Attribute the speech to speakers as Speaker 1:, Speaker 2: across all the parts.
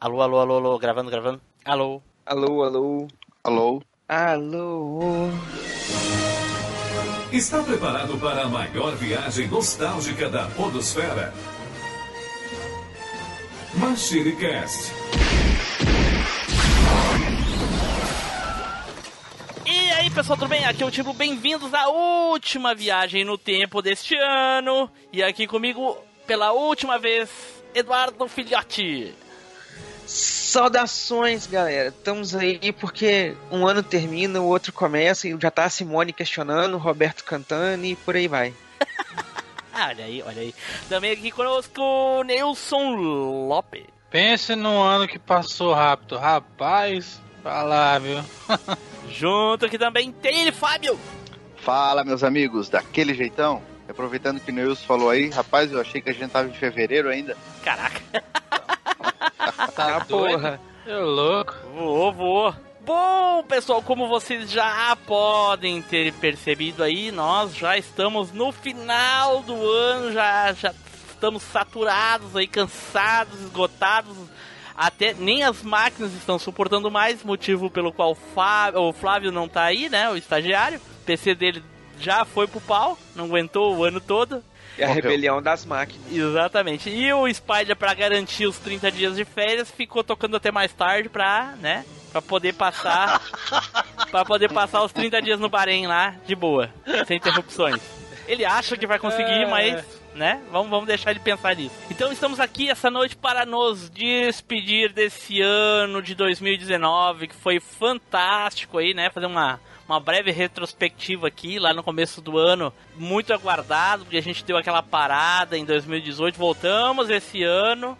Speaker 1: Alô, alô, alô, alô, gravando, gravando. Alô.
Speaker 2: Alô, alô.
Speaker 3: Alô?
Speaker 2: Alô.
Speaker 4: Está preparado para a maior viagem nostálgica da Podosfera? Machinecast.
Speaker 1: E aí, pessoal, tudo bem? Aqui é o Tibo, bem-vindos à última viagem no tempo deste ano. E aqui comigo, pela última vez, Eduardo Filhote.
Speaker 2: Saudações, galera. Estamos aí porque um ano termina, o outro começa e já tá a Simone questionando, o Roberto cantando e por aí vai.
Speaker 1: Ah, Olha aí, olha aí. Também aqui conosco, Nelson Lopes.
Speaker 5: Pense no ano que passou rápido, rapaz. Falar, viu?
Speaker 1: Junto aqui também tem ele, Fábio.
Speaker 3: Fala, meus amigos, daquele jeitão? Aproveitando que o Neus falou aí, rapaz, eu achei que a gente tava em fevereiro ainda.
Speaker 1: Caraca,
Speaker 5: Tá
Speaker 2: Ah,
Speaker 5: doido?
Speaker 2: porra.
Speaker 5: Eu louco.
Speaker 1: voou, voou. Bom, pessoal, como vocês já podem ter percebido aí, nós já estamos no final do ano, já, já estamos saturados aí, cansados, esgotados. Até nem as máquinas estão suportando mais, motivo pelo qual o Fá- o Flávio não tá aí, né? O estagiário. O PC dele já foi pro pau, não aguentou o ano todo.
Speaker 2: É a
Speaker 3: Morreu.
Speaker 2: rebelião das máquinas.
Speaker 1: Exatamente. E o Spider, pra garantir os 30 dias de férias, ficou tocando até mais tarde pra, né? Pra poder passar. pra poder passar os 30 dias no Bahrein lá, de boa. Sem interrupções. Ele acha que vai conseguir,
Speaker 5: É.
Speaker 1: mas. Né? Vamos, vamos deixar ele pensar nisso. Então estamos aqui essa noite para nos despedir desse ano de 2019, que foi fantástico aí, né? Fazer uma, uma breve retrospectiva aqui, lá no começo do ano, muito aguardado, porque a gente deu aquela parada em 2018, voltamos esse ano,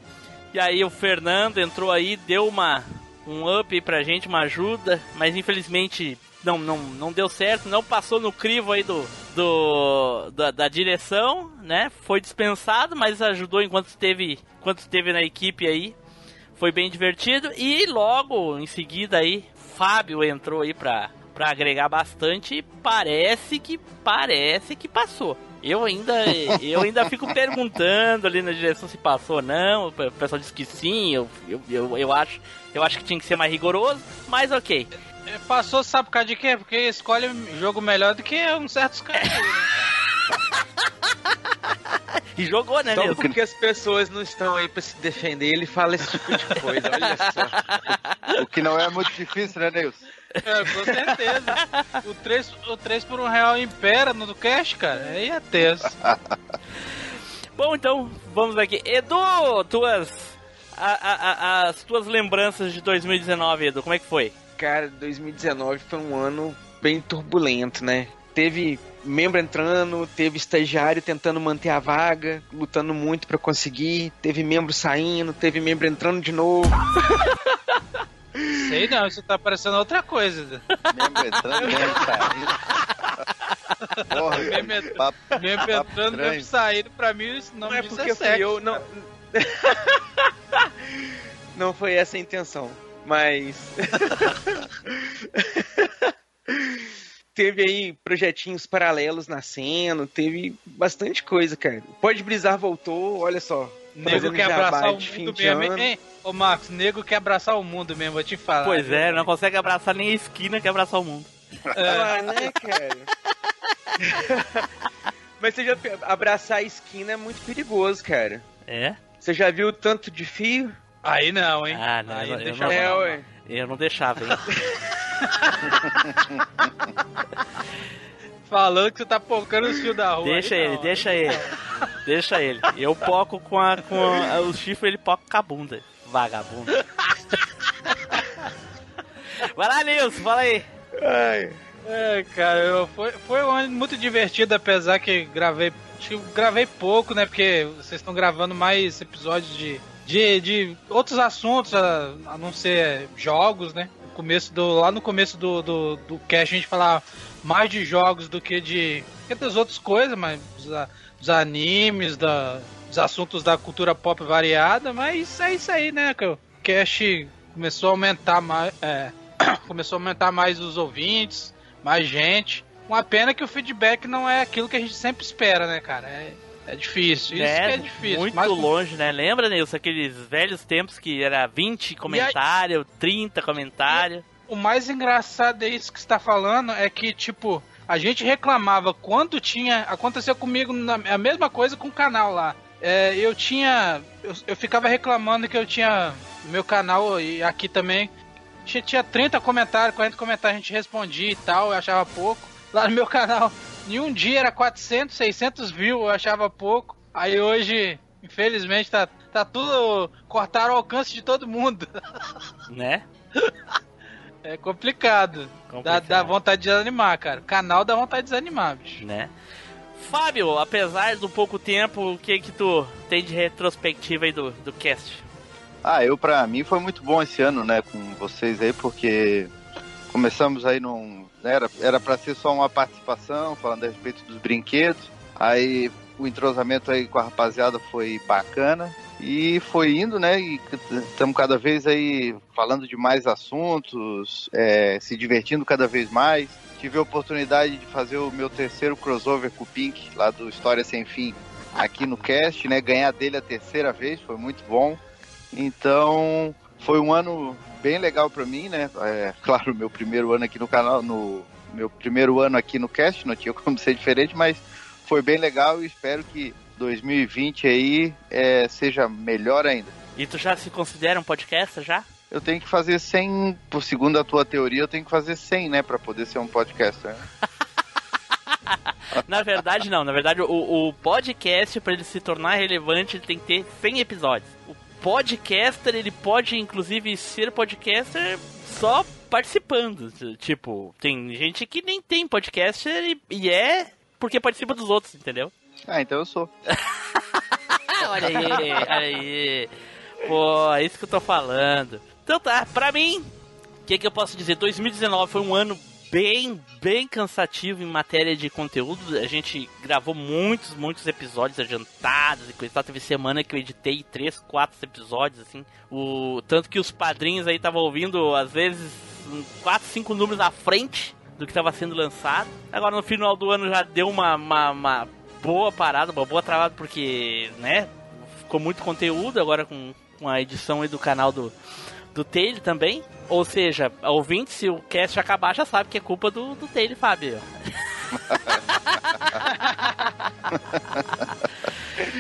Speaker 1: e aí o Fernando entrou aí, deu uma um up aí pra gente, uma ajuda, mas infelizmente não, não, não deu certo, não passou no crivo aí do, do da, da direção, né? Foi dispensado, mas ajudou enquanto esteve, enquanto esteve na equipe aí. Foi bem divertido e logo em seguida aí, Fábio entrou aí pra, pra agregar bastante e parece que parece que passou. Eu ainda, eu ainda fico perguntando ali na direção se passou ou não. O pe- pessoal disse que sim, eu, eu, eu, eu acho, eu acho que tinha que ser mais rigoroso, mas ok.
Speaker 5: É, Passou, sabe por causa de quê? Porque escolhe jogo melhor do que um uns certos caras.
Speaker 1: E jogou, né,
Speaker 2: Então,
Speaker 1: mesmo?
Speaker 2: porque as pessoas não estão aí pra se defender, ele fala esse tipo de coisa, olha só.
Speaker 3: O que não é muito difícil, né, Neus?
Speaker 5: É, com certeza. O 3, o três por um real impera no do cash, cara. Aí é tenso.
Speaker 1: Bom, então, vamos aqui. Edu, tuas. a- a- a- as tuas lembranças de 2019, Edu, como é que foi?
Speaker 2: Cara, 2019 foi um ano bem turbulento, né? Teve membro entrando, teve estagiário tentando manter a vaga, lutando muito pra conseguir, teve membro saindo, teve membro entrando de novo.
Speaker 5: Sei não, isso tá parecendo outra coisa.
Speaker 3: Membro entrando, né, membro saindo. Porra, cara,
Speaker 5: Membro entrando.
Speaker 3: papo-
Speaker 5: Mesmo
Speaker 3: Papo
Speaker 5: entrando,
Speaker 3: estranho.
Speaker 5: mesmo saindo, pra mim isso não
Speaker 2: Não é
Speaker 5: me
Speaker 2: porque
Speaker 5: diz
Speaker 2: fui eu, não. não foi essa a intenção, mas. teve aí projetinhos paralelos nascendo, teve bastante coisa, cara. Pode Brisar voltou, olha só.
Speaker 5: Nego
Speaker 2: fazendo
Speaker 5: quer
Speaker 2: jabá
Speaker 5: abraçar o
Speaker 2: de
Speaker 5: mundo
Speaker 2: fim de
Speaker 5: mesmo,
Speaker 2: ano.
Speaker 5: hein? Ô Marcos, nego quer abraçar o mundo mesmo, vou te falar.
Speaker 1: Pois é, não consegue abraçar nem a esquina que abraçar o mundo.
Speaker 5: É.
Speaker 2: Ah, né, cara? mas você já abraçar a esquina é muito perigoso, cara.
Speaker 1: É?
Speaker 2: Você já viu o tanto de fio?
Speaker 5: Aí não, hein?
Speaker 1: Ah, não,
Speaker 5: Aí
Speaker 1: eu- eu
Speaker 5: deixa
Speaker 1: não-
Speaker 5: eu
Speaker 2: é,
Speaker 1: não.
Speaker 2: ué.
Speaker 1: Eu não deixava, hein?
Speaker 5: Falando que você tá pocando os fios da rua.
Speaker 1: deixa
Speaker 5: aí
Speaker 1: ele,
Speaker 5: não,
Speaker 1: deixa ele. Deixa ele. Eu poco com a. com a- o chifre, ele poco com a bunda. Vagabundo. Vai lá, Nilson, fala aí.
Speaker 5: É, cara, eu- foi, foi um ano muito divertido, apesar que gravei. acho que gravei pouco, né? Porque vocês estão gravando mais episódios de, de, de outros assuntos, a, a não ser jogos, né? No Começo do, lá no começo do, do, do cast a gente falava mais de jogos do que de. que das outras coisas, mas dos, a- dos animes, da, dos assuntos da cultura pop variada, mas é isso aí, né? Que o cast começou a aumentar mais. é, começou a aumentar mais os ouvintes mais gente. Uma pena que o feedback não é aquilo que a gente sempre espera, né, cara? É, É difícil, isso
Speaker 1: né?
Speaker 5: que é difícil.
Speaker 1: Muito
Speaker 5: mas-
Speaker 1: longe, né? Lembra, Nilson, aqueles velhos tempos que era 20 comentários, 30 comentários.
Speaker 5: O mais engraçado é isso que você tá falando, é que, tipo, a gente reclamava quando tinha. Aconteceu comigo na- a mesma coisa com o canal lá. É, eu tinha. Eu, eu ficava reclamando que eu tinha. Meu canal e aqui também. Tinha, tinha 30 comentários, 40 comentários a gente respondia e tal, eu achava pouco. Lá no meu canal, em um dia era 400, 600 views, eu achava pouco. Aí hoje, infelizmente, tá, tá tudo. Cortaram o alcance de todo mundo.
Speaker 1: Né?
Speaker 5: É complicado. Dá,
Speaker 1: Complicado,
Speaker 5: dá vontade de desanimar, cara. O canal dá vontade de desanimar, bicho.
Speaker 1: Né? Fábio, apesar do pouco tempo, o que que tu tem de retrospectiva aí do, do cast?
Speaker 3: Ah, eu pra mim foi muito bom esse ano, né, com vocês aí, porque começamos aí num. né, era, era pra ser só uma participação, falando a respeito dos brinquedos. Aí o entrosamento aí com a rapaziada foi bacana. E foi indo, né? E estamos cada vez aí falando de mais assuntos, é, se divertindo cada vez mais. Tive a oportunidade de fazer o meu terceiro crossover com o Pink, lá do História Sem Fim, aqui no cast, né? Ganhar dele a terceira vez, foi muito bom. Então, foi um ano bem legal pra mim, né? É, claro, meu primeiro ano aqui no canal, no meu primeiro ano aqui no cast, não tinha como ser diferente, mas foi bem legal e espero que 2020 aí é, seja melhor ainda.
Speaker 1: E tu já se considera um podcaster já?
Speaker 3: Eu tenho que fazer 100, por segundo a tua teoria, eu tenho que fazer 100, né, Pra poder ser um podcaster. né?
Speaker 1: Na verdade, não. Na verdade, o, o podcast, para ele se tornar relevante, ele tem que ter 100 episódios. O podcaster, ele pode, inclusive, ser podcaster só participando. Tipo, tem gente que nem tem podcaster e, e é porque participa dos outros, entendeu?
Speaker 3: Ah, então eu sou.
Speaker 1: Ah, olha aí, olha aí. Pô, é isso que eu tô falando. Então tá, pra mim, o que, que eu posso dizer? 2019 foi um ano bem, bem cansativo em matéria de conteúdo. A gente gravou muitos, muitos episódios adiantados e coisa. e tal. Teve semana que eu editei três, quatro episódios, assim. O tanto que os padrinhos aí estavam ouvindo, às vezes, um, quatro, cinco números à frente do que estava sendo lançado. Agora no final do ano já deu uma, uma, uma boa parada, uma boa travada, porque, né, ficou muito conteúdo agora com, com a edição aí do canal do, do Taylor também. Ou seja, ouvinte, se o cast acabar, já sabe que é culpa do, do Taylor, Fábio.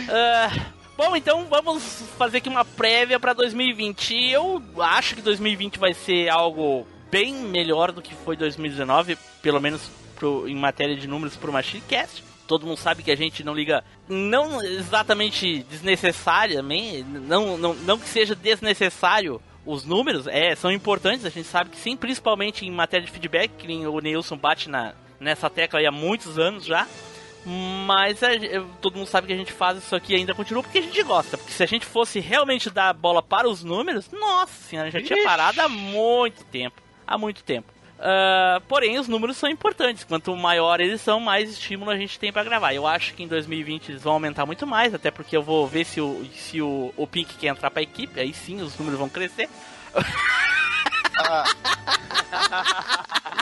Speaker 1: Ah, bom, então vamos fazer aqui uma prévia para 2020. Eu acho que 2020 vai ser algo bem melhor do que foi 2019, pelo menos pro- em matéria de números pro Machine Cast. Todo mundo sabe que a gente não liga, não exatamente desnecessariamente, não, não, não que seja desnecessário os números, é, são importantes, a gente sabe que sim, principalmente em matéria de feedback, que nem o Nilson bate na, nessa tecla aí há muitos anos já. Mas a ge- todo mundo sabe que a gente faz isso aqui e ainda continua porque a gente gosta. Porque se a gente fosse realmente dar a bola para os números, nossa senhora, a gente tinha
Speaker 5: Ixi.
Speaker 1: parado há muito tempo. Há muito tempo. Ah, porém, os números são importantes. Quanto maior eles são, mais estímulo a gente tem para gravar. Eu acho que em 2020 eles vão aumentar muito mais, até porque eu vou ver se o, se o, o Pink quer entrar para a equipe. Aí sim os números vão crescer.
Speaker 3: Ah.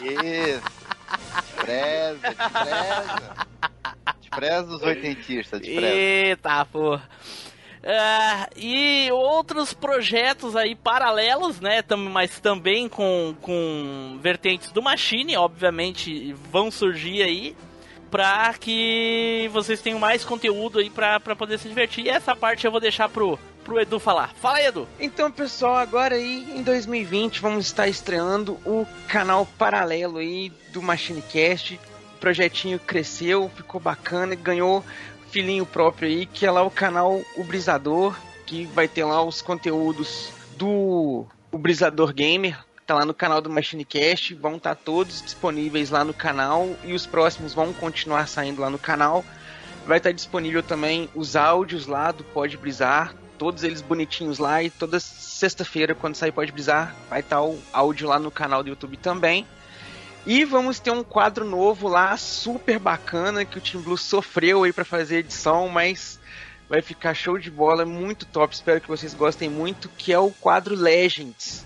Speaker 3: Isso. Despreza, despreza. Despreza os oitentistas, despreza.
Speaker 1: Eita, pô. Ah, e outros projetos aí paralelos, né? tam- mas também com, com vertentes do Machine, obviamente, vão surgir aí pra que vocês tenham mais conteúdo aí pra, pra poder se divertir. E essa parte eu vou deixar pro, pro Edu falar. Fala aí, Edu!
Speaker 2: Então, pessoal, agora aí em 2020 vamos estar estreando o canal paralelo aí do MachineCast. O projetinho cresceu, ficou bacana e ganhou filhinho próprio aí, que é lá o canal O Brisador, que vai ter lá os conteúdos do O Brisador Gamer. Tá lá no canal do MachineCast, vão estar todos disponíveis lá no canal e os próximos vão continuar saindo lá no canal. Vai estar disponível também os áudios lá do Pode Brisar, todos eles bonitinhos lá e toda sexta-feira quando sair Pode Brisar vai estar o áudio lá no canal do YouTube também. E vamos ter um quadro novo lá, super bacana, que o Team Blue sofreu aí para fazer a edição, mas vai ficar show de bola, muito top, espero que vocês gostem muito, que é o quadro Legends.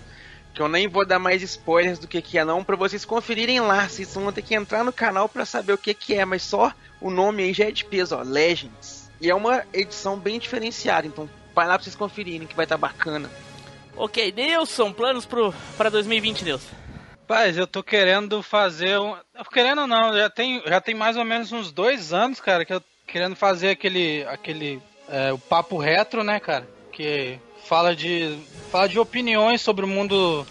Speaker 2: Que eu nem vou dar mais spoilers do que, que é não, para vocês conferirem lá, vocês vão ter que entrar no canal para saber o que, que é, mas só o nome aí já é de peso, ó, Legends. E é uma edição bem diferenciada, então vai lá pra vocês conferirem que vai estar bacana.
Speaker 1: Ok, Nilson, planos pro, pra 2020, Nilson?
Speaker 5: Paz, eu tô querendo fazer um. Querendo não, já tem, já tem mais ou menos uns dois anos, cara, que eu tô querendo fazer aquele. aquele. é, o papo retro, né, cara? Que fala de. fala de opiniões sobre o mundo.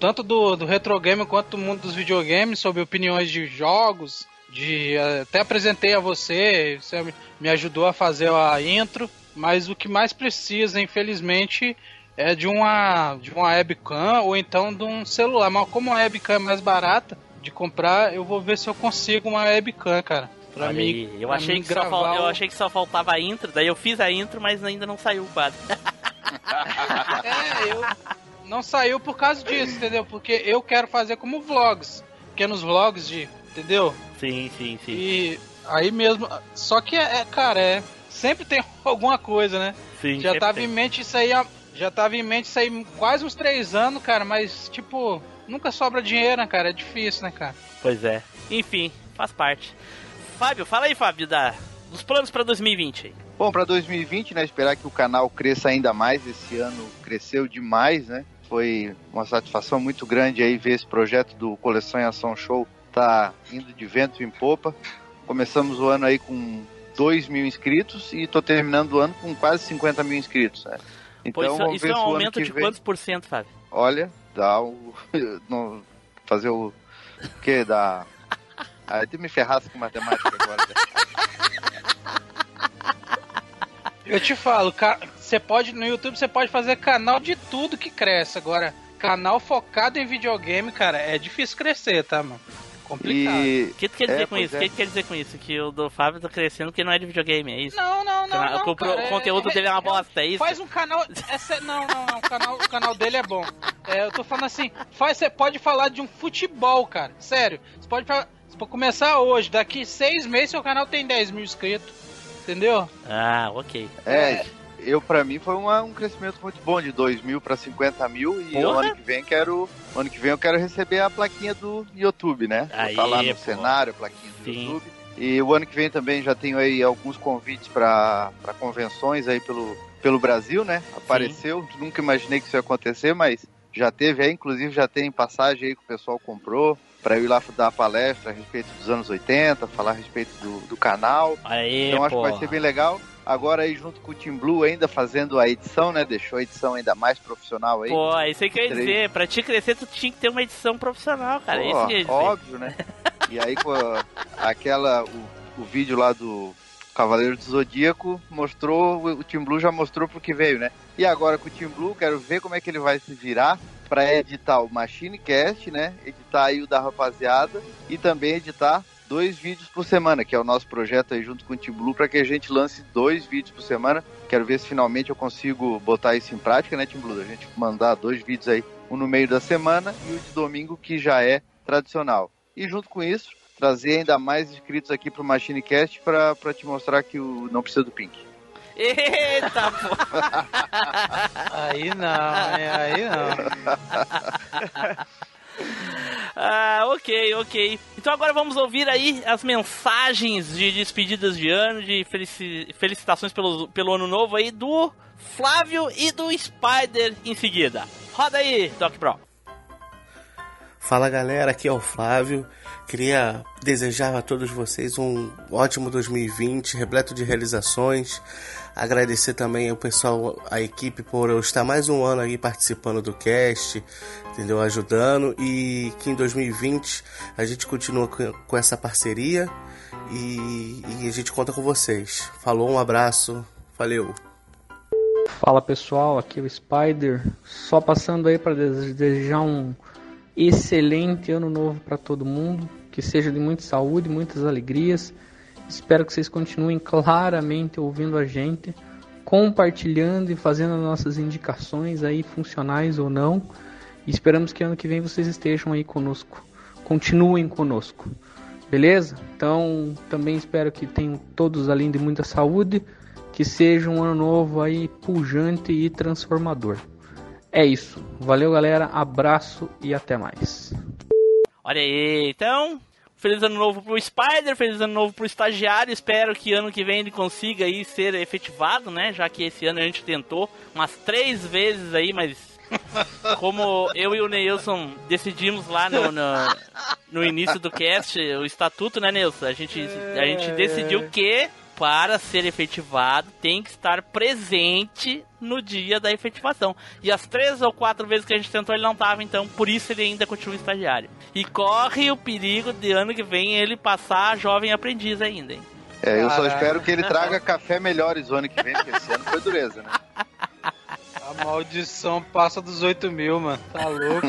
Speaker 5: Tanto do, do retro game quanto do mundo dos videogames, sobre opiniões de jogos, de. eh, Até apresentei a você, você me- me ajudou a fazer a intro, mas o que mais precisa, infelizmente, é de uma de uma webcam ou então de um celular. Mas como a webcam é mais barata de comprar, eu vou ver se eu consigo uma webcam, cara. Pra
Speaker 1: Olha
Speaker 5: mim,
Speaker 1: aí, eu,
Speaker 5: pra
Speaker 1: achei
Speaker 5: mim
Speaker 1: que só
Speaker 5: gravar
Speaker 1: fal- eu
Speaker 5: o-
Speaker 1: achei que só faltava a intro, daí eu fiz a intro, mas ainda não saiu o quadro.
Speaker 5: É, eu não saiu por causa disso, entendeu? Porque eu quero fazer como vlogs, pequenos vlogs de, entendeu?
Speaker 1: Sim, sim, sim.
Speaker 5: E aí mesmo, só que é, é, cara, é sempre tem alguma coisa, né?
Speaker 1: sim
Speaker 5: Já
Speaker 1: sempre
Speaker 5: tava
Speaker 1: tem.
Speaker 5: em mente isso aí, há- já tava em mente isso aí quase uns três anos, cara, mas tipo, nunca sobra dinheiro, né, cara? É difícil, né, cara?
Speaker 1: Pois é. Enfim, faz parte. Fábio, fala aí, Fábio, da, dos planos pra 2020. aí.
Speaker 3: Bom, para 2020, né? Esperar que o canal cresça ainda mais. Esse ano cresceu demais, né? Foi uma satisfação muito grande aí ver esse projeto do Coleção em Ação Show tá indo de vento em popa. Começamos o ano aí com 2 mil inscritos e tô terminando o ano com quase 50 mil inscritos, né? Então,
Speaker 1: Pois isso,
Speaker 3: vamos
Speaker 1: isso
Speaker 3: ver
Speaker 1: é um
Speaker 3: se o ano
Speaker 1: aumento
Speaker 3: que
Speaker 1: de
Speaker 3: vem-
Speaker 1: quantos por cento, Fábio?
Speaker 3: Olha, dá o. não- fazer o. O que? Dá. Aí tu me ferrasse com matemática agora. né?
Speaker 5: Eu te falo, ca- você pode no YouTube você pode fazer canal de tudo que cresce agora. Canal focado em videogame, cara, é difícil crescer, tá, mano? Complicado.
Speaker 3: E.
Speaker 1: O que tu quer
Speaker 3: É,
Speaker 1: dizer com
Speaker 3: pois
Speaker 1: isso? O
Speaker 3: é.
Speaker 1: que tu quer dizer com isso? Que o do Fábio tá crescendo porque não é de videogame, é isso?
Speaker 5: Não, não, não.
Speaker 1: Cana-
Speaker 5: não,
Speaker 1: o, compro-
Speaker 5: cara,
Speaker 1: o conteúdo
Speaker 5: é-
Speaker 1: dele é uma
Speaker 5: é-
Speaker 1: bosta, é isso?
Speaker 5: Faz um canal. é sé- não, não, não. O canal, o canal dele é bom. É, eu tô falando assim, faz, você pode falar de um futebol, cara. Sério. Você pode falar. Você pode começar hoje, daqui seis meses seu canal tem 10 mil inscritos. Entendeu?
Speaker 1: Ah, ok.
Speaker 3: É, eu pra mim foi uma- um crescimento muito bom, de 2 mil pra 50 mil. E o
Speaker 1: Porra!
Speaker 3: ano que vem quero. o Ano que vem eu quero receber a plaquinha do YouTube, né?
Speaker 1: Aí,
Speaker 3: tá lá no
Speaker 1: pô.
Speaker 3: cenário, a plaquinha do
Speaker 1: Sim.
Speaker 3: YouTube. E o ano que vem também já tenho aí alguns convites pra pra convenções aí pelo, pelo Brasil, né? Apareceu, nunca imaginei que isso ia acontecer, mas já teve aí, inclusive já tem passagem aí que o pessoal comprou pra eu ir lá dar palestra a respeito dos anos 80, falar a respeito do, do canal.
Speaker 1: Aí,
Speaker 3: Então acho
Speaker 1: porra.
Speaker 3: que vai ser bem legal. Agora aí junto com o Team Blue ainda fazendo a edição, né? Deixou a edição ainda mais profissional aí.
Speaker 1: Pô, é isso aí que eu ia
Speaker 3: Três.
Speaker 1: dizer. Pra te crescer, tu tinha que ter uma edição profissional, cara.
Speaker 3: Pô,
Speaker 1: é isso que eu ia dizer.
Speaker 3: óbvio, né? E aí com a- aquela o, o vídeo lá do Cavaleiro do Zodíaco mostrou o Team Blue já mostrou pro que veio, né? E agora com o Team Blue quero ver como é que ele vai se virar pra editar o Machine Cast, né? Editar aí o da rapaziada e também editar dois vídeos por semana, que é o nosso projeto aí junto com o Team Blue para que a gente lance dois vídeos por semana. Quero ver se finalmente eu consigo botar isso em prática, né, Team Blue? A gente mandar dois vídeos aí, um no meio da semana e o de domingo que já é tradicional. E junto com isso, trazer ainda mais inscritos aqui pro MachineCast para te mostrar que o não precisa do Pink.
Speaker 1: Eita, porra.
Speaker 5: Aí não, é, aí não.
Speaker 1: Ah, ok, ok. Então agora vamos ouvir aí as mensagens de despedidas de ano, de felici- felicitações pelo, pelo ano novo aí do Flávio e do Spider em seguida. Roda aí, Doc Pro.
Speaker 6: Fala galera, aqui é o Flávio. Queria desejar a todos vocês um ótimo 2020, repleto de realizações. Agradecer também ao pessoal, a equipe por eu estar mais um ano aí participando do cast, entendeu? Ajudando e que em 2020 a gente continua com com essa parceria e, e a gente conta com vocês. Falou, um abraço, valeu!
Speaker 7: Fala pessoal, aqui é o Spider, só passando aí para desejar um excelente ano novo para todo mundo, que seja de muita saúde, muitas alegrias. Espero que vocês continuem claramente ouvindo a gente, compartilhando e fazendo as nossas indicações aí funcionais ou não. E esperamos que ano que vem vocês estejam aí conosco, continuem conosco. Beleza? Então, também espero que tenham todos além de muita saúde que seja um ano novo aí pujante e transformador. É isso. Valeu, galera. Abraço e até mais.
Speaker 1: Olha aí, então. Feliz ano novo pro Spider, feliz ano novo pro estagiário. Espero que ano que vem ele consiga aí ser efetivado, né? Já que esse ano a gente tentou umas três vezes aí, mas como eu e o Neilson decidimos lá no, no, no início do cast, o estatuto, né, Neilson? A gente, a gente decidiu que para ser efetivado tem que estar presente no dia da efetivação. E as três ou quatro vezes que a gente tentou ele não estava, então por isso ele ainda continua estagiário. E corre o perigo de ano que vem ele passar jovem aprendiz ainda, hein?
Speaker 3: É, eu só espero que ele traga café melhores o ano que vem, porque esse ano foi dureza, né?
Speaker 5: A maldição passa dos 8 mil, mano. Tá louco.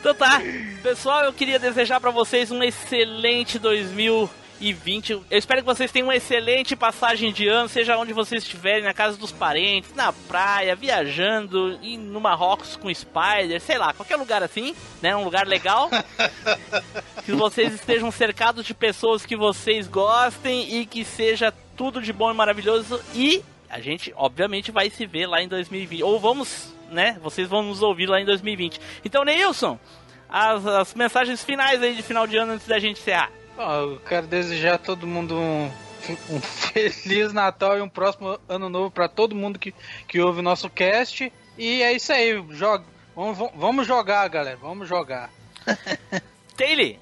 Speaker 1: Então tá, pessoal, eu queria desejar pra vocês um excelente 2020. Eu espero que vocês tenham uma excelente passagem de ano, seja onde vocês estiverem, na casa dos parentes, na praia, viajando, e no Marrocos com Spider, sei lá, qualquer lugar assim, né? Um lugar legal. que vocês estejam cercados de pessoas que vocês gostem e que seja tudo de bom e maravilhoso. E a gente, obviamente, vai se ver lá em 2020. Ou vamos, né? Vocês vão nos ouvir lá em 2020. Então, Neilson, as, as mensagens finais aí de final de ano antes da gente encerrar.
Speaker 5: Ó, eu quero desejar a todo mundo um, um feliz Natal e um próximo ano novo pra todo mundo que, que ouve o nosso cast. E é isso aí, joga, vamos, vamos jogar, galera, vamos jogar.
Speaker 1: Taylor,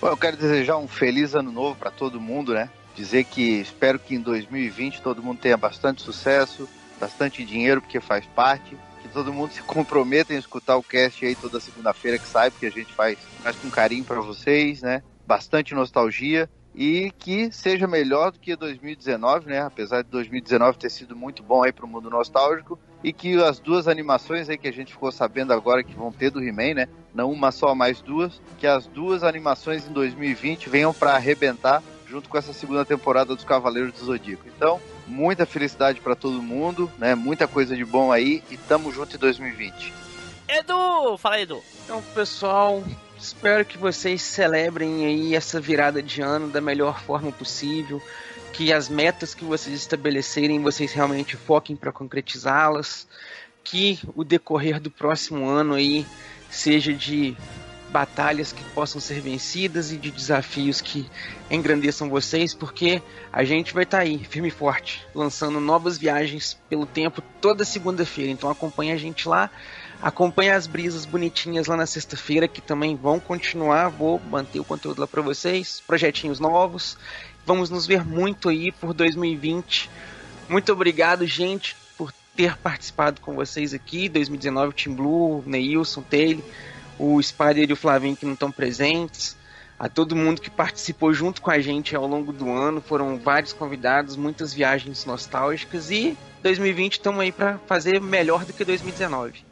Speaker 3: Bom, eu quero desejar um feliz ano novo para todo mundo, né? Dizer que espero que em 2020 todo mundo tenha bastante sucesso, bastante dinheiro, porque faz parte. Que todo mundo se comprometa em escutar o cast aí toda segunda-feira que sai, porque a gente faz, faz com carinho para vocês, né? Bastante nostalgia. E que seja melhor do que 2019, né? Apesar de 2019 ter sido muito bom aí para o mundo nostálgico. E que as duas animações aí que a gente ficou sabendo agora que vão ter do He-Man, né? não uma só, mais duas, que as duas animações em 2020 venham para arrebentar junto com essa segunda temporada dos Cavaleiros do Zodíaco. Então, muita felicidade para todo mundo, né? Muita coisa de bom aí e tamo junto em 2020.
Speaker 1: Edu, fala aí, Edu.
Speaker 2: Então, pessoal, espero que vocês celebrem aí essa virada de ano da melhor forma possível, que as metas que vocês estabelecerem, vocês realmente foquem para concretizá-las, que o decorrer do próximo ano aí seja de batalhas que possam ser vencidas e de desafios que engrandeçam vocês, porque a gente vai estar aí, firme e forte, lançando novas viagens pelo tempo toda segunda-feira. Então acompanha a gente lá, acompanha as brisas bonitinhas lá na sexta-feira, que também vão continuar, vou manter o conteúdo lá para vocês, projetinhos novos. Vamos nos ver muito aí por 2020. Muito obrigado, gente, por ter participado com vocês aqui. 2019, Team Blue, Neilson, Taylor, o Spider e o Flavinho que não estão presentes. A todo mundo que participou junto com a gente ao longo do ano. Foram vários convidados, muitas viagens nostálgicas. E 2020 estamos aí para fazer melhor do que 2019.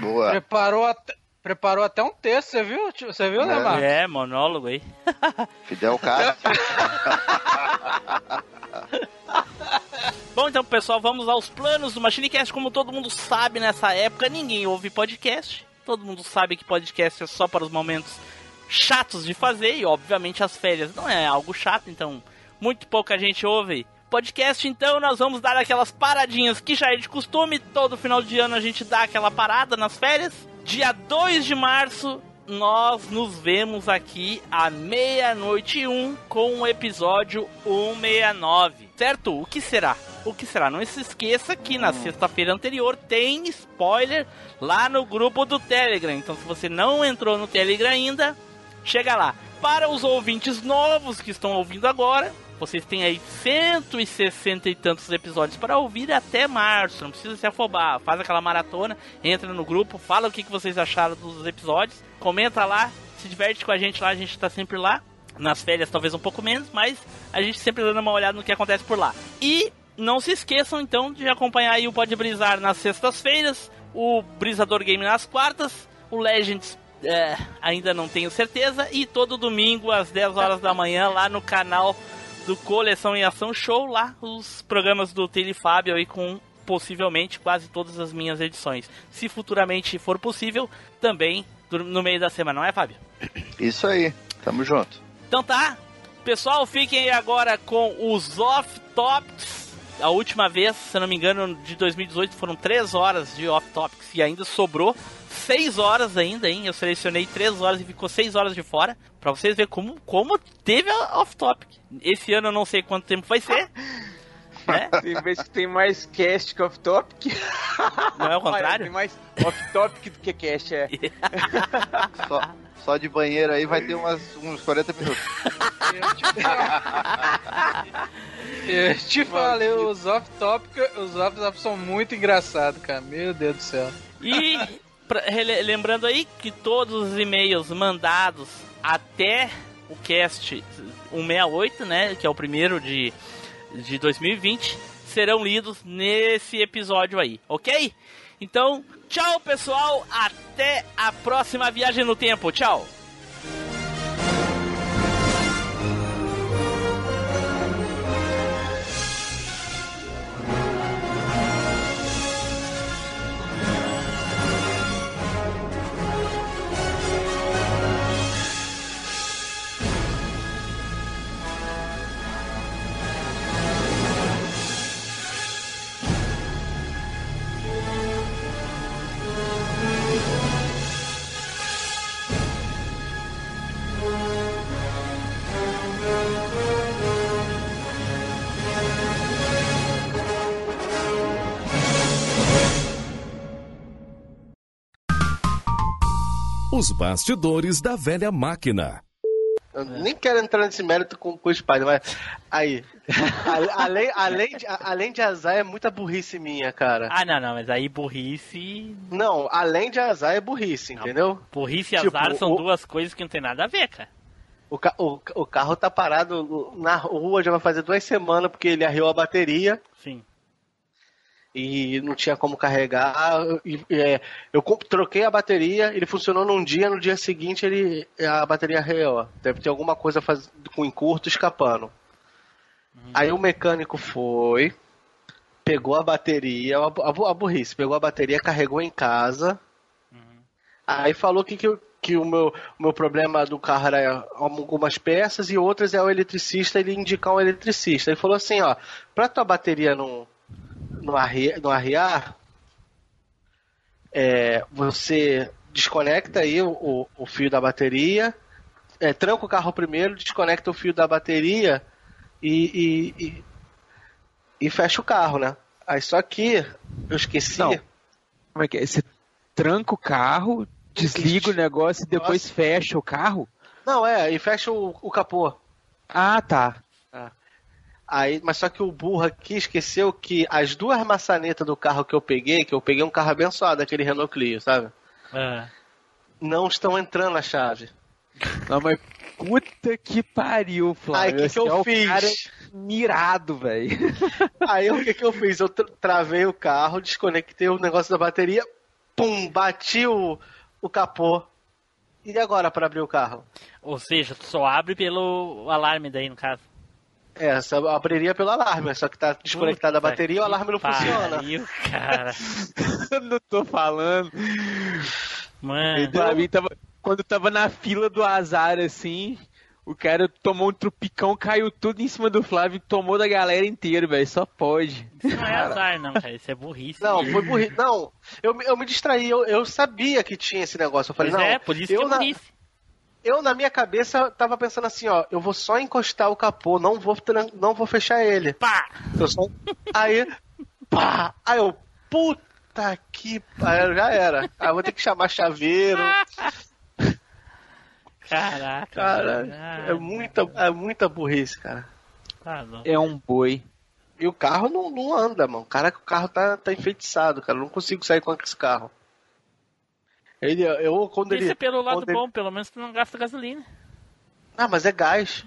Speaker 3: Boa.
Speaker 5: Preparou até, preparou até um texto, você viu? tio? Você viu, né,
Speaker 3: É.
Speaker 5: Marcos?
Speaker 1: É, monólogo aí.
Speaker 3: Fidel Castro.
Speaker 1: Bom, então, pessoal, vamos aos planos do Machinecast. Como todo mundo sabe, nessa época ninguém ouve podcast. Todo mundo sabe que podcast é só para os momentos chatos de fazer. E, obviamente, as férias não é algo chato, então muito pouca gente ouve podcast. Então, nós vamos dar aquelas paradinhas que já é de costume. Todo final de ano a gente dá aquela parada nas férias. Dia 2 de março, nós nos vemos aqui à meia-noite e um com o episódio 169. Certo? O que será? O que será? Não se esqueça que na sexta-feira anterior tem spoiler lá no grupo do Telegram. Então, se você não entrou no Telegram ainda, chega lá. Para os ouvintes novos que estão ouvindo agora, vocês têm aí 160 e tantos episódios para ouvir até março. Não precisa se afobar. Faz aquela maratona, entra no grupo, fala o que que vocês acharam dos episódios, comenta lá, se diverte com a gente lá, a gente está sempre lá. Nas férias talvez um pouco menos, mas a gente sempre dando uma olhada no que acontece por lá. E não se esqueçam então de acompanhar aí o Pode Brisar nas sextas-feiras, o Brisador Game nas quartas, o Legends é, ainda não tenho certeza, e todo domingo às 10 horas da manhã lá no canal do Coleção em Ação Show, lá os programas do Tele Fábio aí com possivelmente quase todas as minhas edições. Se futuramente for possível, também dur- no meio da semana, não é, Fábio?
Speaker 3: Isso aí. Tamo junto.
Speaker 1: Então tá, pessoal, fiquem aí agora com os off tops a última vez, se eu não me engano, de 2018 foram 3 horas de Off Topics e ainda sobrou 6 horas ainda, hein? Eu selecionei 3 horas e ficou 6 horas de fora, pra vocês verem como, como teve a Off Topic. Esse ano eu não sei quanto tempo vai ser, né?
Speaker 2: Tem vez que tem mais cast que off-topic.
Speaker 1: Não é o
Speaker 2: Olha,
Speaker 1: contrário?
Speaker 2: Tem mais off-topic do que cast, é.
Speaker 3: Só, só de banheiro aí vai ter umas, uns 40 minutos.
Speaker 5: Eu te falei, os off-topic, os off-topic são muito engraçados, cara. Meu Deus do céu.
Speaker 1: E pra- rele- lembrando aí que todos os e-mails mandados até o cast 168, né, que é o primeiro de, de 2020, serão lidos nesse episódio aí, ok? Então, tchau pessoal, até a próxima viagem no tempo, tchau!
Speaker 8: Os bastidores da velha máquina.
Speaker 1: É.
Speaker 6: Eu nem quero entrar nesse mérito com, com o Spider, mas. Aí. A- além, além, de, a- além de azar, é muita burrice minha, cara.
Speaker 1: Ah, não, não, mas aí burrice,
Speaker 6: Não, além de azar, é burrice, entendeu?
Speaker 1: burrice e
Speaker 6: Tipo,
Speaker 1: azar são
Speaker 6: o-
Speaker 1: duas coisas que não tem nada a ver, cara.
Speaker 6: O, ca- o, o carro tá parado no- na rua já vai fazer duas semanas porque ele arriou a bateria
Speaker 1: Sim.
Speaker 6: e não tinha como carregar. E, é, eu comp- troquei a bateria, ele funcionou num dia, no dia seguinte ele a bateria arreou. Deve ter alguma coisa faz, com encurto escapando. Aí o mecânico foi, pegou a bateria, a, bu- a bu- a burrice, pegou a bateria, carregou em casa. Aí falou que, que, o- que o meu, o meu problema do carro era algumas peças e outras é o eletricista, ele indicar um eletricista. Ele falou assim, ó, pra tua bateria não, não, arre, não arriar, é, você desconecta aí o, o, o fio da bateria, é, tranca o carro primeiro, desconecta o fio da bateria e, e, e, e fecha o carro, né? Aí só que eu esqueci...
Speaker 9: Não. Como é que é? Você tranca o carro, desliga o negócio e depois fecha o carro?
Speaker 6: Não, é, e fecha o, o capô.
Speaker 9: Ah, tá.
Speaker 6: Aí, mas só que o burro aqui esqueceu que as duas maçanetas do carro que eu peguei, que eu peguei um carro abençoado, aquele Renault Clio, sabe?
Speaker 1: Ah.
Speaker 6: Não estão entrando na chave.
Speaker 9: Não, mas puta que pariu,
Speaker 6: Aí
Speaker 9: Flávio.
Speaker 6: o que, que
Speaker 9: Esse
Speaker 6: eu
Speaker 9: é o
Speaker 6: fiz?
Speaker 9: cara mirado, velho.
Speaker 6: Aí o que, que eu fiz? Eu tra- travei o carro, desconectei o negócio da bateria, pum, bati o, o capô. E agora para abrir o carro?
Speaker 1: Ou seja, tu só abre pelo alarme daí, no caso.
Speaker 6: É, só eu abriria pelo alarme, só que tá desconectada a
Speaker 1: Puta
Speaker 6: bateria e o
Speaker 1: que
Speaker 6: alarme não funciona.
Speaker 1: pariu, cara.
Speaker 9: Não tô falando.
Speaker 1: Mano.
Speaker 9: Pra mim, tava, quando eu tava na fila do azar, assim, o cara tomou um trupicão, caiu tudo em cima do Flávio, tomou da galera inteira, velho. Só pode.
Speaker 1: Isso não é azar, não, cara. Isso é burrice.
Speaker 6: Não, foi burrice. Não, eu, me- eu me distraí, eu, eu sabia que tinha esse negócio. Eu falei,
Speaker 1: Pois
Speaker 6: não,
Speaker 1: é, por isso que
Speaker 6: eu
Speaker 1: é
Speaker 6: na-
Speaker 1: burrice.
Speaker 6: Eu, na minha cabeça, tava pensando assim, ó, eu vou só encostar o capô, não vou, tran- não vou fechar ele.
Speaker 1: Pá!
Speaker 6: Eu só... Aí, pá! Aí eu, puta que pariu, já era. Aí eu vou ter que chamar chaveiro.
Speaker 1: Caraca.
Speaker 6: Cara,
Speaker 1: Ah,
Speaker 6: é muita, é muita burrice, cara.
Speaker 1: tá
Speaker 6: Ah,
Speaker 1: louco.
Speaker 9: É um boi.
Speaker 6: E o carro não, não anda, mano. Caraca, o carro tá, tá enfeitiçado, cara. Eu não consigo sair com esse carro. Ele, eu, quando
Speaker 1: Isso
Speaker 6: ele...
Speaker 1: é pelo lado
Speaker 6: quando ele-
Speaker 1: bom, pelo menos tu não gasta gasolina.
Speaker 6: Ah, mas é gás.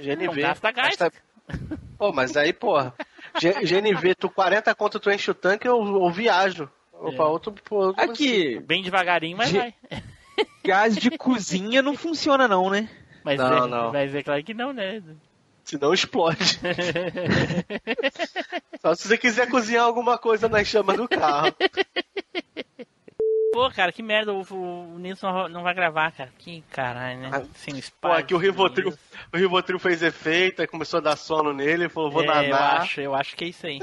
Speaker 6: GNV.
Speaker 1: Não gasta É um gás.
Speaker 6: Pô, mas aí, porra, G- GNV, tu 40 conto, tu enche o tanque, eu, eu viajo. Ou
Speaker 1: É.
Speaker 6: pra outro, pra outro-
Speaker 9: Aqui,
Speaker 1: Bem devagarinho, mas
Speaker 9: Ge-
Speaker 1: vai.
Speaker 9: gás de cozinha não funciona, não, né?
Speaker 1: Mas,
Speaker 6: Não,
Speaker 1: é,
Speaker 6: não.
Speaker 1: mas é claro que não, né?
Speaker 6: Senão explode. Só se você quiser cozinhar alguma coisa nas chamas do carro.
Speaker 1: Pô, cara, que merda, o, o Nilson não vai- não vai gravar, cara. Que caralho, né? Sem
Speaker 6: Pô,
Speaker 1: espaço.
Speaker 6: aqui o Rivotril, o Rivotril fez efeito, aí começou a dar sono nele, falou, vou
Speaker 1: É, eu
Speaker 6: nanar.
Speaker 1: acho, eu acho que é isso aí.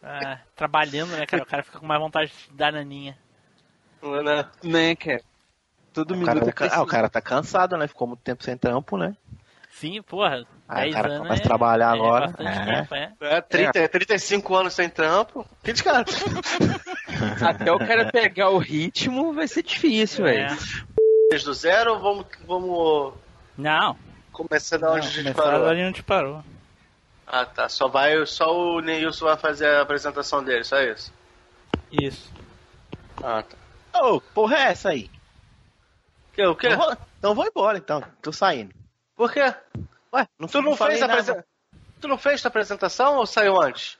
Speaker 1: Ah, trabalhando, né, cara? O cara fica com mais vontade de dar naninha.
Speaker 2: Né, cara?
Speaker 10: Todo
Speaker 1: O
Speaker 10: minuto.
Speaker 1: cara
Speaker 10: é
Speaker 1: tá
Speaker 10: ca-
Speaker 1: precisando.
Speaker 10: Ah, o cara tá cansado, né? Ficou muito tempo sem trampo, né?
Speaker 1: Sim, porra.
Speaker 10: Aí
Speaker 1: 10
Speaker 10: o cara
Speaker 1: anos é-
Speaker 10: começa a trabalhar agora.
Speaker 1: bastante
Speaker 10: é.
Speaker 1: tempo, é.
Speaker 6: É, 30, 35 anos sem trampo. Que de cara.
Speaker 9: Até o cara pegar o ritmo vai ser difícil,
Speaker 6: É.
Speaker 9: velho.
Speaker 6: Desde o zero, ou vamos, vamos
Speaker 1: Não.
Speaker 6: começar da onde a gente
Speaker 1: Começaram
Speaker 6: parou?
Speaker 1: ali e não te parou.
Speaker 6: Ah, tá. Só, vai, só o Neilson vai fazer a apresentação dele, só isso.
Speaker 1: Isso.
Speaker 6: Ah, tá.
Speaker 10: Ô, porra é essa aí?
Speaker 6: Que, o quê?
Speaker 10: Então vou, então vou embora, então. Tô saindo.
Speaker 6: Por quê?
Speaker 10: Ué, não,
Speaker 6: Tu não,
Speaker 10: falei
Speaker 6: fez a
Speaker 10: nada.
Speaker 6: apresen- Tu não fez a apresentação ou saiu antes?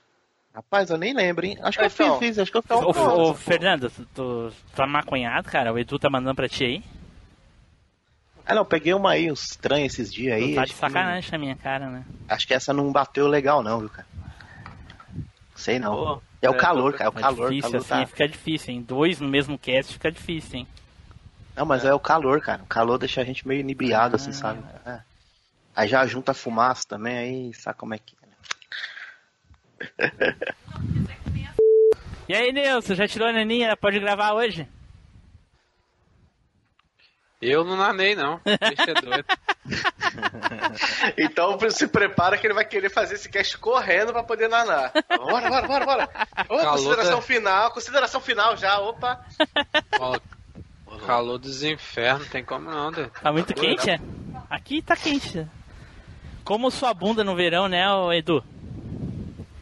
Speaker 10: Rapaz, eu nem lembro, hein? Acho que eu
Speaker 6: Então.
Speaker 10: fiz, fiz. Acho que eu fiz. um
Speaker 1: Ô, ô, Fernando, tu, tu tá maconhado, cara? O Edu tá mandando pra ti aí?
Speaker 10: Ah, não, peguei uma aí, uns estranha esses dias aí.
Speaker 1: Tu tá
Speaker 10: acho
Speaker 1: de sacanagem na minha cara, né?
Speaker 10: Que, acho que essa não bateu legal, não, viu, cara? Sei não.
Speaker 6: Pô,
Speaker 10: é o
Speaker 6: é,
Speaker 10: calor,
Speaker 6: tô-
Speaker 10: cara. É o
Speaker 1: É
Speaker 10: calor,
Speaker 1: difícil,
Speaker 10: calor
Speaker 1: assim,
Speaker 10: tá...
Speaker 1: fica difícil, hein? Dois no mesmo cast fica difícil, hein?
Speaker 10: Não, mas é o calor, cara. O calor deixa a gente meio inebriado, assim, sabe? É. Aí já junta fumaça também, aí sabe como é que é. né?
Speaker 1: E aí, Nilson, já tirou a naninha? Pode gravar hoje?
Speaker 9: Eu não nanei, não. Deixa
Speaker 11: é
Speaker 9: doido.
Speaker 6: Então se prepara que ele vai querer fazer esse cast correndo pra poder nanar. Bora, bora, bora, bora. Ô,
Speaker 9: Calota.
Speaker 6: consideração final, consideração final já, opa.
Speaker 11: Calor dos infernos, tem como não, doido.
Speaker 1: Tá muito quente, é? Aqui tá quente. Como sua bunda no verão, né, ô Edu?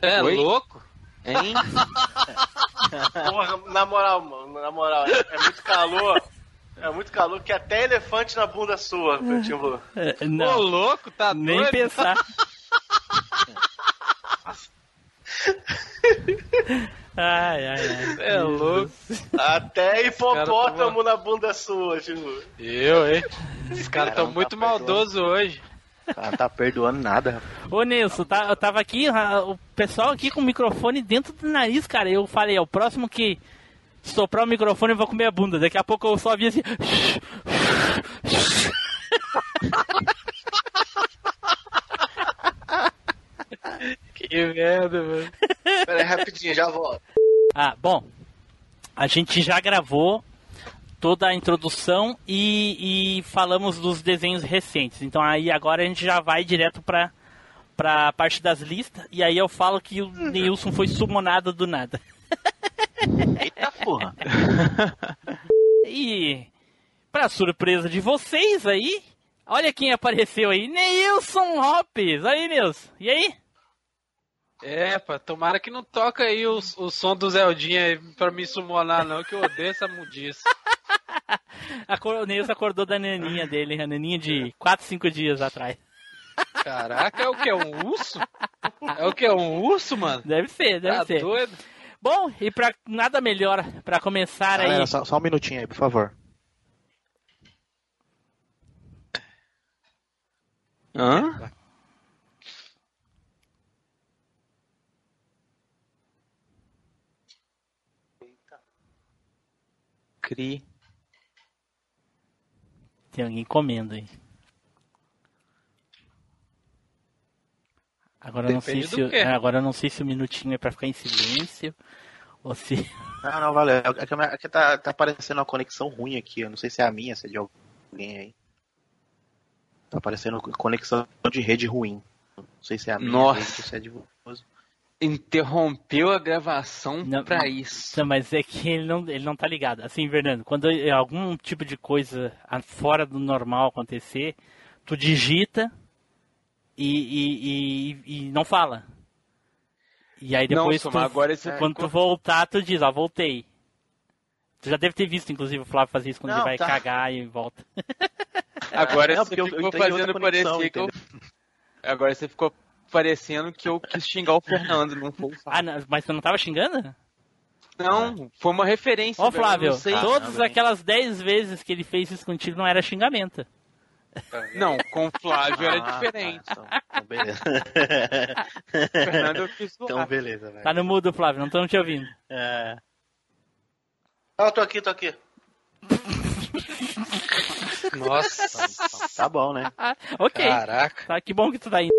Speaker 11: É
Speaker 1: Oi?
Speaker 11: louco?
Speaker 10: Hein?
Speaker 6: Porra, na moral, mano, na moral, é muito calor. É muito calor que até elefante na bunda sua, Pretinho Blue.
Speaker 1: É, não.
Speaker 6: Ô, louco, tá
Speaker 1: Nem pensar. Ai, ai, ai.
Speaker 6: É louco. Até hipopótamo na bunda sua, Timbu.
Speaker 11: Eu, hein? Esses caras
Speaker 10: Cara,
Speaker 11: tão
Speaker 10: não
Speaker 11: muito
Speaker 10: tá
Speaker 11: maldosos hoje.
Speaker 10: O cara tá perdoando nada, rapaz.
Speaker 1: Ô Nilson, tá- eu tava aqui, ra- o pessoal aqui com o microfone dentro do nariz, cara. Eu falei, é o próximo que soprar o microfone eu vou comer a bunda. Daqui a pouco eu só vi assim.
Speaker 11: Que merda, mano.
Speaker 6: Pera aí, rapidinho, já volto.
Speaker 1: Ah, bom. A gente já gravou toda a introdução e, e falamos dos desenhos recentes. Então aí agora a gente já vai direto pra, pra parte das listas. E aí eu falo que o Nilson foi sumonado do nada.
Speaker 10: Eita porra.
Speaker 1: E pra surpresa de vocês aí, olha quem apareceu aí. Neilson Lopes. Aí, Nilson. E aí?
Speaker 11: É, pá, tomara que não toca aí o, o som do Zeldinha aí pra me sumonar, não, que eu odeio essa mundiça.
Speaker 1: Acor- O Neilson acordou da naninha dele, a naninha de 4, 5 dias atrás.
Speaker 11: É. Caraca, é o que? É um urso? É o que? É um urso, mano?
Speaker 1: Deve ser, deve
Speaker 11: Tá
Speaker 1: ser.
Speaker 11: doido?
Speaker 1: Bom, e pra nada melhor pra começar
Speaker 10: Galera,
Speaker 1: aí.
Speaker 10: só, só um minutinho aí, por favor.
Speaker 9: Hã?
Speaker 1: Cri. Tem alguém comendo aí. Agora eu não sei
Speaker 10: Depende do
Speaker 1: se o-
Speaker 10: quê?
Speaker 1: é, agora eu não sei se o minutinho é pra ficar em silêncio ou se
Speaker 10: Não, não, valeu. É que- É que tá, tá aparecendo uma conexão ruim aqui. Eu não sei se é a minha, se é de alguém aí. Tá aparecendo conexão de rede ruim. Não sei se é a minha.
Speaker 9: Nossa.
Speaker 10: rede, se é de você.
Speaker 9: Interrompeu a gravação pra isso.
Speaker 1: Não, mas é que ele não, ele não tá ligado. Assim, Fernando, quando é algum tipo de coisa a- fora do normal acontecer, tu digita e, e- e- e não fala. E aí
Speaker 9: Não,
Speaker 1: depois,
Speaker 9: Soma,
Speaker 1: tu-
Speaker 9: agora é esse-
Speaker 1: quando tu voltar, tu diz, ó, voltei. Tu já deve ter visto, inclusive, o Flávio fazer isso quando
Speaker 10: Não,
Speaker 1: ele vai
Speaker 10: tá.
Speaker 1: cagar e volta.
Speaker 9: Agora
Speaker 10: É, Não,
Speaker 9: você
Speaker 10: porque eu- eu
Speaker 9: ficou
Speaker 10: entrei em outra
Speaker 9: fazendo
Speaker 10: conexão,
Speaker 9: parecer que eu... Agora você ficou parecendo que eu quis xingar o Fernando, não foi o
Speaker 1: Ah, não, mas tu não tava xingando?
Speaker 10: Ah,
Speaker 9: Não, foi uma referência.
Speaker 1: É. Ó,
Speaker 9: velho,
Speaker 1: Flávio,
Speaker 9: eu não sei-
Speaker 1: todas aquelas 10 vezes que ele fez isso contigo não era xingamento.
Speaker 9: Não, com o Flávio era
Speaker 10: tá. Ah,
Speaker 9: diferente.
Speaker 10: tá,
Speaker 1: É,
Speaker 10: então, então beleza.
Speaker 9: Fernando, eu quis zoar.
Speaker 10: então beleza, velho.
Speaker 1: É. Tá no mudo, Flávio, não estamos te ouvindo.
Speaker 10: É.
Speaker 6: Ah, tô aqui, tô aqui.
Speaker 1: Nossa,
Speaker 6: tá bom, né?
Speaker 1: ok.
Speaker 6: Caraca.
Speaker 1: Tá, que bom que tu tá indo.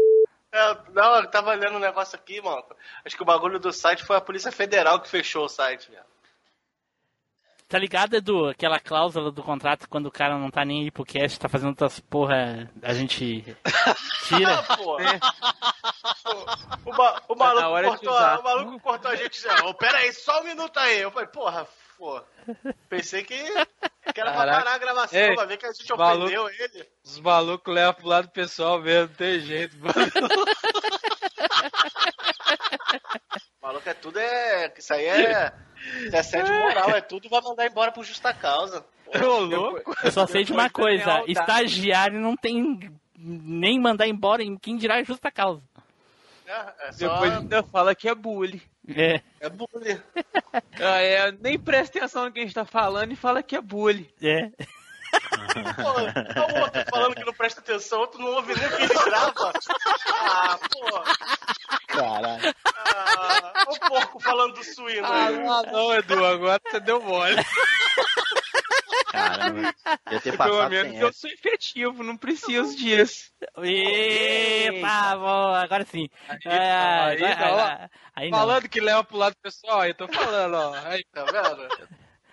Speaker 6: É, não, eu tava olhando um negócio aqui, mano. Acho que o bagulho do site foi a Polícia Federal que fechou o site, velho.
Speaker 1: Tá ligado, Edu? Aquela cláusula do contrato quando o cara não tá nem aí pro cast, tá fazendo outras porra, a gente tira. Tá
Speaker 6: Ah, pô. O, ma- o
Speaker 1: na
Speaker 6: maluco
Speaker 1: hora de
Speaker 6: cortou,
Speaker 1: usar.
Speaker 6: o maluco cortou a gente já. Ô, pera aí, só um minuto aí. Eu falei, porra, pô. Pensei que, que era pra
Speaker 5: Caraca.
Speaker 6: parar a gravação,
Speaker 5: Ei,
Speaker 6: pra ver que a gente
Speaker 5: maluco.
Speaker 6: ofendeu ele.
Speaker 5: Os malucos levam pro lado pessoal mesmo, não tem jeito, mano.
Speaker 6: Maluco, é tudo é. que Isso aí é. É assédio moral, é tudo, vai mandar embora por justa causa.
Speaker 1: Ô, louco. Eu só sei de uma coisa, estagiário não tem nem mandar embora em quem dirá é justa causa.
Speaker 6: É, é só...
Speaker 2: Depois ainda fala que é bullying.
Speaker 1: É.
Speaker 6: É bullying.
Speaker 2: Ah, é, nem presta atenção no que a gente tá falando e fala que é bullying.
Speaker 1: É.
Speaker 6: Tá o outro falando que não presta atenção, outro não ouve nem o que ele grava. Ah, pô.
Speaker 10: Caralho.
Speaker 6: Ah, o porco falando do suíno.
Speaker 5: Ah, não, não, Edu, agora você deu mole.
Speaker 10: Caramba. Ia ter
Speaker 2: Pelo
Speaker 10: passado
Speaker 2: menos
Speaker 10: sem
Speaker 2: eu
Speaker 10: essa.
Speaker 2: sou
Speaker 5: né?
Speaker 2: efetivo, não preciso disso.
Speaker 1: Epa, bom, agora sim. É,
Speaker 5: Aí,
Speaker 1: agora-
Speaker 5: não, ó.
Speaker 1: agora- aí não.
Speaker 5: falando que leva pro lado pessoal, aí eu tô falando, ó. Aí,
Speaker 6: tá vendo?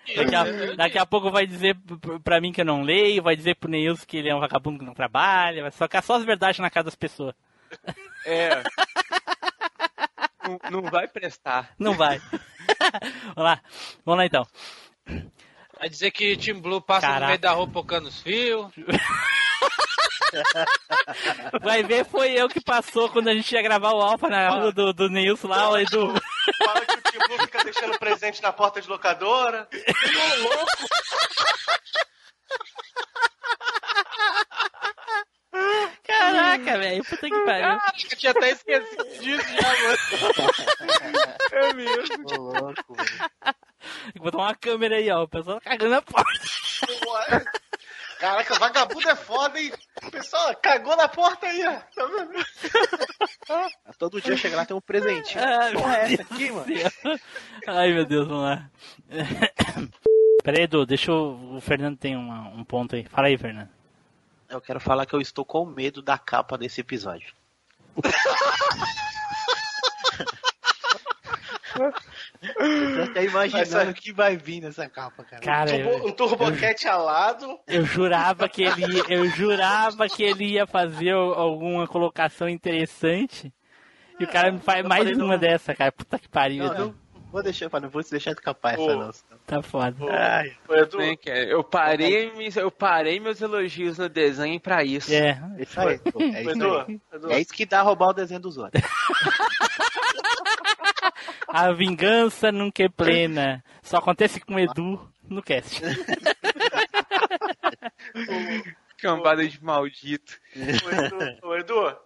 Speaker 1: Daqui a, daqui a pouco vai dizer p- p- pra mim que eu não leio, vai dizer pro Neilson que ele é um vagabundo que não trabalha, vai socar só as verdades na cara das pessoas.
Speaker 2: É. não, não vai prestar.
Speaker 1: Não vai. Vamos lá, vamos lá então.
Speaker 5: Vai dizer que Tim Blue passa
Speaker 1: Caraca.
Speaker 5: no meio da rua pocando os fios.
Speaker 1: Vai ver, foi eu que passou quando a gente ia gravar o Alpha na rua do, do Neilson lá, o Edu.
Speaker 6: Fala que o Timbu fica deixando presente na porta de locadora. Ô, louco!
Speaker 1: Caraca, velho, puta que pariu.
Speaker 5: Caraca, tinha até esquecido disso já, mano.
Speaker 1: É mesmo.
Speaker 10: Ô, louco, velho.
Speaker 1: Tem que botar uma câmera aí, ó, o pessoal tá cagando a porta.
Speaker 6: Caraca, vagabundo é foda, hein? Pessoal, cagou na porta aí, ó. Tá vendo?
Speaker 10: Todo dia chega lá tem um presentinho.
Speaker 1: Ah,
Speaker 10: Porra, é essa aqui, mano?
Speaker 1: Ai, meu Deus, vamos lá. Peraí, Edu, deixa eu... O Fernando tem uma- um ponto aí. Fala aí, Fernando.
Speaker 10: Eu quero falar que eu estou com medo da capa desse episódio.
Speaker 6: Tô
Speaker 10: até imaginando o que vai vir nessa capa, cara.
Speaker 1: Cara,
Speaker 6: um, turbo,
Speaker 1: eu-
Speaker 6: um turboquete alado.
Speaker 1: Eu jurava que ele ia, eu jurava que ele ia fazer al- alguma colocação interessante. E o cara me faz mais
Speaker 10: falei,
Speaker 1: uma dessa, cara. Puta que pariu.
Speaker 10: Não,
Speaker 1: Edu.
Speaker 10: não vou deixar, não vou deixar escapar essa
Speaker 2: Ô.
Speaker 10: nossa.
Speaker 1: Tá foda.
Speaker 10: Ai,
Speaker 2: Né, cara? Eu parei, mis- eu parei meus elogios no desenho pra isso.
Speaker 1: É.
Speaker 10: Isso aí, pô, é isso aí.
Speaker 6: Edu.
Speaker 10: É isso que dá roubar o desenho dos outros.
Speaker 1: A vingança nunca é plena. Só acontece com o Edu no cast.
Speaker 2: Cambada de maldito.
Speaker 6: Ô, Edu, ô, Edu,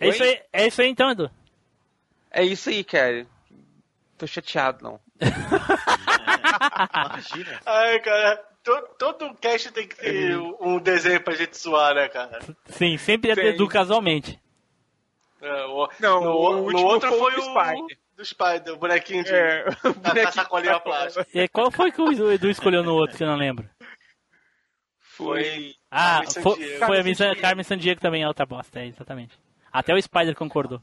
Speaker 1: É isso aí, é isso aí então, Edu.
Speaker 2: É isso aí, cara. Tô chateado, não.
Speaker 10: Ah,
Speaker 6: Ai, cara, to- todo cast tem que ter
Speaker 10: Hum.
Speaker 6: um desenho pra gente suar, né, cara?
Speaker 1: Sim, sempre é do Edu casualmente.
Speaker 6: É, o-
Speaker 2: Não,
Speaker 6: no,
Speaker 2: o
Speaker 6: no
Speaker 2: último
Speaker 6: outro
Speaker 2: foi
Speaker 6: foi
Speaker 2: o
Speaker 6: o
Speaker 2: Spider.
Speaker 6: do Spider, o bonequinho de
Speaker 2: É,
Speaker 6: da- da sacolinha plástica.
Speaker 1: E qual foi que o Edu escolheu no outro, que eu não lembro?
Speaker 6: Foi.
Speaker 1: Ah,
Speaker 6: Carmen
Speaker 1: foi,
Speaker 6: Sandiego.
Speaker 1: foi a Miss Carmen Sandiego também é outra bosta, é, exatamente. Até o Spider concordou.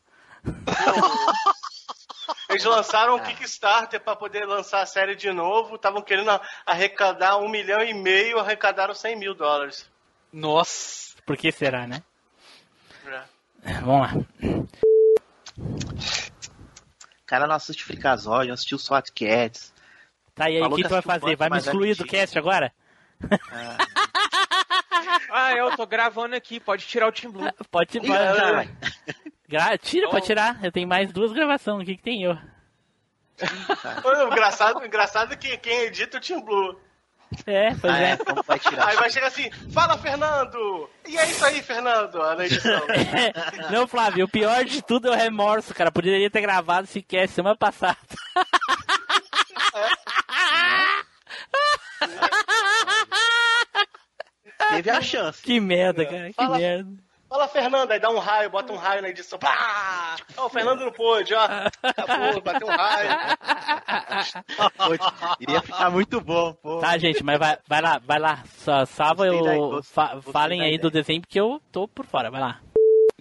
Speaker 6: Eles lançaram
Speaker 10: Ah.
Speaker 6: o Kickstarter pra poder lançar a série de novo. Estavam querendo arrecadar um milhão e meio, arrecadaram 100 mil dólares.
Speaker 1: Nossa! Por que será, né?
Speaker 6: É.
Speaker 1: Vamos lá.
Speaker 10: Cara, não assiste Fricazói, não assistiu SWAT Cats.
Speaker 1: Tá, e aí, o
Speaker 10: Falou
Speaker 1: que
Speaker 10: que
Speaker 1: tu vai
Speaker 10: assistiu
Speaker 1: fazer?
Speaker 10: Punk,
Speaker 1: Vai me
Speaker 10: mas é
Speaker 1: excluir do cast agora?
Speaker 2: Ah, eu tô gravando aqui, pode tirar o Tim Blue.
Speaker 1: Pode tirar. Gra- tira,
Speaker 6: Oh.
Speaker 1: pode tirar. Eu tenho mais duas gravações aqui que tem eu.
Speaker 6: O engraçado, o engraçado é que quem edita é o Tim Blue.
Speaker 1: É, pois
Speaker 10: Ah,
Speaker 1: é.
Speaker 10: é, como vai tirar?
Speaker 6: Aí vai chegar assim, fala Fernando! E é isso aí, Fernando! Ah, na edição.
Speaker 1: Não, Flávio, o pior de tudo é o remorso, cara. Poderia ter gravado esse cast semana passada.
Speaker 10: Teve a chance.
Speaker 1: Que merda, cara. Que
Speaker 6: Fala-
Speaker 1: merda.
Speaker 6: Fala Fernando, aí dá um raio, bota um raio na edição. Pá! Ó, o Fernando não pôde, ó. Acabou, bateu um raio.
Speaker 1: Iria ficar muito bom, pô. Tá, gente, mas vai, vai lá, vai lá. Sa- Salva
Speaker 2: Gostei da
Speaker 1: eu.
Speaker 2: ideia,
Speaker 1: fa- falem
Speaker 2: da
Speaker 1: aí
Speaker 2: ideia.
Speaker 1: do desenho, porque eu tô por fora, vai lá.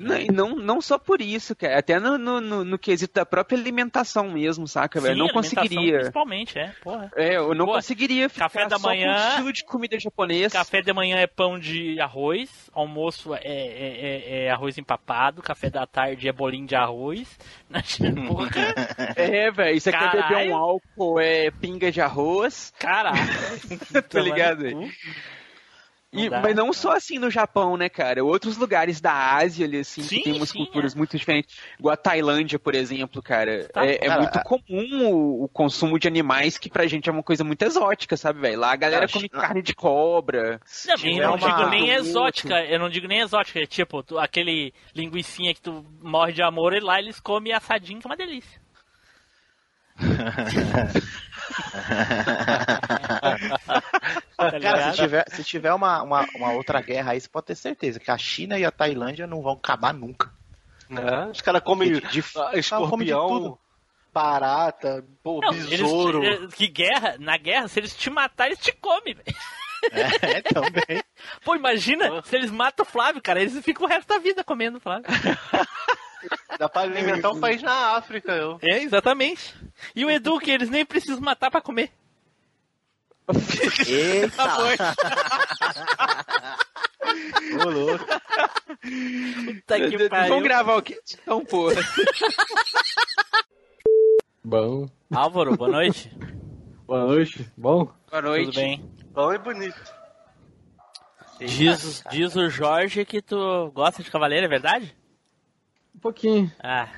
Speaker 2: Não, e não, não só por isso, cara. Até no, no, no- no quesito da própria alimentação mesmo, saca, velho? Eu não
Speaker 1: Sim, alimentação
Speaker 2: conseguiria.
Speaker 1: Principalmente, é, porra.
Speaker 2: É, eu não
Speaker 1: Pô,
Speaker 2: conseguiria ficar
Speaker 1: Café da
Speaker 2: só com
Speaker 1: manhã.
Speaker 2: um estilo de comida japonesa.
Speaker 1: Café da manhã é pão de arroz, almoço é, é- é- é arroz empapado, café da tarde é bolinho de arroz.
Speaker 9: É, velho, isso aqui é beber
Speaker 1: Caralho.
Speaker 9: um álcool, é pinga de arroz.
Speaker 1: Caraca.
Speaker 2: tá ligado aí? E- mas não só assim no Japão, né, cara? Outros lugares da Ásia, ali, assim, que tem
Speaker 1: é.
Speaker 2: umas culturas muito diferentes. Igual a Tailândia, por exemplo, cara.
Speaker 9: Tá.
Speaker 2: é é
Speaker 9: Cara,
Speaker 2: muito
Speaker 9: a-
Speaker 2: comum o, o consumo de animais, que pra gente é uma coisa muito exótica, sabe, velho? Lá a galera
Speaker 1: Cara,
Speaker 2: come carne de cobra. Tipo, é
Speaker 1: Não, eu não digo nem exótica, eu não digo nem exótica, é tipo, tu- aquele linguicinha que tu morre de amor e lá eles comem assadinho, que é uma delícia.
Speaker 10: Cara,
Speaker 1: Tá ligado?
Speaker 10: se tiver, se tiver uma, uma, uma outra guerra aí, você pode ter certeza que a China e a Tailândia não vão acabar nunca.
Speaker 6: Né? Os caras comem
Speaker 10: De- de-
Speaker 6: ah,
Speaker 10: Ela come de
Speaker 6: escorpião,
Speaker 10: tudo.
Speaker 6: barata, pô,
Speaker 1: Não, eles-
Speaker 6: besouro.
Speaker 1: eh, que guerra, na guerra, se eles te matarem, eles te comem, velho.
Speaker 10: É, também.
Speaker 1: Pô, imagina se eles matam o Flávio, cara, eles ficam o resto da vida comendo o Flávio.
Speaker 6: Dá pra alimentar um país na África, eu.
Speaker 1: É, exatamente. E o Edu, que eles nem precisam matar pra comer.
Speaker 10: Eita.
Speaker 2: Ô, louco.
Speaker 1: Puta que pariu.
Speaker 9: Vamos gravar o que? Então, porra.
Speaker 5: Bom.
Speaker 1: Álvaro, boa noite.
Speaker 5: Boa noite. Bom?
Speaker 9: Boa
Speaker 1: noite. Tudo bem?
Speaker 6: Bom e bonito.
Speaker 1: Diz, diz o Jorge que tu gosta de cavaleiro, é verdade?
Speaker 5: Um pouquinho.
Speaker 1: Ah.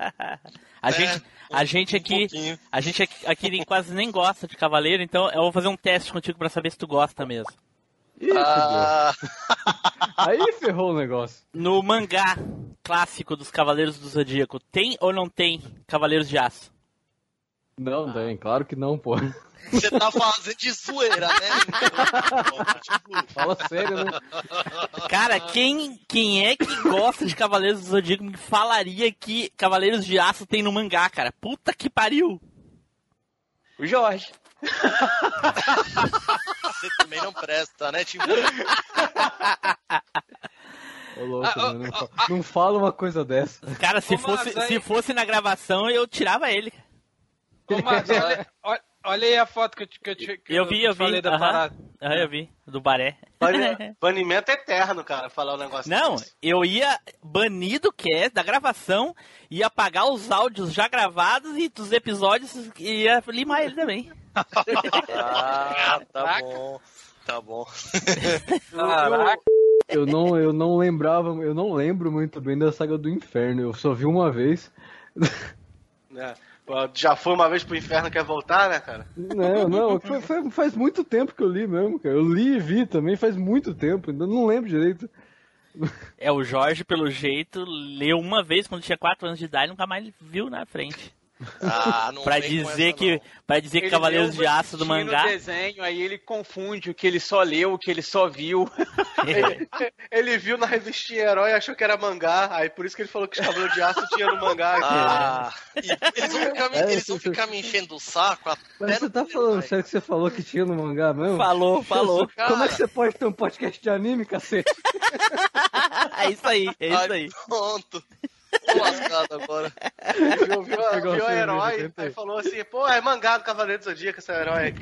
Speaker 12: É,
Speaker 1: a gente,
Speaker 12: um
Speaker 1: a gente aqui, a gente aqui, aqui nem- quase nem gosta de cavaleiro, então eu vou fazer um teste contigo pra saber se tu gosta mesmo.
Speaker 5: Ih, Ah. Aí ferrou o negócio.
Speaker 1: No mangá clássico dos Cavaleiros do Zodíaco, tem ou não tem Cavaleiros de Aço?
Speaker 13: Ah.
Speaker 5: Não, tem, claro que não, pô.
Speaker 12: Você tá fazendo de zoeira, né?
Speaker 5: Fala sério, né?
Speaker 1: Cara, quem, quem é que gosta de Cavaleiros do Zodíaco me falaria que Cavaleiros de Aço tem no mangá, cara? Puta que pariu!
Speaker 9: O Jorge.
Speaker 12: Você também não presta, né, Timbu?
Speaker 5: Ô, louco, né? não, fa- não fala uma coisa dessa.
Speaker 1: Cara, se
Speaker 5: Ô, mas
Speaker 1: fosse,
Speaker 5: aí-
Speaker 1: se fosse na gravação, eu tirava ele.
Speaker 14: Ô, Marcos, olha, olha- olha aí a foto que eu, te- que eu, te- que
Speaker 1: Eu vi,
Speaker 14: te
Speaker 1: eu vi.
Speaker 14: falei da
Speaker 1: aham.
Speaker 14: parada.
Speaker 1: Aham, eu vi. Do Baré.
Speaker 6: Bane- Banimento eterno, cara, falar um negócio
Speaker 1: Não, eu ia banir do cast, da gravação, ia apagar os áudios já gravados e dos episódios e ia limar ele também.
Speaker 12: Ah, tá bom. Tá bom.
Speaker 5: Caraca. Eu não, eu não lembrava, eu não lembro muito bem da saga do inferno. Eu só vi uma vez.
Speaker 6: né? Pô, Já foi uma vez pro inferno, quer voltar, né, cara?
Speaker 5: Não, não, foi- foi- faz muito tempo que eu li mesmo, cara. Eu li e vi também faz muito tempo, ainda não lembro direito.
Speaker 1: É, o Jorge, pelo jeito, leu uma vez quando tinha 4 anos de idade e nunca mais viu na frente.
Speaker 12: Ah, não
Speaker 1: pra
Speaker 12: vem com
Speaker 1: dizer
Speaker 12: essa,
Speaker 1: que Pra dizer que Cavaleiros de Aço do mangá.
Speaker 9: No desenho, aí ele confunde o que ele só leu, o que ele só viu.
Speaker 6: Ele,
Speaker 1: É.
Speaker 6: ele viu na revistinha Herói e achou que era mangá, aí por isso que ele falou que os cabelos de aço tinha no mangá.
Speaker 12: Ah, e eles vão ficar, me,
Speaker 5: É,
Speaker 12: eles vão
Speaker 5: isso-
Speaker 12: ficar me enchendo o saco
Speaker 5: Mas
Speaker 12: até
Speaker 5: você tá falando sério que você falou que tinha no mangá mesmo?
Speaker 1: Falou, falou.
Speaker 5: Como é
Speaker 12: Cara.
Speaker 5: que você pode ter um podcast de anime, cacete?
Speaker 1: É isso aí, é isso aí.
Speaker 12: Pronto. Tô lascado agora.
Speaker 6: Viu, viu, a- viu
Speaker 1: né,
Speaker 6: o herói, aí falou assim, pô, é mangá do Cavaleiro do Zodíaco esse herói.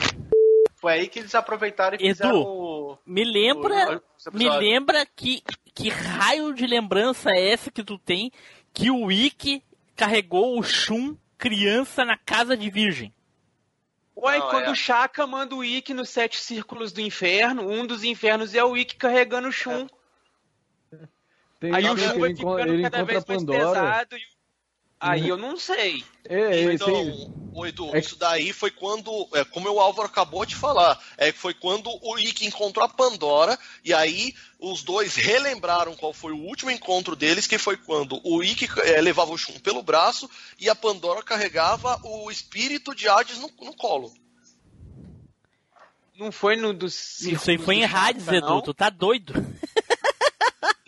Speaker 6: Foi aí que eles aproveitaram e fizeram
Speaker 1: Edu,
Speaker 6: o...
Speaker 1: Me lembra,
Speaker 6: Os episódios.
Speaker 1: me lembra que, que raio de lembrança é essa que tu tem que o Wiki carregou o Shun criança na casa de virgem.
Speaker 9: Uai,
Speaker 1: Não,
Speaker 9: quando
Speaker 1: é.
Speaker 9: o Chaka manda o Ikki nos sete círculos do inferno, um dos infernos é o Ikki carregando o Shun.
Speaker 5: É, Tem
Speaker 9: Aí o
Speaker 5: também
Speaker 9: Shun
Speaker 5: que
Speaker 9: vai
Speaker 5: ele enco-
Speaker 9: ficando
Speaker 5: ele
Speaker 9: cada
Speaker 5: encontra
Speaker 9: vez
Speaker 5: a
Speaker 9: mais
Speaker 5: Pandora.
Speaker 9: pesado. E... Aí eu não sei.
Speaker 5: É, é,
Speaker 12: Então,
Speaker 5: tem-
Speaker 12: Ô Edu,
Speaker 5: É que-
Speaker 12: isso daí foi quando, é, como o Álvaro acabou de falar, é que foi quando o Ikki encontrou a Pandora e aí os dois relembraram qual foi o último encontro deles, que foi quando o Ikki é, levava o Shun pelo braço e a Pandora carregava o espírito de Hades no, no colo.
Speaker 9: Não foi no dos
Speaker 1: Isso aí foi em rádios, Edu, tu tá doido.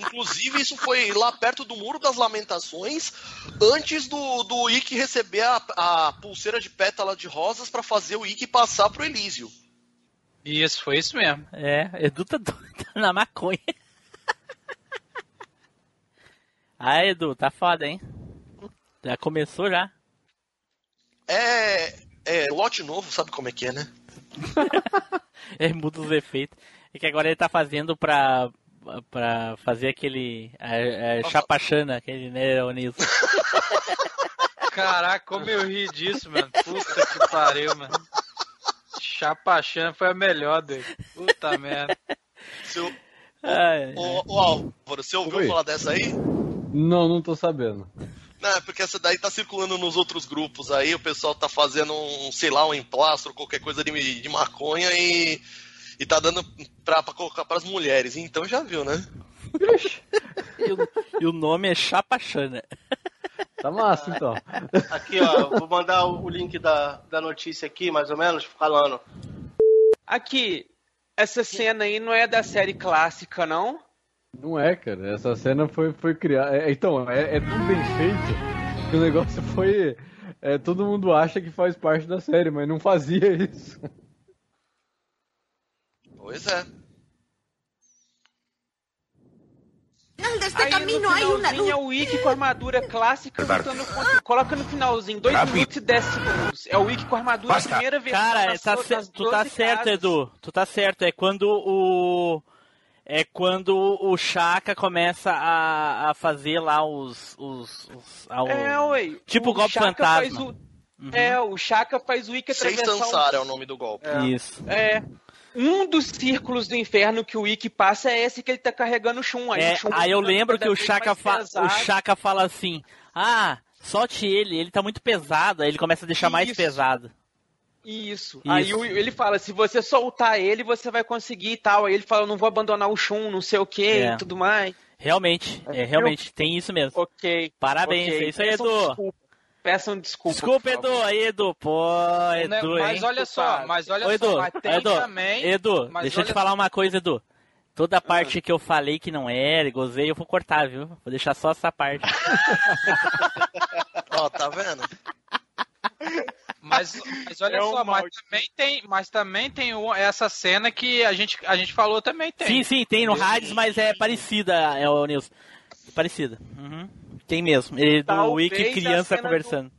Speaker 12: Inclusive, isso foi lá perto do Muro das Lamentações, antes do, do Ike receber a, a pulseira de pétala de rosas para fazer o Ike passar pro Elísio.
Speaker 5: Isso, foi isso mesmo.
Speaker 1: É, Edu tá, doido, tá na maconha. ah, Edu, tá foda, hein? Já começou já.
Speaker 12: É, é lote novo, sabe como é que é, né?
Speaker 1: é, muda os efeitos. É que agora ele tá fazendo pra, pra fazer aquele. A, a chapachana, aquele, né, Onilson?
Speaker 5: Caraca, como eu ri disso, mano. Puta que pariu, mano. Chapachana foi a melhor dele. Puta merda.
Speaker 12: Seu... Ô, ô, Álvaro, você ouviu
Speaker 15: Oi.
Speaker 12: falar dessa aí?
Speaker 15: Não, não tô sabendo.
Speaker 12: Não, é porque essa daí tá circulando nos outros grupos aí, o pessoal tá fazendo um, sei lá, um emplastro, qualquer coisa de, de maconha e, e tá dando pra, pra colocar pras mulheres. Então já viu, né?
Speaker 1: E o, e o nome é Chapachana.
Speaker 15: Tá massa, então.
Speaker 16: Aqui, ó, vou mandar o o link da, da notícia aqui, mais ou menos, falando.
Speaker 2: Aqui, essa cena aí não é da série clássica, não?
Speaker 15: Não é, cara. Essa cena foi, foi criada. é- então, é, é tudo bem feito. que O negócio foi. é, todo mundo acha que faz parte da série, mas não fazia isso.
Speaker 12: Pois é.
Speaker 2: Não, deste caminho aí uma luz. É o Wiki com a armadura clássica lutando contra... Coloca no finalzinho, 2
Speaker 1: Bravi.
Speaker 2: minutos e 10 segundos. É o Wiki com a armadura
Speaker 1: Basta.
Speaker 2: primeira vez.
Speaker 1: Cara, tá cer- tu tá certo, Edu. Tu tá certo. É quando o. É quando o Chaka começa a, a fazer lá os. os, os- a- Ah, o-
Speaker 2: É, ué.
Speaker 1: Tipo o golpe
Speaker 2: Chaka
Speaker 1: fantasma. Uhum.
Speaker 2: faz o- É, o Chaka faz o Wiki
Speaker 12: Sem
Speaker 2: atravessar... um-
Speaker 12: Sansara é o nome do golpe.
Speaker 2: É.
Speaker 1: Isso.
Speaker 2: É. Um dos círculos do inferno que o Ikki passa é esse que ele tá carregando o Shun. Aí,
Speaker 1: É,
Speaker 2: o Shun
Speaker 1: aí eu
Speaker 2: fica
Speaker 1: lembro
Speaker 2: cada
Speaker 1: que o
Speaker 2: vez
Speaker 1: Chaka,
Speaker 2: mais
Speaker 1: fa o
Speaker 2: pesado.
Speaker 1: Chaka fala assim: Ah, solte ele, ele tá muito pesado. Aí ele começa a deixar mais pesado.
Speaker 2: Isso.
Speaker 1: Isso.
Speaker 2: Aí o- ele fala, se você soltar ele, você vai conseguir e tal. Aí ele fala, não vou abandonar o Shun, não sei o que
Speaker 1: É.
Speaker 2: e tudo mais.
Speaker 1: Realmente, é, realmente, tem isso mesmo.
Speaker 2: Ok.
Speaker 1: Parabéns,
Speaker 2: Ok,
Speaker 1: é isso aí,
Speaker 2: peçam
Speaker 1: Edu.
Speaker 2: desculpa. Peçam desculpa.
Speaker 1: Desculpa,
Speaker 2: por favor.
Speaker 1: Edu, aí, Edu. Pô, Edu,
Speaker 5: mas
Speaker 1: hein?
Speaker 5: olha só, mas olha
Speaker 1: Ô, Edu,
Speaker 5: só, mas tem
Speaker 1: Edu,
Speaker 5: também.
Speaker 1: Edu,
Speaker 5: mas
Speaker 1: deixa eu te
Speaker 5: olha-
Speaker 1: falar uma coisa, Edu. Toda
Speaker 2: Ah.
Speaker 1: a parte que eu falei que não era, e gozei, eu vou cortar, viu? Vou deixar só essa parte.
Speaker 12: Ó, tá vendo?
Speaker 5: Mas, mas olha
Speaker 12: É um
Speaker 5: só, mas também tem, mas também tem o- essa cena que a gente, a gente falou também tem.
Speaker 1: Sim, sim, tem no Hades, mas é parecida, é o Nilson. Parecida. Uhum. Tem mesmo. Ele, é do
Speaker 2: Talvez
Speaker 1: Wiki
Speaker 2: a
Speaker 1: criança
Speaker 2: cena
Speaker 1: conversando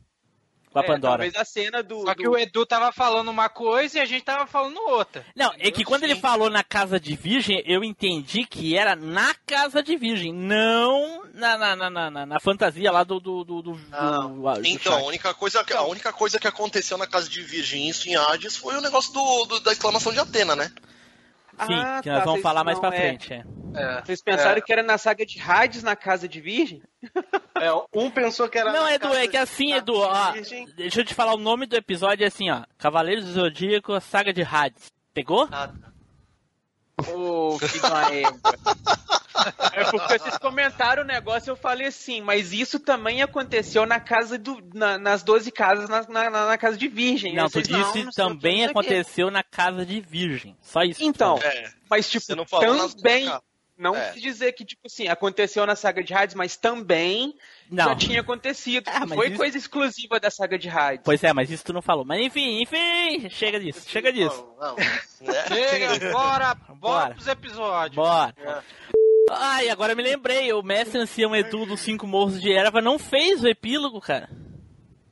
Speaker 1: com a
Speaker 2: É,
Speaker 1: Pandora.
Speaker 2: talvez a cena do...
Speaker 5: Só que o Edu tava falando uma coisa e a gente tava falando outra.
Speaker 1: Não, é que quando ele falou na casa de virgem, eu entendi que era na casa de virgem, não na, na, na, na, na- na fantasia lá do. do, do, do-
Speaker 2: Ah.
Speaker 1: do- do- do
Speaker 12: Então, a
Speaker 1: Shaq.
Speaker 12: única, coisa que, a única coisa que aconteceu na casa de Virgem, isso em Hades, foi o negócio do, do- da exclamação de Atena, né?
Speaker 1: Sim,
Speaker 2: Ah,
Speaker 1: que nós
Speaker 2: tá,
Speaker 1: vamos
Speaker 2: vocês-
Speaker 1: falar mais
Speaker 2: não,
Speaker 1: pra
Speaker 2: é.
Speaker 1: frente. É.
Speaker 2: Vocês pensaram que era na saga de Hades na casa de virgem?
Speaker 16: É, um pensou que era
Speaker 1: Não,
Speaker 16: na
Speaker 1: Edu,
Speaker 16: casa
Speaker 1: é que assim, Edu, ó, deixa eu te falar, o nome do episódio é assim, ó, Cavaleiros do Zodíaco, a Saga de Hades. Pegou?
Speaker 2: Ah, tá. Ô, que doença. É porque vocês comentaram o negócio eu falei assim, mas isso também aconteceu na casa do. na- nas 12 casas, na, na- na- na casa de virgem.
Speaker 1: não,
Speaker 2: Aí
Speaker 1: tu
Speaker 2: vocês,
Speaker 1: disse
Speaker 2: não sei o que,
Speaker 1: também
Speaker 2: não sei o que.
Speaker 1: aconteceu na casa de virgem. Só isso. que tu
Speaker 2: Então,
Speaker 1: falou.
Speaker 2: mas tipo,
Speaker 1: não falou nas
Speaker 2: também.
Speaker 1: duas casas.
Speaker 2: Não
Speaker 1: É.
Speaker 2: quis dizer que, tipo assim, aconteceu na saga de Hades, mas também
Speaker 1: Não. Ah,
Speaker 2: já tinha acontecido. Não
Speaker 1: mas
Speaker 2: foi
Speaker 1: isso-
Speaker 2: coisa exclusiva da saga de Hades.
Speaker 1: Pois é, mas isso tu não falou. Mas enfim, enfim, chega disso, chega disso.
Speaker 5: Chega, bora, bora,
Speaker 1: Bora.
Speaker 5: é. pros episódios.
Speaker 1: Bora.
Speaker 5: É.
Speaker 1: Ai, agora eu me lembrei, o mestre ancião Edu dos Cinco Morros de Erva não fez o epílogo, cara.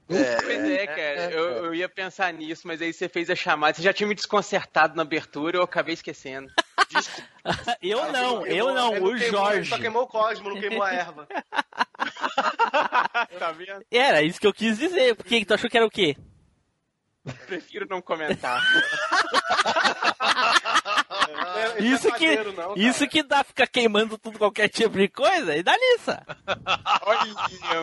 Speaker 2: Pois é, cara. eu, eu ia pensar nisso, mas aí você fez a chamada. Você já tinha me desconcertado na abertura, eu acabei esquecendo.
Speaker 6: Ah,
Speaker 1: Eu não, eu não,
Speaker 2: queimou, ele
Speaker 1: o
Speaker 2: não queimou, ele
Speaker 1: Jorge.
Speaker 2: só
Speaker 16: Queimou o Cosmo, não queimou a erva.
Speaker 2: tá vendo?
Speaker 1: Era isso que eu quis dizer. Por que que tu achou que era o quê?
Speaker 2: Prefiro não comentar.
Speaker 1: Isso que, isso que dá ficar queimando tudo, qualquer tipo de coisa, e dá nisso.
Speaker 2: Olha,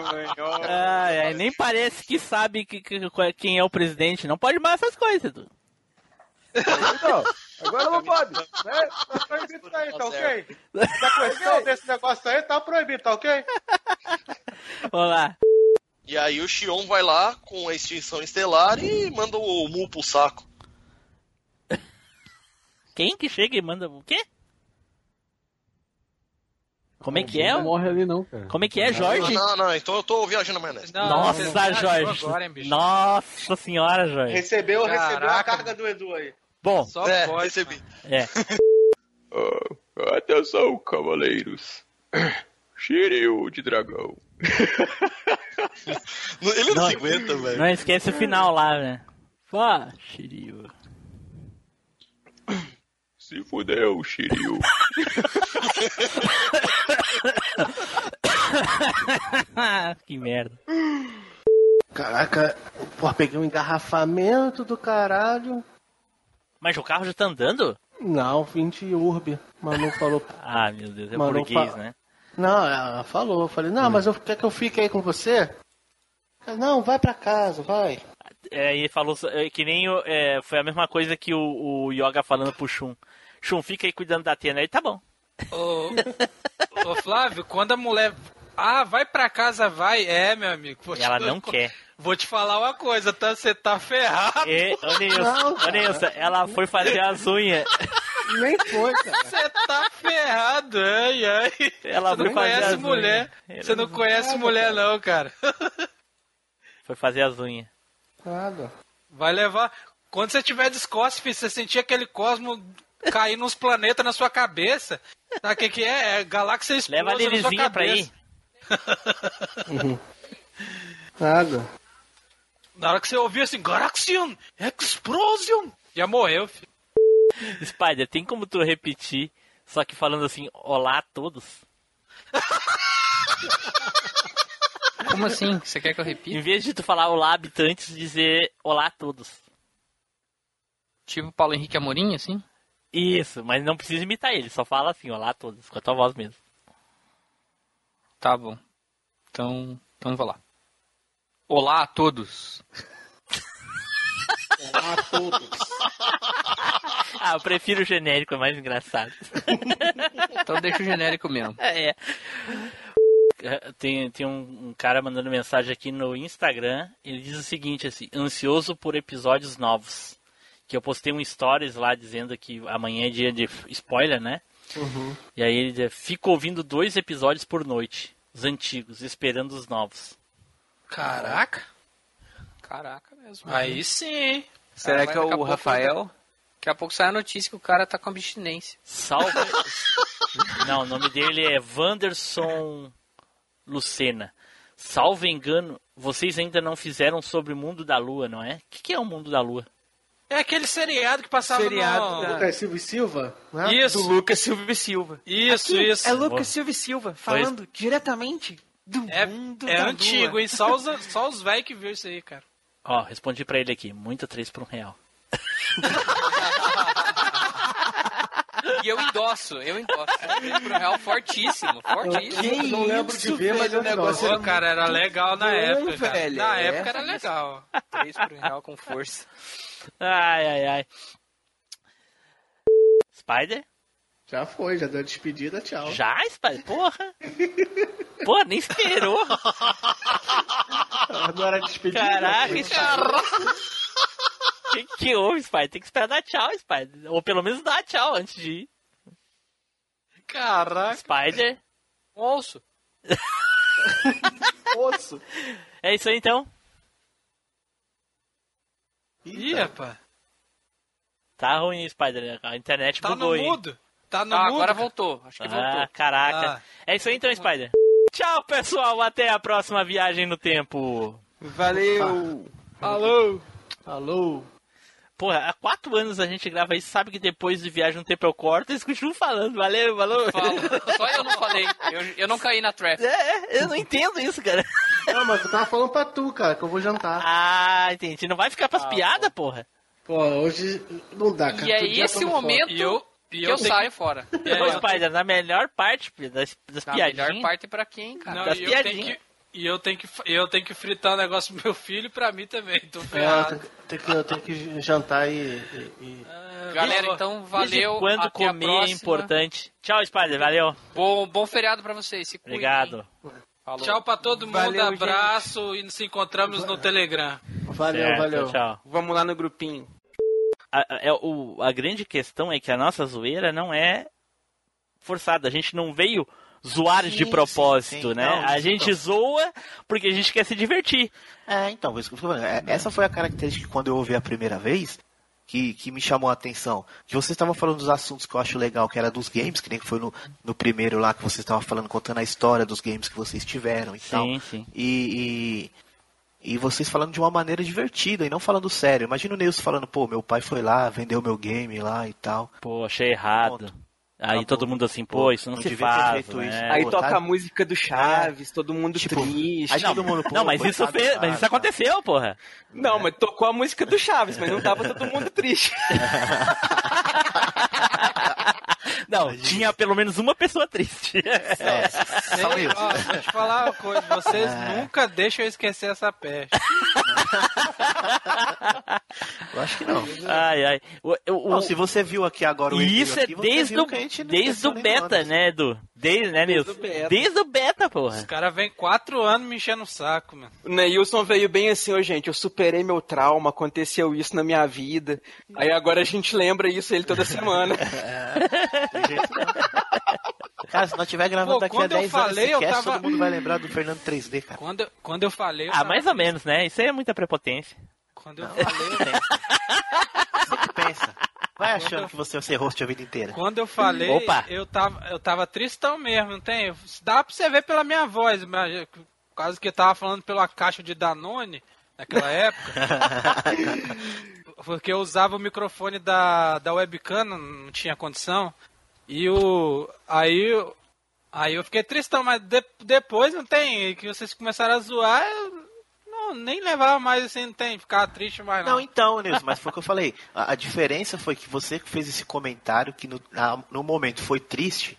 Speaker 2: mano.
Speaker 1: Ai, ai, nem parece que sabe que- que- qual é- quem é o presidente. Não pode mais essas coisas, Edu.
Speaker 6: Então, agora não pode. Né? Tá proibido isso aí, tá ok? Da questão desse negócio aí, tá proibido, tá ok?
Speaker 1: Vamos lá.
Speaker 12: E aí o Xion vai lá com a extinção estelar e manda o Mu pro saco.
Speaker 1: Quem que chega e manda o quê? Como é que é?
Speaker 17: Não morre ali não, cara.
Speaker 1: Como é que é, Jorge?
Speaker 18: Não,
Speaker 12: Ah,
Speaker 18: não, então eu tô viajando na maionese.
Speaker 1: Não, Nossa,
Speaker 18: não,
Speaker 1: Jorge. Nossa senhora, Jorge.
Speaker 10: Recebeu, recebeu a carga do Edu aí.
Speaker 1: Bom,
Speaker 10: Só
Speaker 18: é,
Speaker 10: pode,
Speaker 18: recebi.
Speaker 1: É.
Speaker 19: Ah, atenção, cavaleiros. Shiryu de dragão.
Speaker 18: Ele não, se aguenta, velho.
Speaker 1: Não esquece o final lá, né? Fá, Shiryu.
Speaker 19: Se fudeu, Shiryu.
Speaker 1: que merda.
Speaker 6: Caraca, pô, peguei um engarrafamento do caralho.
Speaker 1: Mas o carro já tá andando?
Speaker 6: Não, 20 urbe. Manu falou.
Speaker 1: Ah, meu Deus, é
Speaker 6: Mas não
Speaker 1: burguês,
Speaker 6: fa-
Speaker 1: né?
Speaker 6: Não, ela falou. Eu falei, não, mas eu quer que eu fique aí com você? Ela, Não, vai pra casa, vai.
Speaker 1: É, ele falou é, que nem o- é, foi a mesma coisa que o, o Yoga falando pro Shun. Shun, fica aí cuidando da Atena. Ele tá bom.
Speaker 5: Ô, ô, Flávio, quando a mulher. Ah, vai pra casa, vai. É, meu amigo. vou te-
Speaker 1: Ela não quer.
Speaker 5: Vou te falar uma coisa, tá? Você tá ferrado.
Speaker 1: E, ô Nilson, ô, Nilson, ela foi fazer as unhas.
Speaker 6: Nem foi, cara.
Speaker 5: Você tá ferrado, ai, ai.
Speaker 1: Ela
Speaker 5: Você não
Speaker 1: foi fazer
Speaker 5: conhece
Speaker 1: as
Speaker 5: mulher.
Speaker 1: unhas.
Speaker 5: Você não conhece mulher, não, cara.
Speaker 1: Foi fazer as unhas.
Speaker 6: Nada.
Speaker 5: Vai levar. Quando você tiver descosse, filho, você sentir aquele cosmo cair nos planetas na sua cabeça. Sabe o que, que é? É galáxia explosa
Speaker 1: Leva a
Speaker 5: na sua cabeça.
Speaker 1: Lirizinha pra aí.
Speaker 4: Uhum.
Speaker 6: Nada.
Speaker 5: Na hora que você ouvir assim, Galaxion, Explosion, já morreu, filho.
Speaker 1: Spider, tem como tu repetir, só que falando assim, olá a todos?
Speaker 13: Como assim? Você quer que eu repita?
Speaker 1: Em vez de tu falar olá habitantes, dizer olá a todos.
Speaker 13: Tipo Paulo Henrique Amorim, assim?
Speaker 1: Isso, mas não precisa imitar ele, só fala assim, olá a todos, com a tua voz mesmo.
Speaker 13: Tá bom. Então, então vou lá. Olá a todos.
Speaker 10: Olá a todos.
Speaker 1: Ah, eu prefiro o genérico, é mais engraçado.
Speaker 13: Então deixa o genérico mesmo.
Speaker 1: É. Tem, tem um, um cara mandando mensagem aqui no Instagram. Ele diz o seguinte: assim, ansioso por episódios novos. Que eu postei um stories lá dizendo que amanhã é dia de f- spoiler, né? E aí ele diz: fico ouvindo dois episódios por noite, os antigos, esperando os novos.
Speaker 5: Caraca.
Speaker 13: Caraca mesmo.
Speaker 5: Aí sim, hein?
Speaker 13: Será
Speaker 1: Cara,
Speaker 13: que é
Speaker 1: mas daqui a
Speaker 13: o
Speaker 1: pouco-
Speaker 13: Rafael? Daqui a pouco sai a notícia que o cara tá com abstinência.
Speaker 1: Salve. Não, o nome dele é Wanderson Lucena. Salvo engano, vocês ainda não fizeram sobre o mundo da lua, não é? O que, que é o mundo da lua?
Speaker 5: É aquele seriado que passava no...
Speaker 6: Lucas Silva e Silva? né?
Speaker 5: Isso.
Speaker 6: Do
Speaker 20: Lucas Silva e Silva.
Speaker 5: Isso,
Speaker 20: Aqui
Speaker 5: isso.
Speaker 20: É Lucas Silva e Silva, falando diretamente do mundo
Speaker 5: É
Speaker 20: da
Speaker 5: antigo,
Speaker 20: lua.
Speaker 5: hein? Só os, só os velhos que viu isso aí, cara.
Speaker 1: Ó, respondi pra ele aqui, muita 3 por um real.
Speaker 13: E eu endosso, eu endosso. É um real fortíssimo, fortíssimo.
Speaker 6: Eu não lembro de ver, mas eu negócio
Speaker 5: Pô, cara, era Tá legal na
Speaker 13: Não,
Speaker 5: época. cara.
Speaker 13: velho,
Speaker 5: na
Speaker 13: é.
Speaker 5: época era legal.
Speaker 13: 3 por um real com força.
Speaker 1: Ai, ai, ai. Spider?
Speaker 6: Já foi, já deu despedida, tchau.
Speaker 1: Já, Spider? Porra! Pô, nem esperou!
Speaker 6: Agora despedida.
Speaker 1: Caraca, Spider! Que que houve, Spider? Tem que esperar dar tchau, Spider. Ou pelo menos dar tchau antes de ir.
Speaker 5: Caraca.
Speaker 1: Spider?
Speaker 13: Osso.
Speaker 6: Osso.
Speaker 1: É isso aí então?
Speaker 5: Ih, rapaz.
Speaker 1: Tá ruim, Spider. A internet
Speaker 5: Tá
Speaker 1: bugou,
Speaker 5: no
Speaker 1: hein?
Speaker 5: mudo? Tá no
Speaker 13: Ah,
Speaker 5: mudo?
Speaker 13: agora voltou. Acho que voltou.
Speaker 1: Ah, caraca. É isso aí então, Spider. Tchau, pessoal. Até a próxima viagem no tempo.
Speaker 9: Valeu!
Speaker 1: Alô!
Speaker 6: Alô!
Speaker 1: Porra, há quatro anos a gente grava isso, sabe que depois de viagem no tempo eu corto, eles continuam falando, valeu, valeu.
Speaker 13: Só eu não falei. Eu, eu não caí na trap.
Speaker 1: É, eu não entendo isso, cara.
Speaker 6: Não, mas eu tava falando pra tu, cara, que eu vou jantar.
Speaker 1: Ah, entendi. Não vai ficar pras piadas, porra?
Speaker 6: Pô, hoje não dá, cara.
Speaker 13: E
Speaker 6: Todo
Speaker 13: é
Speaker 6: dia
Speaker 13: esse
Speaker 6: eu
Speaker 13: o
Speaker 6: tô fora.
Speaker 13: momento
Speaker 5: e
Speaker 13: que
Speaker 5: eu
Speaker 13: eu
Speaker 5: tenho
Speaker 13: saio fora.
Speaker 1: Ô, Spider, na melhor parte filho, das, das
Speaker 13: Na
Speaker 1: piadinhas.
Speaker 13: melhor parte pra quem, cara?
Speaker 5: Não,
Speaker 1: Das
Speaker 5: e eu tenho
Speaker 1: piadinhas.
Speaker 5: que... E eu tenho, que, e eu tenho que fritar o negócio pro meu filho e pra mim também. Tô
Speaker 6: É, eu
Speaker 5: ferrado.
Speaker 6: tenho, que- tenho que, eu tenho que jantar e. e- e-
Speaker 5: Ah.
Speaker 13: Galera, então
Speaker 1: Desde
Speaker 13: valeu.
Speaker 1: quando
Speaker 13: até a
Speaker 1: comer é
Speaker 13: próxima.
Speaker 1: importante. Tchau, Spider, valeu.
Speaker 13: Bom, bom feriado pra vocês. Se cuidem.
Speaker 1: Obrigado.
Speaker 5: Tchau pra todo mundo,
Speaker 1: Valeu,
Speaker 5: abraço e nos encontramos no Telegram.
Speaker 6: Valeu,
Speaker 1: Certo,
Speaker 6: valeu.
Speaker 1: Tchau.
Speaker 2: Vamos lá no grupinho.
Speaker 1: A, a- é o- a grande questão é que a nossa zoeira não é forçada. A gente não veio zoar sim, de propósito, sim, sim. né? Não, a gente não. zoa porque a gente quer se divertir.
Speaker 10: É, então, isso que eu tô falando. Essa foi a característica que quando eu ouvi a primeira vez, que, que me chamou a atenção. Que vocês estavam falando dos assuntos que eu acho legal, que era dos games, que nem foi no, no primeiro lá que vocês estavam falando, contando a história dos games que vocês tiveram e sim, tal. Sim. E, e, e, vocês falando de uma maneira divertida e não falando sério. Imagina o Nilson falando, pô, meu pai foi lá, vendeu meu game lá e tal.
Speaker 1: Pô, achei é errado. Pronto. Aí ah, todo pô, mundo assim, pô, isso não, não se faz. Né? Isso,
Speaker 21: aí pô, toca tá... a música do Chaves, todo mundo tipo, triste. Aí
Speaker 1: não, todo mundo, não, mas isso fez, Chaves, mas isso aconteceu, porra.
Speaker 21: Não, é. mas tocou a música do Chaves, mas não tava todo mundo triste.
Speaker 1: Não, Imagina. tinha pelo menos uma pessoa triste. É,
Speaker 5: só eu. Ó, vou te falar uma coisa, vocês é. nunca deixam eu esquecer essa peste.
Speaker 10: eu acho que não.
Speaker 1: Ai, ai.
Speaker 10: O, o, não, o... se você viu aqui agora o
Speaker 1: E isso aqui, é desde o, desde o beta, né, Edu? Desde, né, Nilson? Desde o beta, desde o beta porra.
Speaker 5: Os caras vêm quatro anos me enchendo o saco, mano. O
Speaker 21: Neilson veio bem assim, ô oh, gente, eu superei meu trauma, aconteceu isso na minha vida. Aí agora a gente lembra isso ele toda semana.
Speaker 10: Cara, se não tiver gravando Pô, daqui a 10
Speaker 5: falei,
Speaker 10: anos, cast,
Speaker 5: tava...
Speaker 10: todo mundo vai lembrar do Fernando 3D, cara.
Speaker 5: Quando, eu, quando eu falei... Eu
Speaker 1: ah, mais ou menos, né? Isso aí é muita prepotência.
Speaker 5: Quando eu não, falei... Eu penso.
Speaker 10: Você pensa. Vai achando quando que você vai ser host a vida inteira.
Speaker 5: Quando eu falei, Opa. Eu, tava, eu tava tristão mesmo, não tem? Dá pra você ver pela minha voz, mas quase que eu tava falando pela caixa de Danone naquela época. porque eu usava o microfone da, da webcam, não tinha condição. E o. Aí. Aí eu fiquei tristão, mas de, depois não tem. Que vocês começaram a zoar, eu não, nem levava mais assim, não tem. Ficava triste mais não.
Speaker 10: Não, então, Nilson, mas foi o que eu falei. A, a, diferença foi que você fez esse comentário que no, a, no momento foi triste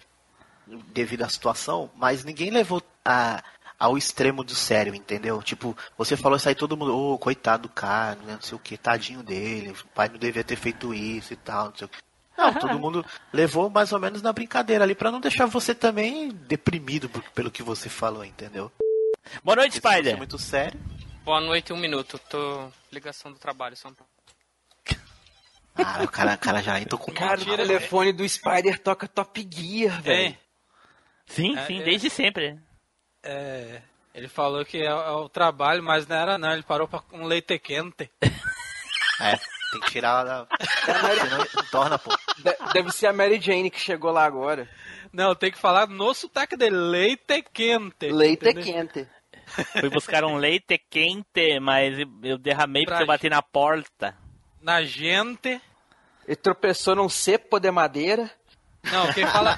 Speaker 10: devido à situação, mas ninguém levou a ao extremo do sério, entendeu? Tipo, você falou isso aí, todo mundo, ô, oh, coitado do cara, né, não sei o que, tadinho dele, o pai não devia ter feito isso e tal, não sei o que. Não, todo mundo levou mais ou menos na brincadeira ali, para não deixar você também deprimido pelo que você falou, entendeu? é
Speaker 1: Boa noite, Esse Spider.
Speaker 10: muito sério.
Speaker 7: Boa noite, um minuto. Tô ligação do trabalho, um São Paulo.
Speaker 10: Ah, o cara, o cara já entrou com um
Speaker 21: Cara, o telefone do Spider toca Top Gear, velho. É.
Speaker 1: Sim, sim, é, desde é... sempre.
Speaker 5: É, ele falou que é, é, o trabalho, mas não era não, ele parou pra um leite quente.
Speaker 10: É, tem que tirar da. Mary... torna, pô.
Speaker 21: De, deve ser a Mary Jane que chegou lá agora.
Speaker 5: Não, tem que falar no sotaque dele, leite quente.
Speaker 21: Leite entendeu? quente.
Speaker 1: Fui buscar um leite quente, mas eu derramei pra porque eu bati na porta.
Speaker 5: Na gente.
Speaker 21: Ele tropeçou num cepo de madeira.
Speaker 5: Não, quem fala,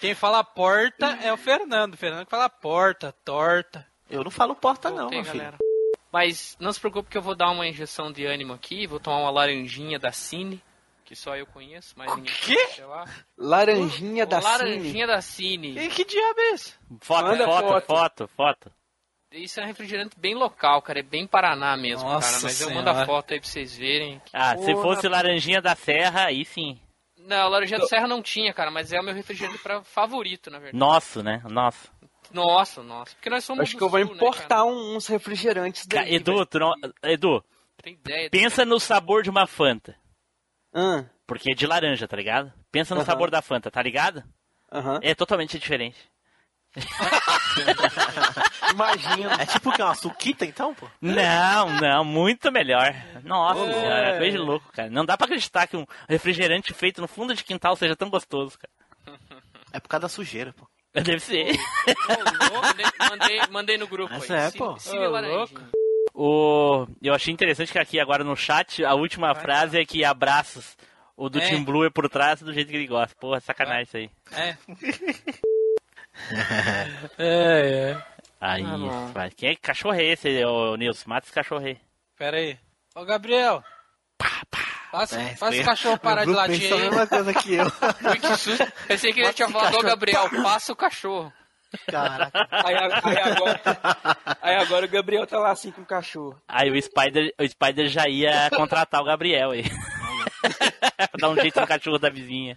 Speaker 5: quem fala porta é o Fernando. O Fernando que fala porta, torta.
Speaker 10: Eu não falo porta, não, Voltei, galera. Filho.
Speaker 7: Mas não se preocupe que eu vou dar uma injeção de ânimo aqui. Vou tomar uma laranjinha da Cine, que só eu conheço, mas ninguém
Speaker 21: conhece lá. Laranjinha o, da
Speaker 7: laranjinha Cine? Laranjinha da Cine.
Speaker 5: E que diabo é isso?
Speaker 1: Foto, Manda foto, foto, foto, foto.
Speaker 7: Isso é um refrigerante bem local, cara. É bem Paraná mesmo, Nossa cara. Mas senhora. eu mando a foto aí pra vocês verem.
Speaker 1: Ah, Porra, se fosse laranjinha da serra, aí sim.
Speaker 7: Não, Laranjinha do Serra não tinha, cara, mas é o meu refrigerante pra favorito, na verdade.
Speaker 1: Nosso, né? Nosso.
Speaker 7: Nosso, nosso. Porque nós somos.
Speaker 21: Acho que eu vou sul, importar né, uns refrigerantes daí.
Speaker 1: Edu, vai... tu não... Edu, Tem ideia, pensa no sabor de uma Fanta.
Speaker 21: Ah.
Speaker 1: Porque é de laranja, tá ligado? Pensa no uh -huh. sabor da Fanta, tá ligado?
Speaker 21: Uh -huh.
Speaker 1: É totalmente diferente.
Speaker 10: Imagina. É tipo que é uma suquita, então, pô?
Speaker 1: Não, não, muito melhor. Nossa é. senhora, coisa de louco, cara. Não dá pra acreditar que um refrigerante feito no fundo de quintal seja tão gostoso, cara.
Speaker 10: É por causa da sujeira, pô.
Speaker 1: Deve ser.
Speaker 7: Ô, ô, ô, mandei, mandei no grupo Essa
Speaker 10: aí. É, pô.
Speaker 7: Siga, siga louco.
Speaker 1: O, eu achei interessante que aqui agora no chat a última Vai frase lá. é que abraços. O do é. Team Blue é por trás do jeito que ele gosta. Porra, sacanagem é. isso aí.
Speaker 5: É. é, é.
Speaker 1: Aí, ah, quem é que cachorro é esse, ô, Nilson? Mata esse cachorro aí.
Speaker 5: Pera aí. Ô, Gabriel.
Speaker 1: Pá, pá.
Speaker 5: Faça, é, faz o cachorro parar de latir aí.
Speaker 10: a mesma coisa que eu.
Speaker 7: Ui, que susto. Pensei que ele tinha falado, ô, Gabriel, pá. passa o cachorro.
Speaker 10: Caraca.
Speaker 21: Aí, aí, agora, aí agora o Gabriel tá lá assim com o cachorro.
Speaker 1: Aí o Spider, o Spider já ia contratar o Gabriel aí. pra dar um jeito no cachorro da vizinha.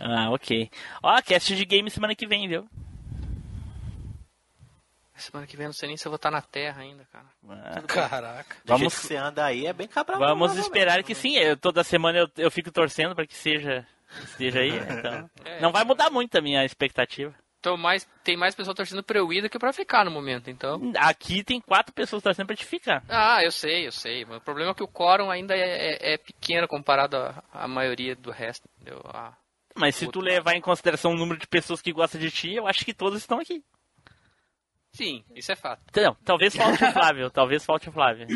Speaker 1: Ah, ok. Ó, cast de game semana que vem, viu?
Speaker 7: Semana que vem não sei nem se eu vou estar na Terra ainda, cara.
Speaker 5: Ah, caraca.
Speaker 10: Do É. Vamos... você anda aí é bem cabra.
Speaker 1: Vamos esperar mesmo. que sim. Eu, toda semana eu, né? eu fico torcendo para que seja esteja aí. Então. É, não vai mudar muito a minha expectativa.
Speaker 7: tô mais, tem mais pessoas torcendo pra eu ir do que pra ficar no momento, então.
Speaker 1: Aqui tem quatro pessoas torcendo pra te ficar.
Speaker 7: Ah, eu sei, eu sei. Mas o problema é que o quórum ainda é, é- é pequeno comparado à, à maioria do resto, entendeu? Ah,
Speaker 1: Mas se tu levar em consideração o número de pessoas que gostam de ti, eu acho que todas estão aqui.
Speaker 7: sim, isso é fato.
Speaker 1: Entendeu? Talvez falte o Flávio, talvez falte o Flávio.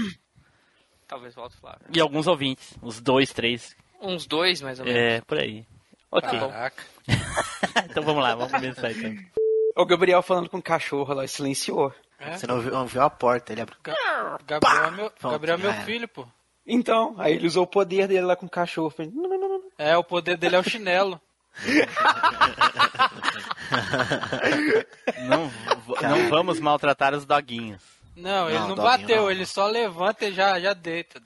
Speaker 7: Talvez volte o Flávio.
Speaker 1: E alguns ouvintes, uns dois, três.
Speaker 7: Uns dois, mais ou menos.
Speaker 1: É, por aí.
Speaker 5: Ah,
Speaker 1: Ok.
Speaker 7: Caraca.
Speaker 1: então vamos lá, vamos começar então.
Speaker 22: O Gabriel falando com o cachorro lá, silenciou.
Speaker 5: É?
Speaker 10: Você não viu, não viu a porta, ele abriu.
Speaker 5: Gabriel é meu,
Speaker 10: Pronto,
Speaker 5: Gabriel é meu
Speaker 10: já era.
Speaker 5: filho, pô.
Speaker 22: Então, aí ele usou o poder dele lá com o cachorro. Falei, "Não, não, não, não, não."
Speaker 5: É, o poder dele é o chinelo.
Speaker 1: Não, não vamos maltratar os doguinhos.
Speaker 5: Não, ele
Speaker 1: Não,
Speaker 5: não,
Speaker 1: doguinho
Speaker 5: bateu,
Speaker 1: não.
Speaker 5: ele só levanta e já, já deita.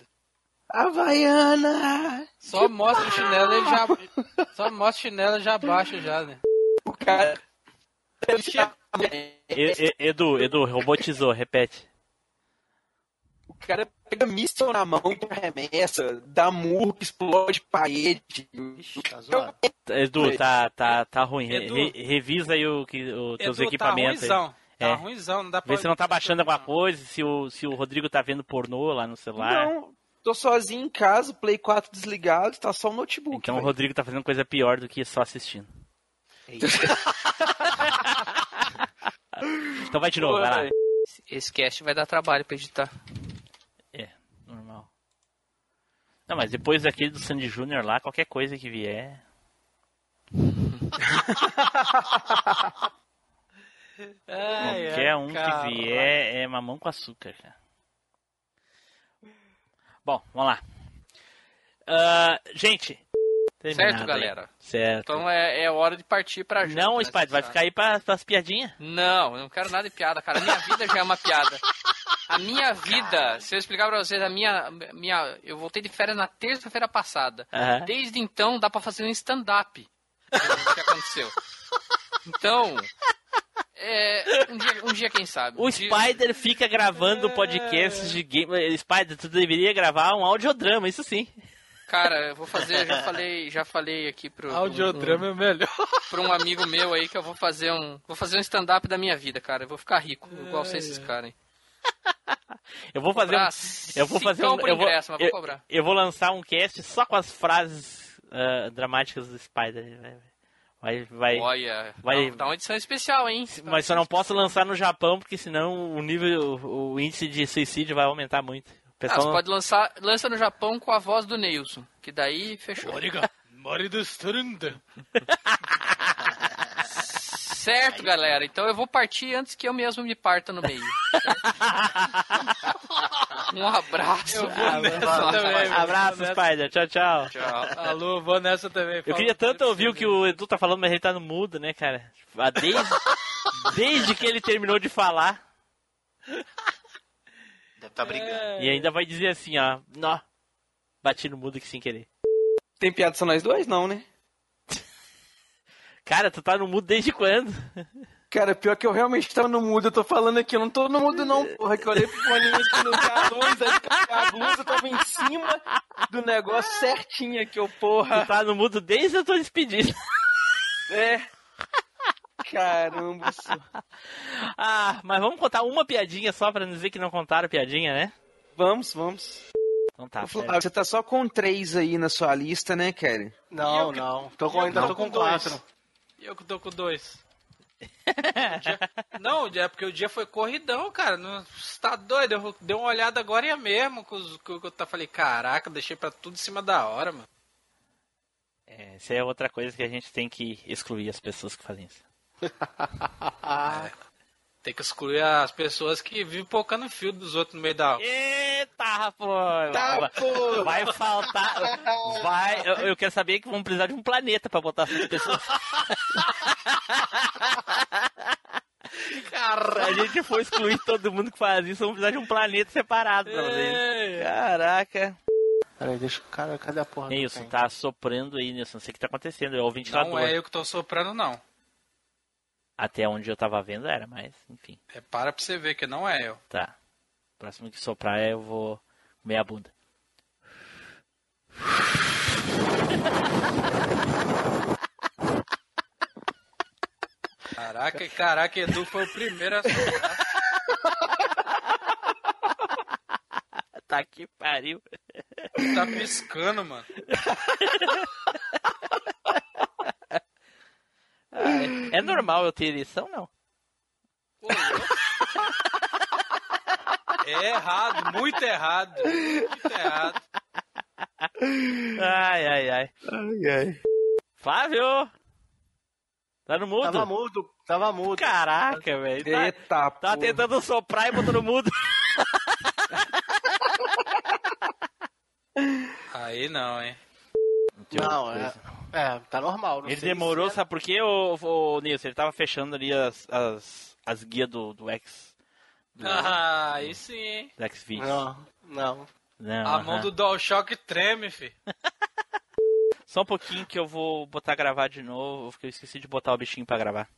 Speaker 22: Havaiana!
Speaker 5: Só mostra o chinelo ele já. Só mostra o chinelo e já abaixa já, né?
Speaker 22: O cara.
Speaker 1: E- e- Edu, Edu, robotizou, repete.
Speaker 22: O cara pega míssil na mão, remessa, dá murro, explode parede.
Speaker 5: Então, é,
Speaker 1: Edu, tá, tá, tá ruim. Re-
Speaker 5: Edu.
Speaker 1: re- revisa aí o que, os teus
Speaker 5: Edu,
Speaker 1: equipamentos. aí.
Speaker 5: Tá ruimzão.
Speaker 1: É.
Speaker 5: Tá ruimzão, não dá pra.
Speaker 1: Vê se não tá baixando alguma coisa, se o, se o Rodrigo tá vendo pornô lá no celular.
Speaker 22: Não, tô sozinho em casa, Play 4 desligado, tá só o notebook.
Speaker 1: então o
Speaker 22: velho.
Speaker 1: Rodrigo tá fazendo coisa pior do que só assistindo. então vai de novo, vai lá.
Speaker 7: Esse- Esse cast vai dar trabalho pra editar.
Speaker 1: É, normal. Não, mas depois daquele do Sandy Júnior lá, qualquer coisa que vier.
Speaker 5: Ai,
Speaker 1: qualquer
Speaker 5: ai,
Speaker 1: um
Speaker 5: É, cara.
Speaker 1: que vier é mamão com açúcar, cara. Bom, vamos lá. Ah, gente. terminado
Speaker 7: Certo,
Speaker 1: aí.
Speaker 7: galera?
Speaker 1: Certo.
Speaker 7: Então é, é hora de partir pra gente.
Speaker 1: Não,
Speaker 7: né,
Speaker 1: Spider, vai
Speaker 7: cara?
Speaker 1: ficar aí pra, pras piadinhas?
Speaker 7: Não, eu não quero nada de piada, cara. A minha vida já é uma piada. A minha vida, se eu explicar pra vocês, a minha. minha eu voltei de férias na terça-feira passada.
Speaker 1: Aham.
Speaker 7: Desde então dá pra fazer um stand-up. O que aconteceu? Então. É, um, dia, um dia, quem sabe.
Speaker 1: O Spider fica gravando podcasts de game. Spider, tu deveria gravar um audiodrama, isso sim.
Speaker 7: Cara, eu vou fazer, eu já falei, já falei aqui pro.
Speaker 5: Audiodrama é melhor.
Speaker 7: Pra um amigo meu aí que eu vou fazer um. Vou fazer um stand-up da minha vida, cara. Eu vou ficar rico, igual vocês esses caras. hein.
Speaker 1: Eu vou fazer.
Speaker 7: Cobrar
Speaker 1: um, eu vou fazer
Speaker 7: cincão
Speaker 1: um,
Speaker 7: por
Speaker 1: eu vou,
Speaker 7: ingresso, mas vou
Speaker 1: eu,
Speaker 7: cobrar.
Speaker 1: eu vou lançar um cast só com as frases ah, dramáticas do Spider. Vai, vai.
Speaker 7: Olha,
Speaker 1: vai-
Speaker 7: dá- um, dá uma edição especial, hein?
Speaker 1: Mas só não posso lançar no Japão porque senão o nível, o, o índice de suicídio vai aumentar muito. O
Speaker 7: Ah,
Speaker 1: pessoal
Speaker 7: você
Speaker 1: não-
Speaker 7: pode lançar, lança no Japão com a voz do Neilson, que daí fechou.
Speaker 5: Marido estranda.
Speaker 7: Certo, galera. Então eu vou partir antes que eu mesmo me parta no meio. um abraço.
Speaker 5: Eu vou nessa também. meu.
Speaker 1: Abraço, Spider. Tchau, tchau.
Speaker 5: Alô, vou nessa também. um
Speaker 1: Eu
Speaker 5: Falou.
Speaker 1: queria tanto ouvir o que o Edu tá falando, mas ele tá no mudo, né, cara? Ah, Desde, desde que ele terminou de falar.
Speaker 10: Deve tá brigando.
Speaker 5: É.
Speaker 1: E ainda vai dizer assim, ó. Nó. Bati no mudo aqui sem querer.
Speaker 22: Tem piada só nós dois, não, né?
Speaker 1: Cara, tu tá no mudo desde quando?
Speaker 22: Cara, pior que eu realmente tava no mudo, eu tô falando aqui, eu não tô no mudo não, porra, que eu olhei pro fone aqui no K2, aí cadê a blusa tava em cima do negócio certinho aqui, eu porra.
Speaker 1: Tu tá no mudo desde eu tô despedindo.
Speaker 22: É. Caramba, isso.
Speaker 1: Ah, mas vamos contar uma piadinha só pra não dizer que não contaram piadinha, né?
Speaker 22: Vamos, vamos.
Speaker 1: Então tá.
Speaker 22: Ô, Flávio, você tá só com três aí na sua lista, né, cara?
Speaker 10: Não, não. Tô com, ainda tô com quatro.
Speaker 5: E eu que tô com dois. O dia- Não, é porque o dia foi corridão, cara. Não, você tá doido? Eu dei uma olhada agora e é mesmo. Que os- que eu tá- falei, caraca, deixei pra tudo em cima da hora, mano.
Speaker 1: É, Essa é outra coisa que a gente tem que excluir as pessoas que fazem isso.
Speaker 5: É. Tem que excluir as pessoas que vivem pocando fio dos outros no meio da hora.
Speaker 1: Eita, pô! Vai faltar. Vai. Eu, eu quero saber que vamos precisar de um planeta pra botar essas pessoas. Caralho. a gente for excluir todo mundo que faz isso, vamos precisar de um planeta separado pra fazer isso. Caraca.
Speaker 10: Peraí, deixa o cara. Cadê a porra? do
Speaker 1: Nilson,
Speaker 10: cara?
Speaker 1: tá soprando aí, Nilson. Não sei o que tá acontecendo. É o ventilador.
Speaker 5: Não é eu que tô soprando, não.
Speaker 1: Até onde eu tava vendo era, mas enfim.
Speaker 5: Repara É, pra você ver que não é eu.
Speaker 1: Tá. Próximo que soprar eu vou comer a bunda.
Speaker 5: Caraca, caraca, Edu foi o primeiro a soltar.
Speaker 1: tá que pariu.
Speaker 5: Tá piscando, mano.
Speaker 1: Ai, é normal eu ter ereção, não?
Speaker 5: É errado, muito errado. Muito errado.
Speaker 1: Ai, ai, ai.
Speaker 6: Ai, ai.
Speaker 1: Flávio! Tá no mudo?
Speaker 6: Tava mudo, tava mudo.
Speaker 1: Caraca, velho.
Speaker 6: Eita,
Speaker 1: tá, tá tentando soprar e botou no mudo.
Speaker 5: Aí não, hein?
Speaker 6: Não, é, é, tá normal. Não
Speaker 1: Ele
Speaker 6: sei
Speaker 1: demorou,
Speaker 6: se é-
Speaker 1: sabe por quê, ô, ô Nilson? Ele tava fechando ali as, as, as guias do, do X. Do,
Speaker 5: Ah, aí sim, hein?
Speaker 1: do X Videos.
Speaker 6: Não, não.
Speaker 1: Não,
Speaker 5: A mão
Speaker 1: aham.
Speaker 5: do DualShock treme, fi.
Speaker 1: Só um pouquinho que eu vou botar gravar de novo, porque eu esqueci de botar o bichinho pra gravar.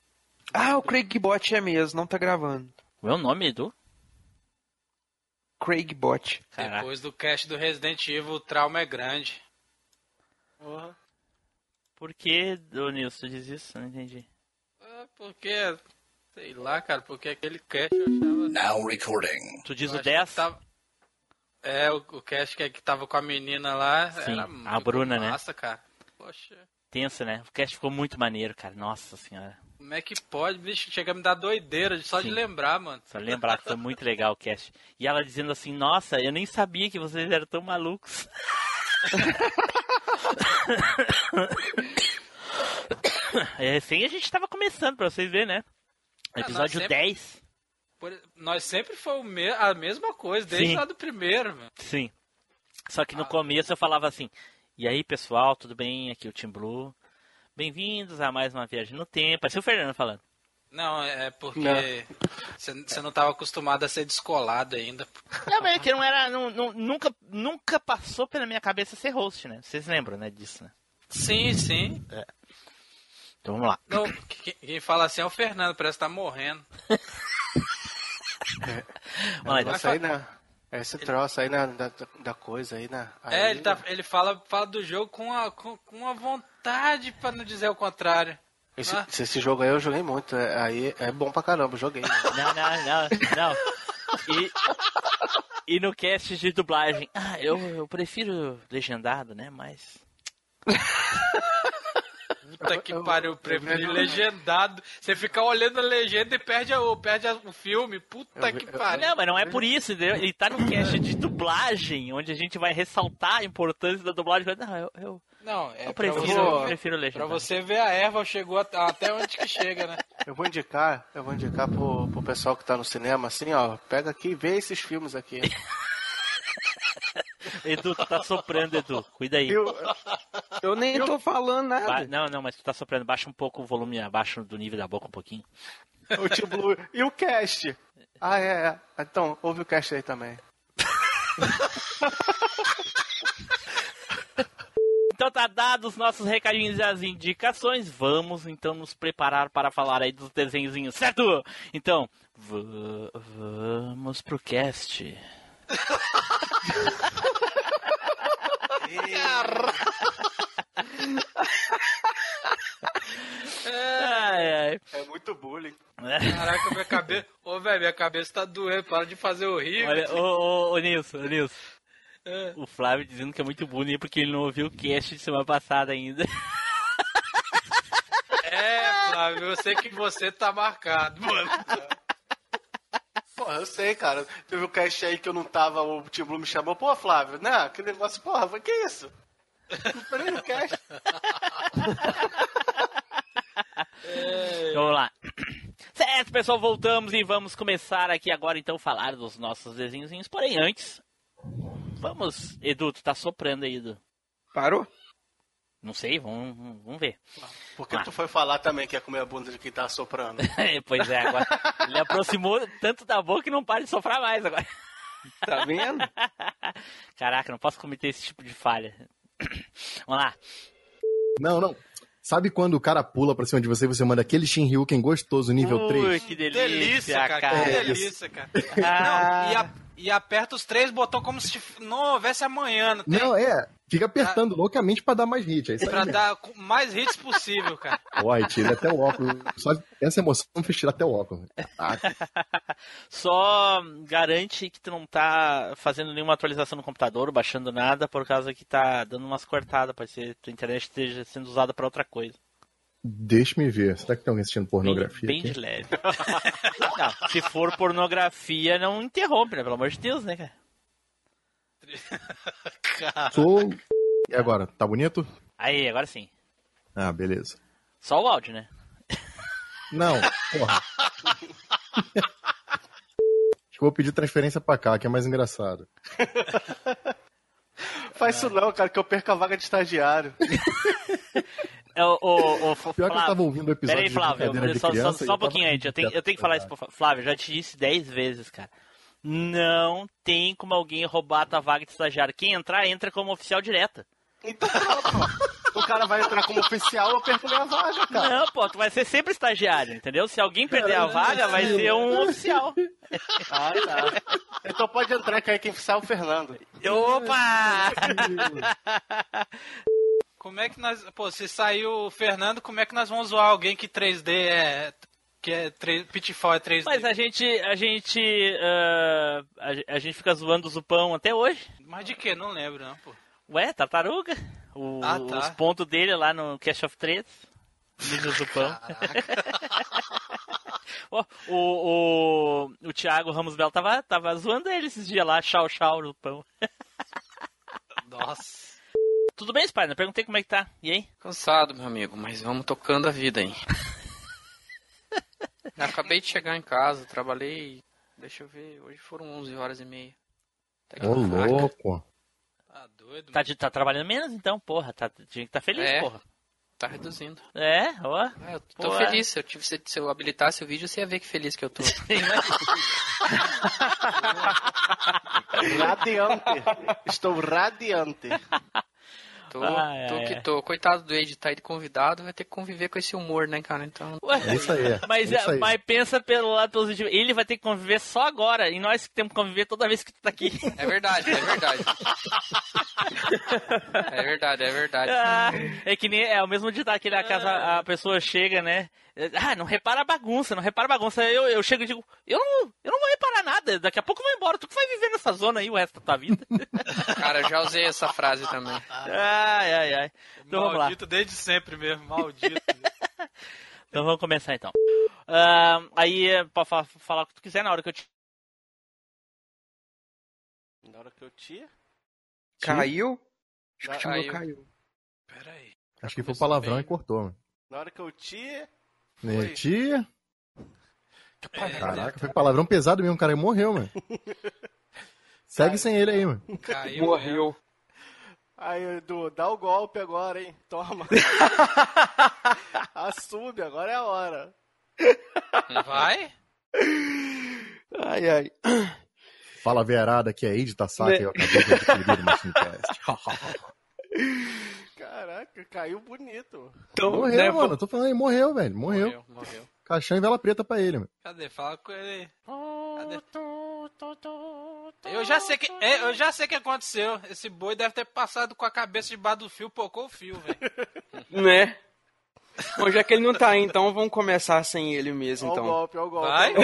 Speaker 2: Ah, o Craigbot é mesmo, não tá gravando.
Speaker 1: Meu nome, é Edu?
Speaker 2: Craigbot.
Speaker 5: Depois do cast do Resident Evil, o trauma é grande.
Speaker 1: Por que, ô Nilson, diz isso? Não entendi.
Speaker 5: Ah, Porque, sei lá, cara, porque aquele cast eu achava... assim.
Speaker 1: Now recording. Tu diz o 10?
Speaker 5: É, o, o cast que, que tava com a menina lá,
Speaker 1: Sim,
Speaker 5: era
Speaker 1: a
Speaker 5: muito
Speaker 1: Bruna, né?
Speaker 5: massa, cara. Poxa,
Speaker 1: Tenso, né? O cast ficou muito maneiro, cara. Nossa senhora.
Speaker 5: como é que pode, bicho? Chega a me dar doideira de- só de
Speaker 1: Sim.
Speaker 5: lembrar, mano.
Speaker 1: Só lembrar que foi muito legal o cast. E ela dizendo assim, nossa, eu nem sabia que vocês eram tão malucos. é, recém a gente tava começando, pra vocês verem, né?
Speaker 5: Ah, nós
Speaker 1: Episódio
Speaker 5: sempre-
Speaker 1: 10.
Speaker 5: Por- nós sempre foi o me- a mesma coisa, desde
Speaker 1: Sim.
Speaker 5: lá do primeiro, mano.
Speaker 1: Sim. Só que no começo eu falava assim: E aí, pessoal, tudo bem? Aqui é o Tim Blue. Bem-vindos a mais uma viagem no tempo. Parecia o Fernando falando.
Speaker 5: Não, é
Speaker 1: Não.
Speaker 5: porque você você não tava acostumado a ser descolado ainda.
Speaker 1: Não, mas é que não era. não- não- nunca, nunca passou pela minha cabeça ser host, né? Vocês lembram, né, disso, né?
Speaker 5: Sim, sim.
Speaker 1: É. Então vamos lá.
Speaker 5: Não, que- quem fala assim é o Fernando, parece que tá morrendo.
Speaker 1: Olha,
Speaker 6: Esse aí na- Esse troço aí na, da, da coisa aí na.
Speaker 5: É, ele, tá, ele fala, fala do jogo com a, com, com a vontade, pra não dizer o contrário.
Speaker 6: Esse,
Speaker 5: Ah.
Speaker 6: esse jogo aí eu joguei muito. é- Aí é bom pra caramba, eu joguei.
Speaker 1: Não, não, não, não. E, e no cast de dublagem. Ah, eu, eu prefiro legendado, né? Mas.
Speaker 5: Puta que pariu, prefiro é legendado. Você fica olhando a legenda e perde, a, perde a- o filme. Puta que pariu.
Speaker 1: Não, mas não é por isso, entendeu? Ele tá no cast de dublagem, onde a gente vai ressaltar a importância da dublagem. Não, eu, eu,
Speaker 5: Não, é
Speaker 1: eu
Speaker 5: pra
Speaker 1: prefiro, eu
Speaker 5: você,
Speaker 1: prefiro legendado.
Speaker 5: pra você ver a erva chegou at- até onde que chega, né?
Speaker 6: Eu vou indicar, eu vou indicar pro, pro pessoal que tá no cinema assim, ó, pega aqui e vê esses filmes aqui.
Speaker 1: Edu, tu tá soprando, Edu. Cuida aí.
Speaker 6: Eu-
Speaker 1: eu
Speaker 22: nem tô falando nada.
Speaker 1: Ba- não, não, mas tu tá soprando. Baixa um pouco o volume abaixo do nível da boca um pouquinho.
Speaker 6: o Tim Blue. E o cast? Ah, é, é. Então, ouve o cast aí também.
Speaker 1: Então tá dados os nossos recadinhos e as indicações. Vamos então nos preparar para falar aí dos desenhozinhos, certo? Então, va- vamos pro cast. Ai, ai. É.
Speaker 6: É muito bullying.
Speaker 5: Caraca, minha cabeça. Ô, velho, minha cabeça tá doendo. Para de fazer o rir.
Speaker 1: Olha, ô, ô, ô Nilson, ô, Nilson.
Speaker 5: É.
Speaker 1: O Flávio dizendo que é muito bonito porque ele não ouviu o cast de semana passada ainda.
Speaker 5: É, Flávio, eu sei que você tá marcado, mano.
Speaker 6: Pô, eu sei, cara. Teve um cast aí que eu não tava, o Tim Blue me chamou, pô, Flávio, né? Que negócio, porra, foi- que isso? Não foi nem no cast.
Speaker 1: Então, vamos lá. Certo, pessoal, voltamos e vamos começar aqui agora então falar dos nossos desenhozinhos. Porém, antes, vamos. Edu, tu tá soprando aí, Edu.
Speaker 2: Parou?
Speaker 1: Não sei, vamos, vamos ver.
Speaker 6: Porque tu foi falar também que ia comer a bunda de quem tá soprando.
Speaker 1: pois é, agora ele aproximou tanto da boca que não para de soprar mais agora.
Speaker 6: Tá vendo?
Speaker 1: Caraca, não posso cometer esse tipo de falha. Vamos lá.
Speaker 23: Não, não. Sabe quando o cara pula pra cima de você e você manda aquele Shinryuken gostoso nível
Speaker 1: Ui,
Speaker 23: 3?
Speaker 1: que delícia,
Speaker 5: Delícia, cara.
Speaker 23: cara.
Speaker 5: Que
Speaker 23: É
Speaker 5: delícia, cara. Não, e a- e aperta os três botões como se não houvesse amanhã. né? Não, tem...
Speaker 23: Não, é. Fica apertando loucamente pra dar mais hit. É isso aí
Speaker 5: Pra
Speaker 23: mesmo.
Speaker 5: dar o mais hits possível, cara.
Speaker 23: Porra, tirei até o óculos. Só essa emoção me fez tirar até o óculos. Caraca.
Speaker 1: Só garante que tu não tá fazendo nenhuma atualização no computador, baixando nada, por causa que tá dando umas cortadas, pode ser que tua internet esteja sendo usada pra outra coisa.
Speaker 23: Deixa-me ver. Será que tem alguém assistindo pornografia?
Speaker 1: Bem
Speaker 23: aqui?
Speaker 1: de leve. Não, se for pornografia, não interrompe, né? Pelo amor de Deus, né, cara?
Speaker 23: Sou. E agora? Tá bonito?
Speaker 1: Aí, agora sim.
Speaker 23: Ah, beleza.
Speaker 1: Só o áudio, né?
Speaker 23: Não, porra. Acho que vou pedir transferência pra cá, que é mais engraçado.
Speaker 6: Faz isso não, cara, que eu perco a vaga de estagiário.
Speaker 1: É, o, o, o,
Speaker 23: Pior que eu tava ouvindo o episódio
Speaker 1: Peraí,
Speaker 23: de
Speaker 1: Flávio,
Speaker 23: brincadeira de
Speaker 1: só, só,
Speaker 23: criança e
Speaker 1: só
Speaker 23: eu
Speaker 1: um pouquinho
Speaker 23: tava-
Speaker 1: aí. Eu tenho, eu tenho que falar isso pro Flá- Flávio. Eu já te disse 10 vezes, cara. Não tem como alguém roubar a tua vaga de estagiário. Quem entrar, entra como oficial direta.
Speaker 6: o cara vai entrar como oficial, eu perco minha vaga, cara.
Speaker 1: Não, pô, tu vai ser sempre estagiário, entendeu? Se alguém perder a
Speaker 6: Caralho,
Speaker 1: vaga, vai
Speaker 23: assim,
Speaker 6: sério?
Speaker 1: ser um oficial.
Speaker 6: Ah, tá. Então pode entrar, que aí quem sai é o Fernando.
Speaker 1: Opa!
Speaker 5: Como é que nós. Pô, se sair o Fernando, como é que nós vamos zoar alguém que 3D é. Que é 3, Pitfall é 3D?
Speaker 1: Mas a gente, a gente, ah, a, ge- a gente fica zoando o Zupão até hoje.
Speaker 5: Mas de que? Não lembro, não, pô.
Speaker 1: Ué, tartaruga? O-
Speaker 5: Ah, tá.
Speaker 1: Os pontos dele lá no Cash of Trades. Diz o Zupão. Ó, o, o, o Thiago Ramos Belo tava, tava zoando ele esses dias lá, chau chau Zupão.
Speaker 5: Nossa.
Speaker 1: Tudo bem, Spider? Perguntei como é que tá. E aí?
Speaker 7: Cansado, meu amigo, mas vamos tocando a vida aí. Eu acabei de chegar em casa, trabalhei. Deixa eu ver, hoje foram 11 horas e meia. Até que
Speaker 23: Ô,
Speaker 7: tá fraco.
Speaker 23: louco.
Speaker 1: Tá, de- tá trabalhando menos então, porra. Tá, tinha que tá feliz,
Speaker 7: É.
Speaker 1: porra.
Speaker 7: Tá reduzindo.
Speaker 1: É, ó.
Speaker 7: É, eu tô
Speaker 1: Pô,
Speaker 7: feliz. Se eu, tive- se- se eu habilitasse o vídeo, você ia ver que feliz que eu tô.
Speaker 6: Radiante. Estou radiante.
Speaker 7: Tô,
Speaker 6: Ai,
Speaker 7: tô
Speaker 6: ai,
Speaker 7: que
Speaker 6: ai.
Speaker 7: tô. Coitado do Ed, tá aí de convidado, vai ter que conviver com esse humor, né, cara? Então.
Speaker 1: Ué, Mas,
Speaker 7: é
Speaker 1: ah, mas pensa pelo lado positivo. Ele vai ter que conviver só agora. E nós que temos que conviver toda vez que tu tá aqui.
Speaker 7: É verdade, é verdade. É verdade, é verdade.
Speaker 1: Ah, é que nem é o mesmo ditado que ele, a casa a pessoa chega, né? Ah, não repara a bagunça, não repara a bagunça. Eu, eu chego e digo, eu não, eu não vou reparar nada, daqui a pouco eu vou embora. Tu que vai viver nessa zona aí o resto da tua vida.
Speaker 7: Cara, eu já usei essa frase também.
Speaker 1: ai, ai, ai. Então vamos lá.
Speaker 5: Maldito desde sempre mesmo, maldito.
Speaker 1: Então vamos começar então. Ah, aí é pra fa- falar o que tu quiser na hora que eu te.
Speaker 10: Na hora que eu tinha.
Speaker 2: Caiu?
Speaker 10: Acho
Speaker 2: que o meu caiu.
Speaker 10: Peraí.
Speaker 23: Acho que foi palavrão e cortou, mano.
Speaker 10: Na hora que eu tinha.
Speaker 23: Né, Tia. Caraca, foi palavrão pesado mesmo, o cara morreu, mano. Segue sem ele aí, mano.
Speaker 7: Caiu.
Speaker 6: Morreu. Aí, Edu, dá o golpe agora, hein? Toma. Assume, agora é a hora.
Speaker 5: Vai?
Speaker 6: Ai, ai.
Speaker 23: Fala verada que é Ed Tasaki,
Speaker 6: Né.
Speaker 23: eu acabei de adquirir o Machine Cast.
Speaker 6: Caraca, caiu bonito.
Speaker 23: Então morreu, mano. Eu tô falando aí, morreu, velho. Morreu.
Speaker 6: Morreu, morreu.
Speaker 23: Caixão e vela preta pra ele, mano.
Speaker 5: Cadê? Fala com ele. Cadê? Eu já sei que é, eu já sei o que aconteceu. Esse boi deve ter passado com a cabeça debaixo do fio, pocou o fio, velho.
Speaker 22: Né? Bom, já que ele não tá aí, então vamos começar sem ele mesmo,
Speaker 6: Olha o
Speaker 22: então.
Speaker 6: golpe, olha o golpe.
Speaker 5: Vai?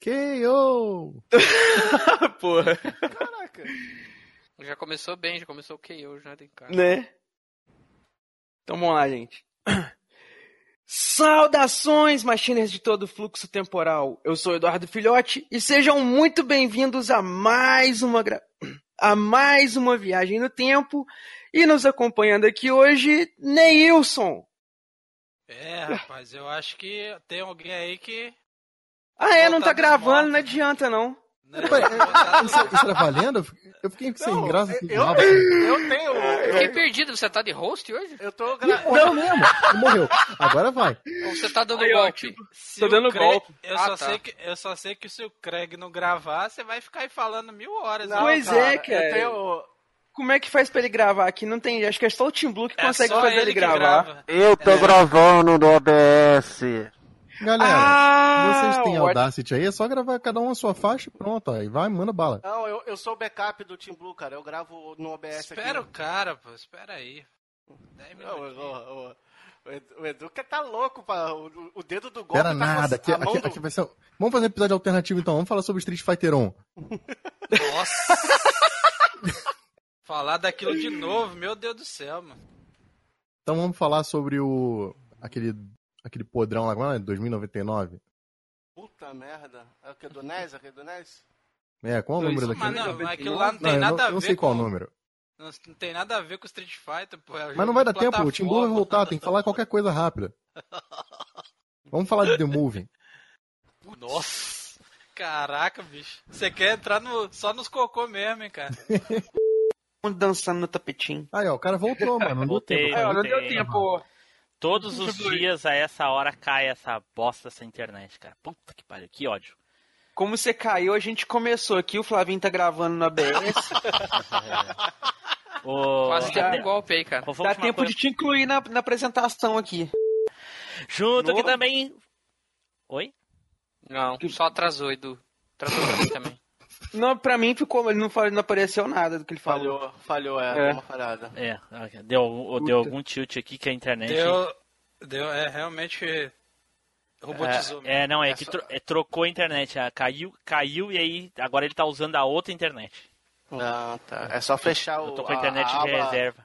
Speaker 23: K.O.
Speaker 22: Porra.
Speaker 6: Caraca.
Speaker 7: Já começou bem, já começou o KO, já tem cara.
Speaker 22: Né? Então vamos lá, gente. Saudações, machiners de todo fluxo temporal. Eu sou Eduardo Filhote e sejam muito bem-vindos a mais uma gra- a mais uma viagem no tempo. E nos acompanhando aqui hoje, Neilson.
Speaker 5: É, rapaz, eu acho que tem alguém aí que
Speaker 22: Ah, é, não tá gravando, não adianta não.
Speaker 23: é, Isso, isso era valendo? Eu fiquei- Eu fiquei sem graça. Eu,
Speaker 22: eu-
Speaker 6: eu tenho.
Speaker 7: Eu Fiquei perdido, você tá de host hoje?
Speaker 6: Eu tô
Speaker 23: Morreu mesmo. Morreu. Agora vai.
Speaker 7: Ou você tá dando golpe?
Speaker 5: Tô
Speaker 7: dando golpe.
Speaker 5: Eu,
Speaker 7: Ah,
Speaker 5: só
Speaker 7: tá.
Speaker 5: sei que, eu só sei que se o Craig não gravar, você vai ficar aí falando mil horas. né,
Speaker 22: Não, pois é, cara. Como é que faz pra ele gravar aqui? Não tem, acho que é só o Tim Blue que
Speaker 5: É
Speaker 22: consegue
Speaker 5: só
Speaker 22: fazer ele,
Speaker 6: É.
Speaker 5: ele que
Speaker 22: gravar.
Speaker 5: grava.
Speaker 21: Eu tô
Speaker 22: É.
Speaker 21: gravando no OBS.
Speaker 23: Galera,
Speaker 2: Ah,
Speaker 23: vocês têm
Speaker 2: o Ed-
Speaker 23: Audacity aí, é só gravar cada um a sua faixa e pronto. Aí vai, manda bala.
Speaker 6: Não, eu, eu sou o backup do Team Blue, cara. Eu gravo no OBS aqui.
Speaker 5: Espera o cara, pô. Espera aí.
Speaker 6: Não, o, o- o Edu- o Edu que tá louco, pra, o, o dedo do golpe
Speaker 23: Pera
Speaker 6: tá
Speaker 23: nada,
Speaker 6: com
Speaker 23: aqui,
Speaker 6: a, a mão
Speaker 23: aqui-
Speaker 6: do...
Speaker 23: aqui vai ser. um- Vamos fazer um episódio alternativo então, vamos falar sobre Street Fighter 1.
Speaker 5: Falar daquilo de novo, meu Deus do céu, mano.
Speaker 23: Então vamos falar sobre o. aquele. aquele podrão lá, como é? 2099?
Speaker 6: Puta merda. É o que, do NES? É o que, do NES?
Speaker 23: É, qual é o número
Speaker 5: Mas
Speaker 23: daquele?
Speaker 5: não, mas aquilo lá não tem
Speaker 23: eu
Speaker 5: nada a
Speaker 23: eu Não
Speaker 5: ver
Speaker 23: sei qual
Speaker 5: com-
Speaker 23: o número.
Speaker 5: Não, não tem nada a ver com Street Fighter, pô. é
Speaker 23: Mas
Speaker 5: jogo
Speaker 23: não vai
Speaker 5: de
Speaker 23: dar tempo, o Tim Blue vai
Speaker 5: plataforma.
Speaker 23: voltar, tem que falar qualquer coisa rápida. Vamos falar de The Moving.
Speaker 5: Nossa. Caraca, bicho. Você quer entrar no- só nos cocô mesmo, hein, cara.
Speaker 2: dançando no tapetinho.
Speaker 23: Aí, ó, o cara voltou, mano. Não deu
Speaker 1: Voltei,
Speaker 2: É,
Speaker 23: tempo. eu falei.
Speaker 1: voltei. Todos os
Speaker 23: Tipo,
Speaker 1: dias, a essa hora, cai essa bosta dessa internet, cara. Puta que pariu, que ódio.
Speaker 2: Como você caiu, a gente começou aqui, o Flavinho tá gravando na BS.
Speaker 1: Ô,
Speaker 2: Quase que
Speaker 1: até-
Speaker 2: um
Speaker 7: golpe aí, cara.
Speaker 1: Vou
Speaker 2: Dá
Speaker 1: falar uma
Speaker 2: tempo
Speaker 1: coisa.
Speaker 2: de te incluir na, na apresentação aqui.
Speaker 1: Junto
Speaker 2: Novo?
Speaker 1: aqui também. Oi?
Speaker 7: Não, só atrasou, Edu. Atrasou pra mim também.
Speaker 2: Não, pra mim ficou, ele não, falou- não apareceu nada do que ele falou.
Speaker 6: Falhou, falhou, é,
Speaker 2: É.
Speaker 6: deu uma falhada.
Speaker 1: É, deu, deu algum tilt aqui que a internet.
Speaker 5: Deu, deu, é, realmente robotizou.
Speaker 1: É, é, não, é que
Speaker 5: só-
Speaker 1: tro- é, trocou a internet. ah, Caiu, caiu e aí agora ele tá usando a outra internet.
Speaker 6: Ah, tá. É só fechar o...
Speaker 1: Eu tô com a internet de
Speaker 6: aba-
Speaker 1: reserva.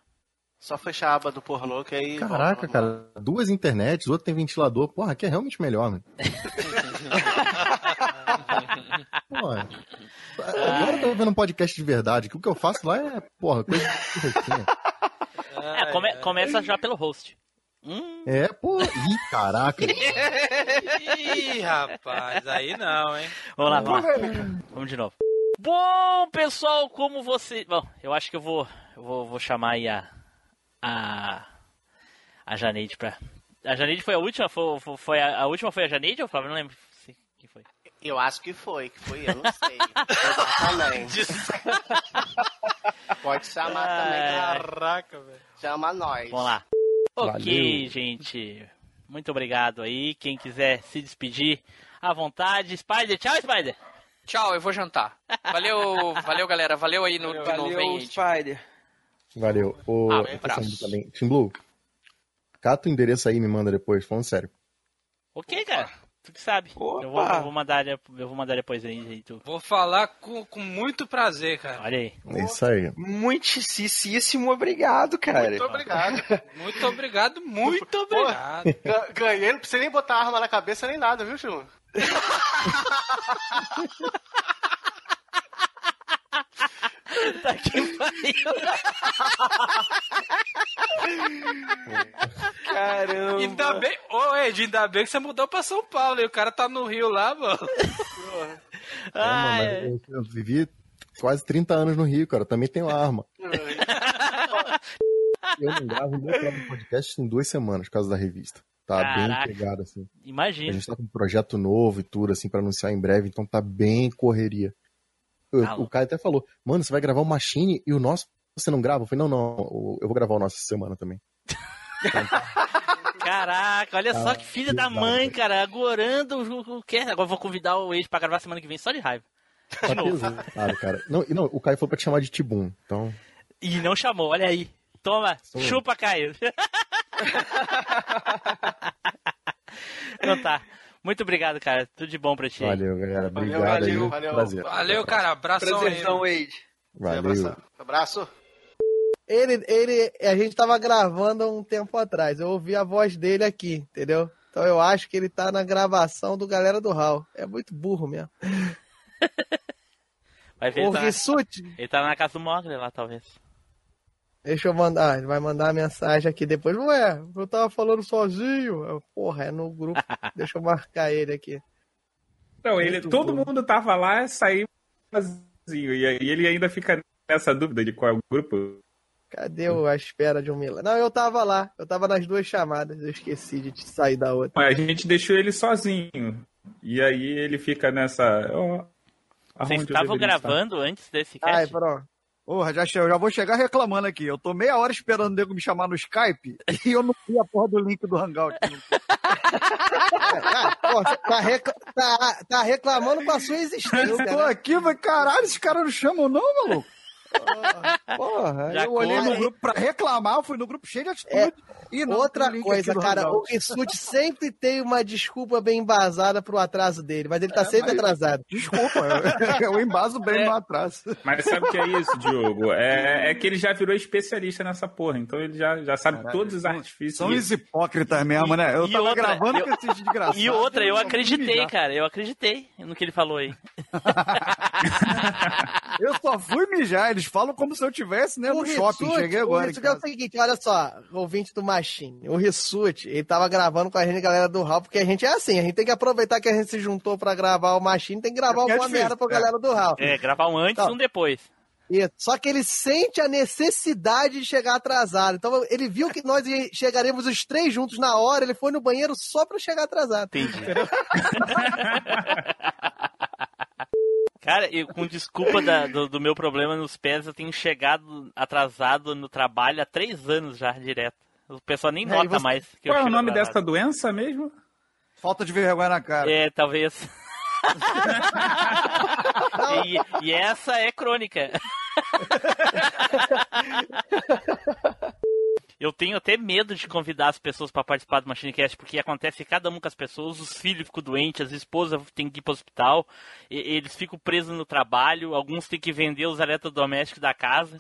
Speaker 6: Só fechar a aba do pornô, que aí...
Speaker 23: Caraca, cara, duas internets, o outro tem ventilador. Porra, aqui é realmente melhor, mano. Porra. Agora eu tô vendo um podcast de verdade, que o que eu faço lá é, porra, coisa de rotina.
Speaker 1: É, come- começa já pelo host.
Speaker 23: É, porra. Ih, caraca.
Speaker 5: Ih, rapaz, aí não, hein?
Speaker 1: Vamos lá, vamos lá.
Speaker 6: né,
Speaker 1: Vamos de novo. Bom, pessoal, como você. Bom, eu acho que eu vou, eu vou, vou chamar aí a. A. A Janeide pra. A Janeide foi a última? Foi, foi- foi a, a última foi a Janeide ou Flávio? Não lembro.
Speaker 6: Eu acho que foi, que foi, eu não sei. Exatamente. Pode chamar
Speaker 1: Ai,
Speaker 6: também.
Speaker 1: ai.
Speaker 5: Caraca, velho.
Speaker 6: Chama nós.
Speaker 1: Vamos lá. Ok,
Speaker 6: Valeu.
Speaker 1: gente. Muito obrigado aí. Quem quiser se despedir, à vontade. Spider, tchau, Spider.
Speaker 7: Tchau, eu vou jantar. Valeu, valeu, galera. Valeu aí no, de novo,
Speaker 2: Valeu,
Speaker 7: hein, Ed.
Speaker 2: Spider.
Speaker 23: Valeu. O...
Speaker 7: Ah,
Speaker 23: eu
Speaker 7: um
Speaker 23: tô
Speaker 7: abraço.
Speaker 23: saindo também. Tim Blue, cata o endereço aí e me manda depois, falando sério.
Speaker 1: Ok, cara. Tu que sabe. Eu vou, eu vou mandar, eu vou mandar depois aí, jeito.
Speaker 5: Vou falar com, com muito prazer, cara.
Speaker 1: Olha aí.
Speaker 23: É isso aí.
Speaker 2: Muitíssimo obrigado, cara.
Speaker 6: Muito obrigado.
Speaker 5: Muito obrigado, muito obrigado.
Speaker 6: Ga- Ganhei, não precisa nem botar arma na cabeça nem nada, viu, Chum?
Speaker 1: tá que
Speaker 2: Caramba.
Speaker 5: Ainda bem, ô Ed, ainda bem que você mudou pra São Paulo e o cara tá no Rio lá, mano.
Speaker 23: É,
Speaker 7: Ah,
Speaker 1: Ah.
Speaker 23: mano, mas
Speaker 5: é.
Speaker 23: eu, eu vivi quase 30 anos no Rio, cara. eu Também tenho arma. Eu não gravo meu próprio podcast em duas semanas, por causa da revista. Tá
Speaker 1: Caraca.
Speaker 23: bem pegado, assim. A
Speaker 1: Imagina.
Speaker 23: gente tá com um projeto novo e tudo, assim, pra anunciar em breve, então tá bem correria. Eu-
Speaker 1: Tá
Speaker 23: o Caio até falou, mano, você vai gravar o Machine e o nosso você não grava? Eu falei, não, não, eu- eu vou gravar o nosso essa semana também.
Speaker 1: Caraca, olha só
Speaker 23: Ah,
Speaker 1: que filha da
Speaker 23: pesado,
Speaker 1: mãe, cara. Agorando o o que é. Agora eu vou convidar o Ed pra gravar semana que vem só de raiva.
Speaker 23: Tá pesado, cara. Não, e não, o Caio falou pra te chamar de Tibum, então...
Speaker 1: E não chamou, olha aí. Toma, chupa, Caio. então tá. Muito obrigado, cara. Tudo de bom pra ti.
Speaker 23: Valeu, galera. Obrigado
Speaker 1: valeu,
Speaker 23: aí.
Speaker 1: valeu.
Speaker 23: Prazer.
Speaker 5: Valeu, cara. Abração
Speaker 2: Prazerzão,
Speaker 5: aí.
Speaker 2: Wade.
Speaker 23: Valeu.
Speaker 6: Abraço.
Speaker 4: Ele, ele, a gente tava gravando um tempo atrás. Eu ouvi a voz dele aqui, entendeu? Então eu acho que ele tá na gravação do Galera do Hall. É muito burro mesmo.
Speaker 1: Vai ver, ele, tá
Speaker 4: Porque
Speaker 1: na...
Speaker 4: Suti-
Speaker 1: ele tá na casa do Mogli lá, talvez.
Speaker 4: Deixa eu mandar, ele vai mandar a mensagem aqui depois. Ué, eu tava falando sozinho. Eu, Porra, é no grupo. Deixa eu marcar ele aqui.
Speaker 24: Não, ele,
Speaker 4: Muito
Speaker 24: todo
Speaker 4: bom.
Speaker 24: mundo tava lá, saiu sozinho. E aí ele ainda fica nessa dúvida de qual é o grupo.
Speaker 4: Cadê o- a espera de um milagre? Não, eu tava lá. Eu tava nas duas chamadas. Eu esqueci de te sair da outra.
Speaker 24: Mas a gente deixou ele sozinho. E aí ele fica nessa. ó,
Speaker 1: Vocês
Speaker 24: aonde eu
Speaker 1: estavam
Speaker 24: deveria estar?
Speaker 1: gravando antes desse
Speaker 23: Ah, é
Speaker 12: Ai,
Speaker 1: cast?
Speaker 12: pronto. Porra, já, che- eu já vou chegar reclamando aqui. Eu tô meia hora esperando o nego me chamar no Skype e eu não vi a porra do link do Hangout.
Speaker 4: Pô, tá, recla- tá- tá reclamando com a sua
Speaker 12: Eu
Speaker 4: existência.
Speaker 12: tô
Speaker 4: né?
Speaker 12: aqui, mas caralho, esses caras não chamam não, maluco?
Speaker 4: Porra,
Speaker 12: eu olhei no grupo pra reclamar, eu fui no grupo cheio de atitude.
Speaker 4: É,
Speaker 12: e não tem
Speaker 4: outra
Speaker 12: link
Speaker 4: coisa,
Speaker 12: aqui no
Speaker 4: cara, o
Speaker 12: Hangout.
Speaker 4: Rissuti sempre tem uma desculpa bem embasada pro atraso dele, mas ele tá sempre
Speaker 12: É, mas-
Speaker 4: atrasado.
Speaker 12: Desculpa, É, eu embaso bem no atraso.
Speaker 24: É, Mas sabe o que é isso, Diogo? É, é que ele já virou especialista nessa porra, então ele já, já sabe todos os artifícios.
Speaker 12: São os hipócritas mesmo, né? Eu
Speaker 24: e
Speaker 1: Tá
Speaker 12: tava
Speaker 24: outra,
Speaker 12: gravando
Speaker 24: eu-
Speaker 12: com esses desgraçados.
Speaker 1: E outra, eu
Speaker 12: vão me
Speaker 1: acreditei,
Speaker 12: humilhar.
Speaker 1: cara. Eu acreditei no que ele falou aí.
Speaker 12: Eu só fui mijar, eles falam como se eu tivesse, né, no shopping.
Speaker 4: Rissuti-
Speaker 12: Cheguei
Speaker 4: O
Speaker 12: agora. em
Speaker 4: Rissuti é o seguinte, olha só, ouvinte do Machine,
Speaker 12: é.
Speaker 4: o Rissuti, ele tava gravando com a gente, a galera do Hall, porque a gente é assim, a gente tem que aproveitar que a gente se juntou pra gravar o Machine, tem que gravar
Speaker 1: porque é
Speaker 4: alguma
Speaker 1: difícil,
Speaker 4: merda pra
Speaker 1: é.
Speaker 4: galera do Hall.
Speaker 1: É, gravar um antes e um depois.
Speaker 4: Isso. Só que ele sente a necessidade de chegar atrasado. Então ele viu que nós ia- chegaremos os três juntos na hora, ele foi no banheiro só pra chegar atrasado.
Speaker 1: Cara, eu, com desculpa da- do, do meu problema nos pés, eu tenho chegado atrasado no trabalho há três anos já, direto. O pessoal nem
Speaker 24: É,
Speaker 1: nota
Speaker 24: e você-
Speaker 1: mais. Que eu
Speaker 24: Qual é o
Speaker 1: chego
Speaker 24: nome
Speaker 1: atrasado.
Speaker 24: dessa doença mesmo?
Speaker 12: Falta de vergonha na cara.
Speaker 1: É, talvez. e, e essa é crônica. Eu tenho até medo de convidar as pessoas pra participar do Machine Cast, porque acontece cada um com as pessoas, os filhos ficam doentes, as esposas têm que ir pro hospital, e- eles ficam presos no trabalho, alguns têm que vender os eletrodomésticos da casa.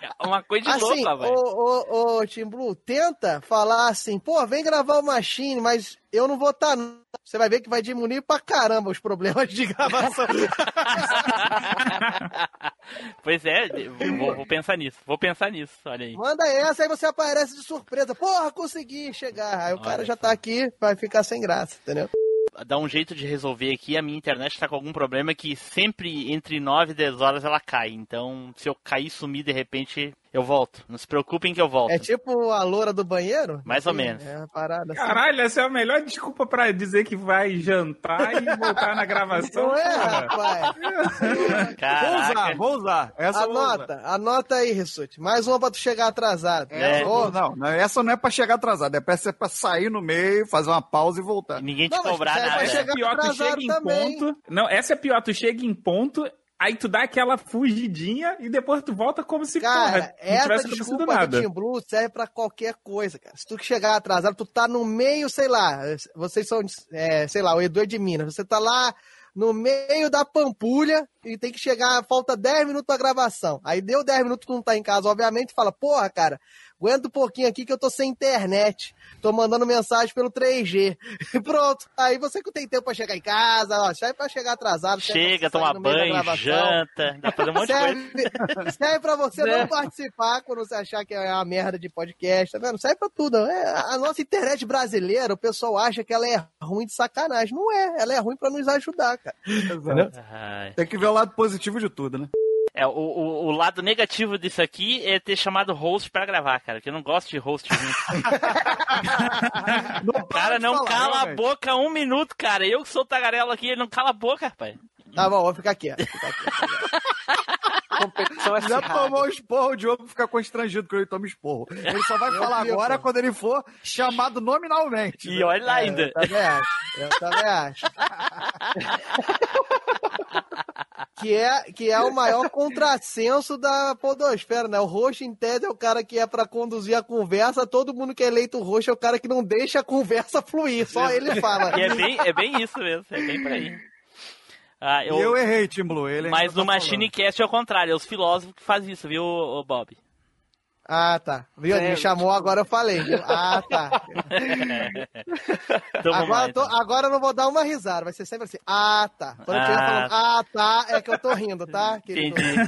Speaker 1: É uma coisa de
Speaker 4: assim,
Speaker 1: louca, velho.
Speaker 4: ô, ô, ô, Tim Blue, tenta falar assim, pô, vem gravar o Machine, mas eu não vou estar. Você vai ver que vai diminuir pra caramba os problemas de gravação.
Speaker 1: Pois é, vou, vou pensar nisso, vou pensar nisso, olha aí.
Speaker 4: Manda essa, aí você aparece de surpresa. Porra, consegui chegar. Aí o cara já tá aqui, vai ficar sem graça, entendeu?
Speaker 1: Dá um jeito de resolver aqui, a minha internet tá com algum problema que sempre entre 9 e 10 horas ela cai, então se eu cair e sumir de repente, eu volto. Não se preocupem que eu volto.
Speaker 4: É tipo a loura do banheiro?
Speaker 1: Mais ou menos.
Speaker 4: É uma parada assim.
Speaker 24: Caralho, essa é a melhor desculpa pra dizer que vai jantar e voltar na gravação.
Speaker 4: Não é,
Speaker 24: cara.
Speaker 4: rapaz?
Speaker 24: Caraca.
Speaker 12: Vou usar, Ah, vou usar. Essa é eu vou usar.
Speaker 4: anota, anota aí, Rissuti. Mais uma pra tu chegar atrasado.
Speaker 1: É.
Speaker 12: Essa
Speaker 4: Ô,
Speaker 12: não, não, não, essa não é pra chegar atrasado, é pra, ser pra sair no meio, fazer uma pausa e voltar.
Speaker 1: Ninguém
Speaker 4: te Não, mas cobrar você vai nada.
Speaker 24: Essa é
Speaker 4: chegar
Speaker 24: pior, tu
Speaker 4: atrasado
Speaker 24: chega em
Speaker 4: também.
Speaker 24: ponto. Não, essa é pior, tu chega em ponto, aí tu dá aquela fugidinha e depois tu volta como se
Speaker 4: Cara,
Speaker 24: porra, não
Speaker 4: essa
Speaker 24: tivesse acontecido
Speaker 4: desculpa do
Speaker 24: nada.
Speaker 4: Team Blue serve pra qualquer coisa, cara. Se tu chegar atrasado, tu tá no meio, sei lá, vocês são, é, sei lá, o Edu é de Minas, você tá lá no meio da pampulha e tem que chegar, falta 10 minutos pra gravação. Aí deu 10 minutos, tu não tá em casa, obviamente, fala, porra, cara, aguenta um pouquinho aqui que eu tô sem internet, tô mandando mensagem pelo 3G. E pronto, aí você que tem tempo pra chegar em casa, ó, serve pra chegar atrasado. serve pra
Speaker 1: Chega,
Speaker 4: você
Speaker 1: toma
Speaker 4: sair no meio da
Speaker 1: banho,
Speaker 4: gravação.
Speaker 1: janta, dá pra fazer um monte de coisa.
Speaker 4: serve, serve pra você
Speaker 1: Né?
Speaker 4: não participar quando você achar que é uma merda de podcast, tá vendo? Serve pra tudo. É, a nossa internet brasileira, o pessoal acha que ela é ruim de sacanagem. Não é, ela é ruim pra nos ajudar, cara.
Speaker 12: Entendeu? Tem que ver o lado positivo de tudo, né?
Speaker 1: É, o, o, o lado negativo disso aqui é ter chamado host pra gravar, cara, que eu não gosto de host junto. o cara não
Speaker 4: falar,
Speaker 1: cala a
Speaker 4: realmente.
Speaker 1: boca um minuto, cara. Eu que sou o tagarela aqui, ele não cala a boca, rapaz.
Speaker 4: Tá bom, vou ficar quieto. Ficar
Speaker 1: Competição é
Speaker 12: Já tomou o esporro, o Diogo fica constrangido quando ele toma esporro. Ele só vai
Speaker 4: Meu
Speaker 12: falar
Speaker 4: Deus,
Speaker 12: agora
Speaker 4: cara.
Speaker 12: quando ele for chamado nominalmente. É, tá
Speaker 1: E olha lá ainda.
Speaker 4: Eu também acho. É, tá Eu tá também acho. Que é, que é o maior contrassenso da podosfera, né? O roxo em tese é o cara que é pra conduzir a conversa, todo mundo que é eleito roxo é o cara que não deixa a conversa fluir, só ele fala.
Speaker 1: E é bem, é bem isso mesmo, é bem por aí. Ah,
Speaker 12: E eu errei, Tim Blue. Ele ainda
Speaker 1: Mas
Speaker 12: tá
Speaker 1: no Machine Cast é o contrário, é os filósofos que fazem isso, viu, ô, Bob?
Speaker 4: Ah, tá. Viu?
Speaker 1: É.
Speaker 4: Me chamou, agora eu falei. viu? Ah, tá.
Speaker 1: Então vamos lá,
Speaker 4: Agora, eu tô- agora eu não vou dar uma risada, vai ser sempre assim. Ah, tá. Quando eu estiver
Speaker 1: Ah.
Speaker 4: falando, ah, tá, é que eu tô rindo, tá? querido?
Speaker 1: Entendi.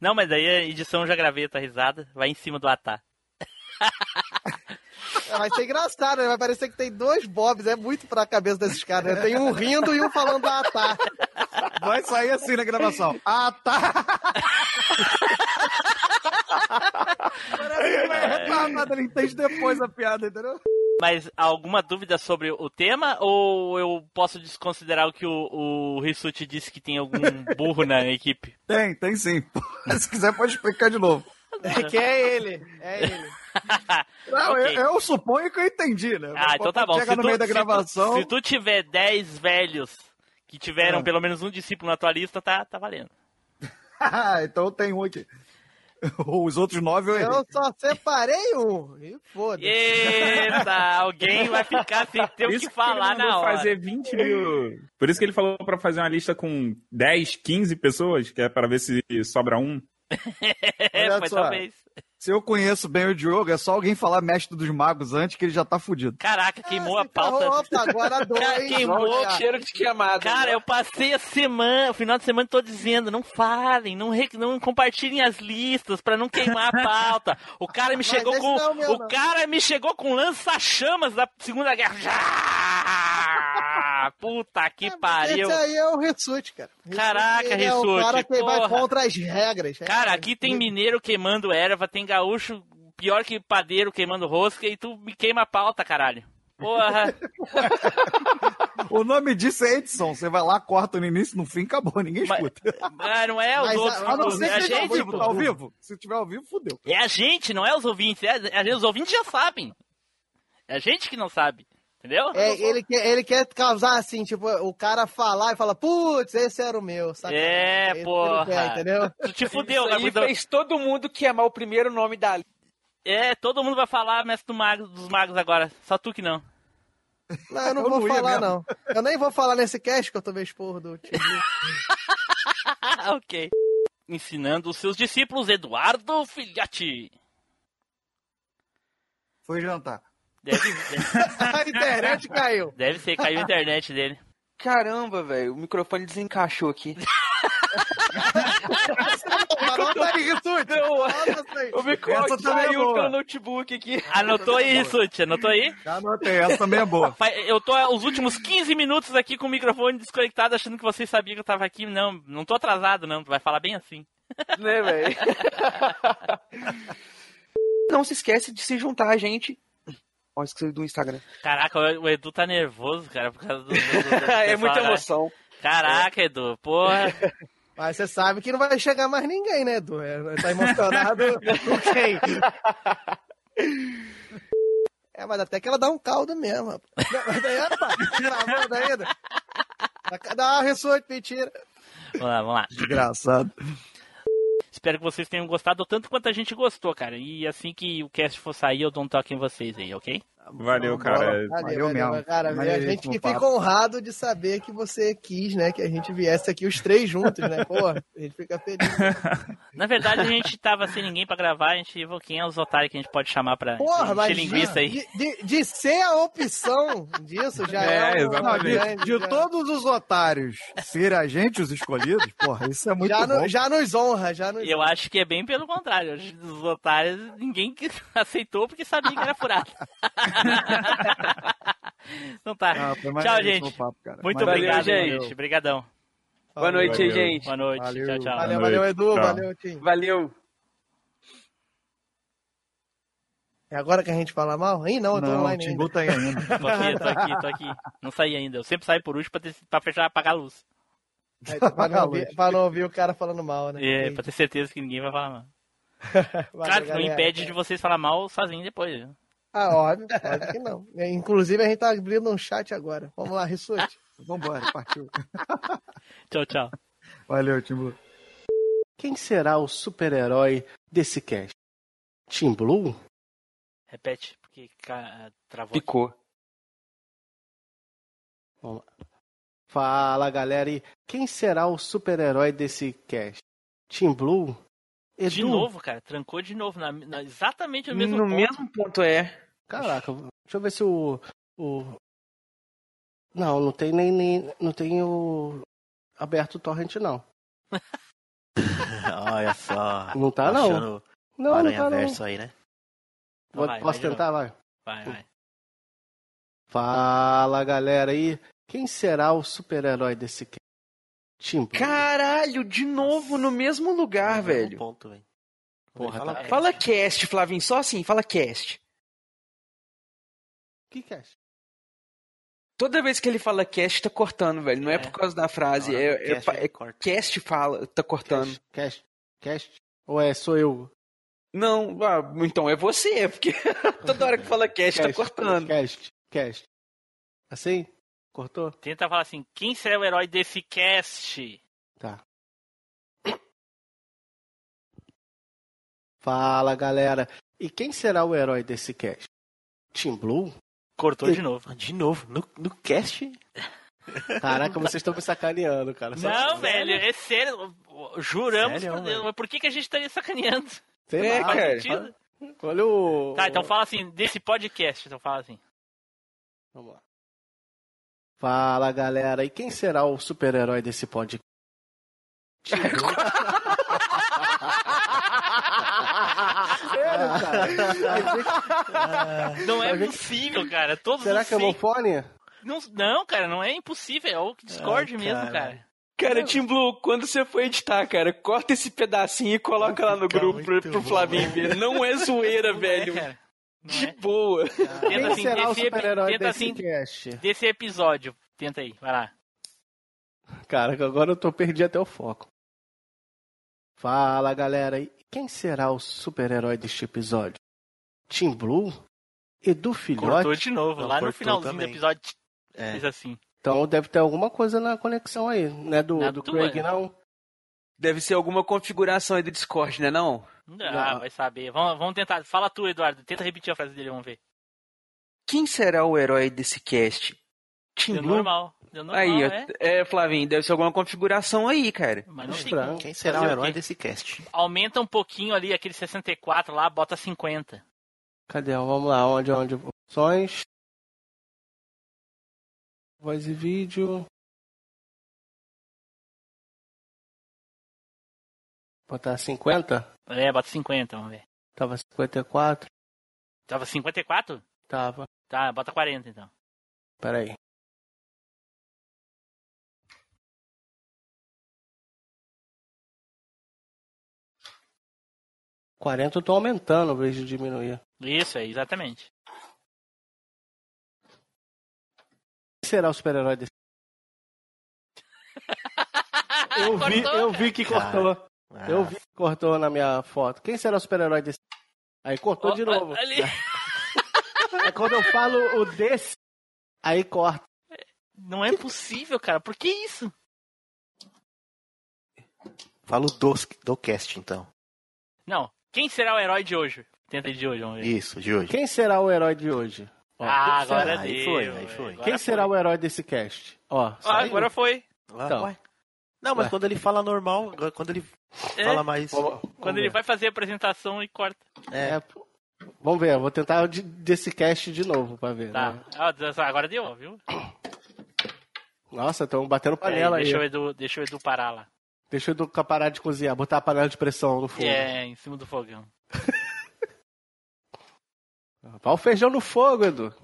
Speaker 1: Não, mas daí a edição eu já gravei a tua risada, vai em cima do Atá.
Speaker 4: É, Vai ser engraçado, né? Vai parecer que tem dois Bobs, é muito pra cabeça desses caras. Né? Tem um rindo e um falando, ah, tá.
Speaker 12: Vai sair assim na gravação. Ah, tá. Parece que vai retardado, ele entende depois a piada, entendeu?
Speaker 1: Mas alguma dúvida sobre o tema ou eu posso desconsiderar o que o, o Rissuti disse que tem algum burro na equipe?
Speaker 12: Tem, tem sim. Se quiser, pode explicar de novo.
Speaker 4: É que é ele, é ele.
Speaker 12: Não, okay. eu, eu, suponho que eu entendi, né?
Speaker 1: Ah, então tá bom.
Speaker 12: Chega se no tu, meio da gravação.
Speaker 1: Se tu, se tu tiver 10 velhos que tiveram ah. pelo menos um discípulo na tua lista, tá, tá valendo.
Speaker 12: então tem um aqui. Os outros nove eu
Speaker 4: Eu só separei um. E foda-se.
Speaker 1: Eita, alguém vai ficar sem ter o que falar
Speaker 24: que
Speaker 1: na hora.
Speaker 24: fazer 20 mil. Por isso que ele falou pra fazer uma lista com 10, 15 pessoas, que é pra ver se sobra um.
Speaker 1: Olha É, Foi só. talvez.
Speaker 12: Se eu conheço bem o Diogo, é só alguém falar mestre dos magos antes que ele já tá fudido.
Speaker 1: Caraca, queimou ah, a pauta.
Speaker 4: Opa, agora dois. Cara,
Speaker 1: queimou
Speaker 4: cara.
Speaker 1: cheiro de né? queimado. Cara, eu passei a semana, o final de semana tô dizendo, não falem, não, re, não compartilhem as listas para não queimar a pauta. O cara me chegou com não, meu, o não. cara me chegou com lança-chamas da Segunda Guerra. Já! Puta que é, pariu.
Speaker 4: Esse aí é o Ressute, cara. Ressute,
Speaker 1: Caraca, Ressute. É o
Speaker 4: cara que porra. vai contra as regras. É,
Speaker 1: Cara, aqui tem mineiro queimando erva, tem gaúcho pior que padeiro queimando rosca e tu me queima a pauta, caralho. Porra!
Speaker 12: o nome disso é Edson. Você vai lá, corta no início, no fim, acabou. Ninguém
Speaker 1: mas,
Speaker 12: escuta.
Speaker 1: Mas não é os mas, outros.
Speaker 12: A, a não ser
Speaker 1: é a
Speaker 12: gente, ao vivo, tá ao vivo. Se tiver ao vivo, fudeu.
Speaker 1: É a gente, não é os ouvintes. É, é, os ouvintes já sabem. É a gente que não sabe. Entendeu?
Speaker 4: É, ele, quer, ele quer causar assim, tipo, o cara falar e fala, putz, esse era o meu, sabe?
Speaker 1: É, esse porra. Quer, entendeu? Tu te fudeu, né,
Speaker 21: Isso aí fez todo mundo queimar o primeiro nome da
Speaker 1: É, todo mundo vai falar mestre do mago, dos magos agora, só tu que não.
Speaker 4: Não, eu Então não eu vou não falar, mesmo. não. Eu nem vou falar nesse cast que eu tomei esporro do time.
Speaker 1: Ah, ok. Ensinando os seus discípulos, Eduardo Filhote.
Speaker 12: Foi jantar.
Speaker 1: Deve,
Speaker 4: deve... a internet caiu.
Speaker 1: Deve ser, caiu a internet dele.
Speaker 21: Caramba, velho, o microfone desencaixou aqui.
Speaker 4: Anota aí, Rissuti.
Speaker 21: O microfone saiu é pelo notebook aqui.
Speaker 1: Anotou
Speaker 21: é
Speaker 1: aí, Rissuti, anotou aí?
Speaker 12: É Já anotei, essa também é boa.
Speaker 1: Eu tô os últimos 15 minutos aqui com o microfone desconectado, achando que vocês sabiam que eu tava aqui. Não, não tô atrasado, não. Tu vai falar bem assim.
Speaker 21: Né, velho? Não se esquece de se juntar a gente Ó, esqueci do Instagram.
Speaker 1: Caraca, o Edu tá nervoso, cara, por causa do. do,
Speaker 21: do pessoal, é muita emoção. Né?
Speaker 1: Caraca, Edu, porra.
Speaker 4: Mas você sabe que não vai chegar mais ninguém, né, Edu? Tá emocionado com quem? É, mas até que ela dá um caldo mesmo. Rapaz. Mas daí, rapaz, gravando ainda. Dá uma ressorte, mentira.
Speaker 1: Vamos lá, vamos lá.
Speaker 12: Desgraçado.
Speaker 1: Espero que vocês tenham gostado tanto quanto a gente gostou, cara. E assim que o cast for sair, eu dou um toque em vocês aí, ok?
Speaker 24: Valeu, cara.
Speaker 4: Valeu, valeu, valeu cara. Valeu, a gente que papo. fica honrado de saber que você quis, né? Que a gente viesse aqui os três juntos, né? Pô, a gente fica feliz. Né?
Speaker 1: Na verdade, a gente tava sem ninguém pra gravar, a gente viu quem é os otários que a gente pode chamar pra
Speaker 4: Porra, mas
Speaker 1: linguiça aí.
Speaker 4: De, de, de, ser a opção disso já é.
Speaker 12: é exatamente. de, de todos os otários ser a gente os escolhidos, porra, isso é muito
Speaker 4: já
Speaker 12: bom.
Speaker 4: No, já nos honra, já nos
Speaker 1: Eu acho que é bem pelo contrário. Os otários, ninguém aceitou porque sabia que era furado. então tá. Ah, Tchau, gente. Papo, Muito
Speaker 12: Mas
Speaker 1: obrigado, valeu, gente. Obrigadão.
Speaker 21: Boa noite, valeu. gente.
Speaker 1: Boa noite.
Speaker 12: Valeu.
Speaker 1: Tchau, tchau.
Speaker 4: Valeu, valeu, Edu. Tchau. Valeu, Tim.
Speaker 21: Valeu.
Speaker 4: É agora que a gente fala mal? Ih, não, eu tô
Speaker 12: não,
Speaker 4: online
Speaker 12: ainda. Tá aí ainda.
Speaker 1: tô aqui, tô aqui, tô aqui. Não saí ainda. Eu sempre saio por último pra, ter, pra fechar, apagar a luz.
Speaker 4: É, pra, não ouvir, pra não ouvir o cara falando mal, né?
Speaker 1: É, pra ter certeza que ninguém vai falar mal. Valeu, claro que não impede de vocês falar mal sozinho depois. Né?
Speaker 4: Ah, óbvio, óbvio que não. Inclusive, a gente tá abrindo um chat agora. Vamos lá, Rissuti.
Speaker 12: Ah, Vambora, partiu.
Speaker 1: tchau, tchau.
Speaker 12: Valeu, Timbu.
Speaker 6: Quem será o super-herói desse cast? Tim Blue?
Speaker 1: Repete, porque cara, travou.
Speaker 6: Picou. Vamos lá. Fala, galera. E quem será o super-herói desse cast? Tim Blue?
Speaker 1: Edu? De novo, cara, trancou de novo, na, na, exatamente no É mesmo
Speaker 21: no
Speaker 1: ponto.
Speaker 21: mesmo ponto, é.
Speaker 6: Caraca, deixa eu ver se o, o... Não, não tem nem, nem não tem o... aberto o torrent, não.
Speaker 10: Olha só.
Speaker 6: Não tá, não. Não,
Speaker 10: Aranha
Speaker 6: não tá,
Speaker 10: Verso aí, né?
Speaker 6: Vou, vai, posso vai tentar,
Speaker 1: Então vai? Vai, vai.
Speaker 6: Fala, galera aí. Quem será o super-herói desse Timbu.
Speaker 21: Caralho, de novo Nossa. no mesmo lugar, no velho. Mesmo
Speaker 10: ponto, velho.
Speaker 21: Porra, fala, tá... fala cast, Flavinho, só assim, fala cast.
Speaker 6: Que cast?
Speaker 21: Toda vez que ele fala cast, tá cortando, velho. Não é, é por causa da frase. Não, é, cast, é, é, é, cast fala, tá cortando.
Speaker 6: Cast, cast, cast. Ou é, sou eu.
Speaker 22: Não, ah, então é você, porque toda hora que fala cast, tá cortando.
Speaker 6: Cast, cast. Assim? Cortou?
Speaker 1: Tenta falar assim, quem será o herói desse cast?
Speaker 6: Tá. Fala, galera. E quem será o herói desse cast? Team Blue?
Speaker 1: Cortou
Speaker 6: E-
Speaker 1: de novo.
Speaker 6: De novo? No, no cast? Caraca, vocês estão me sacaneando, cara. Só-
Speaker 1: Não, velho, é sério. Juramos
Speaker 6: Sério,
Speaker 1: por Deus.
Speaker 6: velho?
Speaker 1: Mas por que, que a gente estaria sacaneando?
Speaker 6: Sei
Speaker 1: Não
Speaker 6: lá,
Speaker 1: faz
Speaker 6: é, cara.
Speaker 1: sentido.
Speaker 6: Olha o.
Speaker 1: Tá, então fala assim, desse podcast, então fala assim.
Speaker 6: Vamos lá. Fala, galera. E quem será o super-herói desse podcast?
Speaker 1: Não é
Speaker 6: a gente-
Speaker 1: possível, cara. Todos
Speaker 6: Será
Speaker 1: os
Speaker 6: que é
Speaker 1: cinco-
Speaker 6: homofone?
Speaker 1: não, não, cara, não é impossível. É o Discord
Speaker 22: Ai, cara.
Speaker 1: mesmo, cara.
Speaker 22: Cara, Tim Blue, quando você for editar, cara, corta esse pedacinho e coloca lá no grupo pro, pro Flavinho ver. Não é zoeira, velho. De boa.
Speaker 1: é. Tenta assim,
Speaker 6: será o
Speaker 1: desse, epi-
Speaker 6: super-herói
Speaker 1: tenta
Speaker 6: desse
Speaker 1: assim,
Speaker 6: cast?
Speaker 1: desse episódio. Tenta aí, vai lá.
Speaker 6: Cara, agora eu tô perdi até o foco. Fala, galera. E quem será o super-herói deste episódio? Tim Blue? Edu Filhote?
Speaker 1: Cortou de novo, lá no
Speaker 6: cortou
Speaker 1: finalzinho
Speaker 6: também.
Speaker 1: do episódio. tch,
Speaker 6: É.
Speaker 1: Fez assim.
Speaker 6: Então deve ter alguma coisa na conexão aí, né? Do,
Speaker 1: Na
Speaker 6: do
Speaker 1: tua.
Speaker 6: Craig, não?
Speaker 9: Deve ser alguma configuração aí do Discord, né não?
Speaker 1: Ah, vai saber. Vamos, vamos tentar. Fala tu, Eduardo. Tenta repetir a frase dele, vamos ver.
Speaker 9: Quem será o herói desse cast?
Speaker 1: Deu
Speaker 9: Timbu?
Speaker 1: normal. Deu normal,
Speaker 9: aí,
Speaker 1: é.
Speaker 9: ó, é, Flavinho, deve ser alguma configuração aí, cara.
Speaker 1: Mas não tem Estranho. como.
Speaker 10: Quem será o
Speaker 1: Fazer o
Speaker 10: herói
Speaker 1: quê?
Speaker 10: desse cast?
Speaker 1: Aumenta um pouquinho ali, aquele 64 lá, bota 50.
Speaker 6: Cadê? Vamos lá, onde, onde? Opções. Voz e vídeo. Botar 50?
Speaker 1: É, bota 50, vamos ver.
Speaker 6: Tava 54?
Speaker 1: Tava 54?
Speaker 6: Tava.
Speaker 1: Tá, bota 40 então.
Speaker 6: Peraí. Quarenta eu tô aumentando, ao invés de diminuir.
Speaker 1: Isso aí, exatamente.
Speaker 6: Quem será o super-herói desse? Eu vi, eu vi que cortou. Eu vi que cortou na minha foto. Quem será o super-herói desse? Aí cortou de novo.
Speaker 1: Ali.
Speaker 6: É quando eu falo o desse, aí corta.
Speaker 1: Não é possível, cara. Por que isso?
Speaker 10: Fala o do, do cast, então.
Speaker 1: Não. Quem será o herói de hoje? Tenta aí de hoje, vamos ver.
Speaker 10: Isso, de hoje.
Speaker 6: Quem será o herói de hoje? Ó,
Speaker 1: Ah,
Speaker 6: quem será?
Speaker 1: agora
Speaker 10: Aí
Speaker 1: deu,
Speaker 10: foi, aí foi.
Speaker 1: agora
Speaker 6: Quem será o herói desse cast? Ó,
Speaker 1: Ah,
Speaker 6: saiu.
Speaker 1: agora foi.
Speaker 6: Então.
Speaker 10: Ué. Não, mas
Speaker 6: Ué.
Speaker 10: quando ele fala normal, agora quando ele
Speaker 1: É.
Speaker 10: fala mais.
Speaker 1: Quando ele vai fazer a apresentação e corta.
Speaker 6: É, pô. Vamos ver, eu vou tentar o de- desse cast de novo pra ver.
Speaker 1: Tá.
Speaker 6: né?
Speaker 9: É.
Speaker 1: Ah, agora deu, viu?
Speaker 6: Nossa, estão batendo panela
Speaker 1: Peraí,
Speaker 6: aí.
Speaker 1: deixa, o Edu, deixa o Edu parar lá.
Speaker 6: Deixa eu Edu parar de cozinhar, botar a panela de pressão no fogo.
Speaker 1: É, em cima do fogão.
Speaker 6: Vai o feijão no fogo, Edu.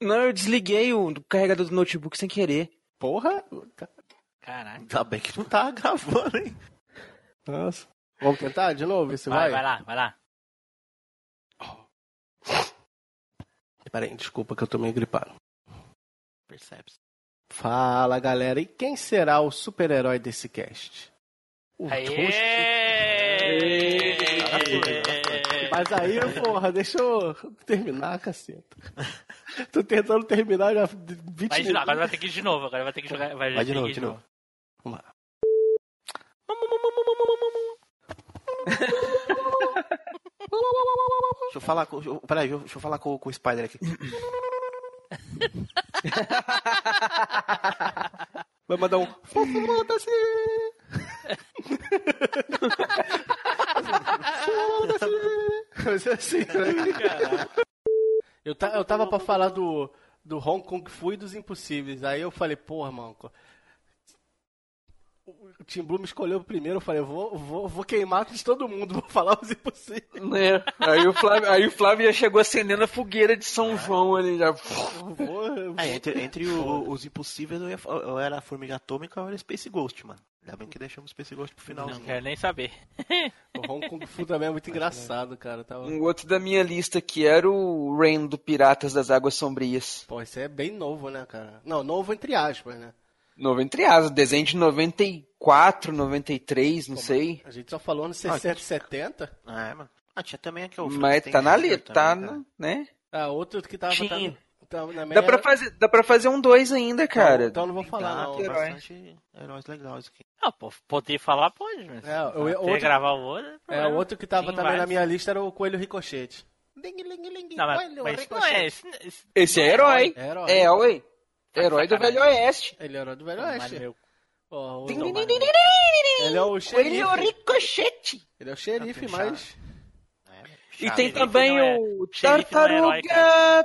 Speaker 9: Não, eu desliguei o carregador do notebook sem querer.
Speaker 6: Porra!
Speaker 1: Caraca.
Speaker 10: Ainda bem que não tá gravando, hein?
Speaker 6: Nossa. Vamos tentar de novo? ver se
Speaker 1: Vai,
Speaker 6: vai?
Speaker 1: vai lá, vai lá.
Speaker 6: Peraí, desculpa que eu tô meio gripado.
Speaker 10: Percebe-se.
Speaker 6: Fala, galera. E quem será o super-herói desse cast? O Toast. Mas aí, porra, deixa eu terminar, caceta. Tô tentando terminar já 20
Speaker 1: Vai de
Speaker 6: minutos.
Speaker 1: novo, agora vai ter que ir de novo, agora vai ter que jogar. Vai,
Speaker 6: Vai de
Speaker 1: ter
Speaker 6: novo,
Speaker 1: que ir
Speaker 6: de novo. Vamos lá.
Speaker 10: Deixa eu falar com. eu- Peraí, eu- deixa eu falar com, com o Spider aqui.
Speaker 9: Vai mandar um.
Speaker 6: Foda-se! Foda-se! Mas é assim, né? Eu, ta- eu tava pra falar do, do Hong Kong Fu e dos Impossíveis. Aí eu falei, porra, mano. co- O Tim Blue me escolheu primeiro. Eu falei, eu vou, vou, vou queimar de todo mundo. Vou falar os Impossíveis.
Speaker 9: Né? Aí, o Flávio, aí o Flávio já chegou acendendo a fogueira de São João ali já.
Speaker 10: É, entre entre o- os impossíveis, eu, ia, fa- eu era a Formiga Atômica ou era Space Ghost, mano. Ainda bem que deixamos o Space Ghost pro né?
Speaker 1: Não
Speaker 10: finalzinho.
Speaker 1: quero nem saber.
Speaker 6: O Hong Kong Fu também é muito engraçado, cara. eu Tava...
Speaker 9: Um outro da minha lista que era o Rain do Piratas das Águas Sombrias.
Speaker 6: Pô, esse é bem novo, né, cara? Não, novo entre aspas, né?
Speaker 2: 90, entre aspas, desenho de 94, 93, não Pô, sei.
Speaker 10: é?
Speaker 9: A gente só falou nos 60 e 70.
Speaker 25: Ah, É, mano. Ah, tinha também aqui o
Speaker 2: Mas tá na lista, tá, na, né?
Speaker 9: Ah, outro que tava...
Speaker 2: Tinha.
Speaker 9: Tá, na
Speaker 2: Dá pra, fazer, dá pra fazer um 2 ainda, cara.
Speaker 9: Então, então não vou falar,
Speaker 25: Dá,
Speaker 9: não.
Speaker 25: tem
Speaker 9: Herói.
Speaker 25: bastante heróis legais Ah, aqui.
Speaker 1: Ah, pô, poder falar pode, mas.
Speaker 9: É, eu-
Speaker 1: eu,
Speaker 9: eu- outro-
Speaker 1: gravar o outro.
Speaker 9: É, o outro que tava
Speaker 1: Tem
Speaker 9: também
Speaker 1: vários.
Speaker 9: na minha lista era o Coelho Ricochete.
Speaker 1: Não, mas, mas isso não é. Isso, isso-
Speaker 2: Esse é herói.
Speaker 9: É herói.
Speaker 2: É, ué. Herói do
Speaker 1: Sacanagem.
Speaker 2: Velho Oeste.
Speaker 9: Ele é herói do Velho
Speaker 1: Tomar
Speaker 9: Oeste.
Speaker 1: meu-
Speaker 9: Ó, o-
Speaker 1: Tem- Tomar
Speaker 9: Ele é o
Speaker 2: Coelho
Speaker 9: xerife.
Speaker 2: Ricochete.
Speaker 9: Ele é o
Speaker 6: Tá
Speaker 9: xerife,
Speaker 25: Não tem
Speaker 9: mas.
Speaker 6: É,
Speaker 2: E
Speaker 25: Chato,
Speaker 2: tem
Speaker 25: né?
Speaker 2: também
Speaker 1: não é-
Speaker 2: o
Speaker 1: xerife não é herói,
Speaker 2: Tartaruga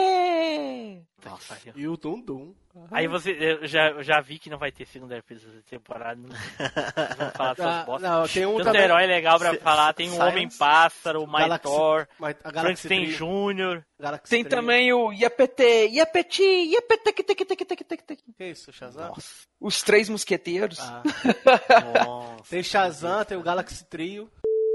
Speaker 2: Tuxê.
Speaker 25: Nossa, aí,
Speaker 9: E o Dum Dum.
Speaker 1: Aí você. Eu já, eu já vi que não vai ter segunda episódio da temporada. Não, vamos falar
Speaker 9: Ah,
Speaker 1: dessas bostas.
Speaker 9: não, tem um
Speaker 1: Tanto
Speaker 9: também-
Speaker 1: herói legal pra
Speaker 25: Se-
Speaker 1: falar. Tem um o
Speaker 25: Science-
Speaker 1: Homem-Pássaro, o
Speaker 9: Galaxy-
Speaker 1: Mythor,
Speaker 9: Mas a Galaxy
Speaker 1: Frankenstein
Speaker 9: Tree.
Speaker 1: Jr.
Speaker 9: Galaxy
Speaker 2: Tem
Speaker 9: Tree.
Speaker 2: também o Iapetê, Iapeti, Iapetê, que que que que que que
Speaker 9: Que isso, Shazam?
Speaker 2: Os Três Mosqueteiros.
Speaker 9: Ah. tem Shazam, tem o Galaxy Trio.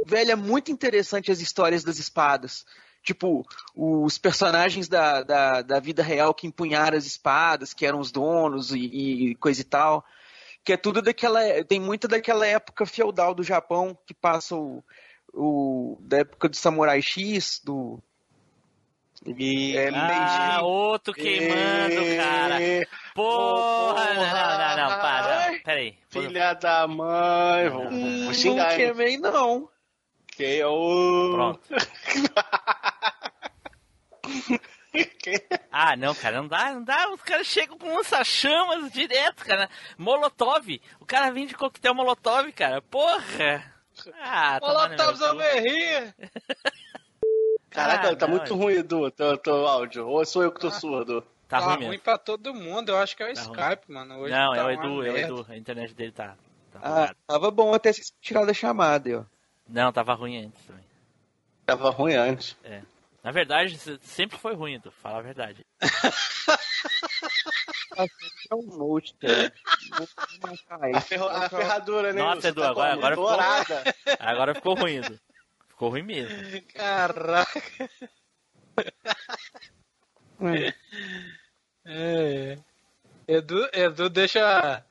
Speaker 2: Velho, é muito interessante as histórias das espadas. Tipo, os personagens da, da, da vida real que empunharam as espadas, que eram os donos e, e coisa e tal. Que é tudo daquela. Tem muita daquela época feudal do Japão que passa o. o da época do Samurai X, do. E é
Speaker 1: Ah, outro queimando, cara. Porra, não, não, não, não, para. Peraí.
Speaker 6: Filha da mãe, vou, vou xingar ele.
Speaker 2: queimei, não.
Speaker 6: Que eu...
Speaker 1: Pronto. Ah, não, cara, não dá, não dá. Os caras chegam com lança-chamas direto, cara. Molotov. O cara vem de coquetel Molotov, cara. Porra. Ah, tomar no
Speaker 5: Molotovs
Speaker 1: meu cu.
Speaker 5: over here!
Speaker 6: Caraca,
Speaker 1: Ah,
Speaker 6: tá
Speaker 1: não,
Speaker 6: muito
Speaker 1: é.
Speaker 6: ruim, Edu, teu, teu áudio. Ou sou eu que tô surdo?
Speaker 5: Tá
Speaker 1: Tá ruim
Speaker 5: ruim
Speaker 1: mesmo.
Speaker 5: pra todo mundo, eu acho que é o
Speaker 1: Tá ruim.
Speaker 5: Skype, mano. Hoje
Speaker 1: Não,
Speaker 5: tá
Speaker 1: é o
Speaker 5: uma
Speaker 1: Edu, é o
Speaker 5: merda.
Speaker 1: Edu. A internet dele tá. tá
Speaker 2: Ah,
Speaker 1: bugada.
Speaker 2: tava bom até se tirar da chamada, ó.
Speaker 1: Não, tava ruim antes também.
Speaker 6: Tava ruim antes.
Speaker 1: É. Na verdade, se- sempre foi ruim, Edu. Fala a verdade.
Speaker 2: É um note, cara. Vou
Speaker 12: Ah,
Speaker 2: marcar
Speaker 6: A,
Speaker 2: Ah, isso. é
Speaker 6: ferro- a ferradura, né?
Speaker 1: Nossa,
Speaker 6: Você
Speaker 1: Edu,
Speaker 6: tá
Speaker 1: agora-
Speaker 6: como?
Speaker 1: agora ficou-
Speaker 6: Dourada.
Speaker 1: Agora ficou ruim, Edu. Ficou ruim
Speaker 2: né?
Speaker 1: mesmo.
Speaker 5: Caraca. É. Edu, Edu deixa,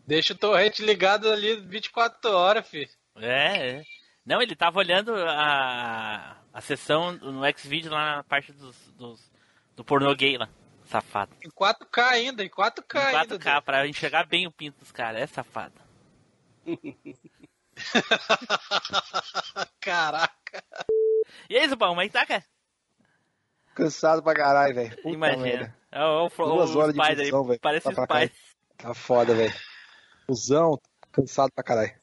Speaker 5: deixa o torrente ligado ali 24 horas, filho.
Speaker 1: É, é. Não, ele tava olhando a, a sessão no X-Video lá na parte dos, dos- do pornô gay lá. Safado.
Speaker 5: Em 4K ainda, em 4K
Speaker 1: Em
Speaker 5: ainda.
Speaker 1: 4K, pra enxergar bem o pinto dos caras. É safado.
Speaker 5: Edu. Caraca.
Speaker 1: E aí, Zubão, como é que tá, cara?
Speaker 12: Cansado pra caralho, velho. Puta merda.
Speaker 1: Imagina. É o, é o, Fro-
Speaker 12: Duas
Speaker 1: o
Speaker 12: horas de
Speaker 1: Spider aí.
Speaker 12: função, velho.
Speaker 1: Parece
Speaker 12: Tá
Speaker 1: o
Speaker 12: pra caralho.
Speaker 1: Spider.
Speaker 12: Tá foda, velho. Fusão, cansado pra caralho.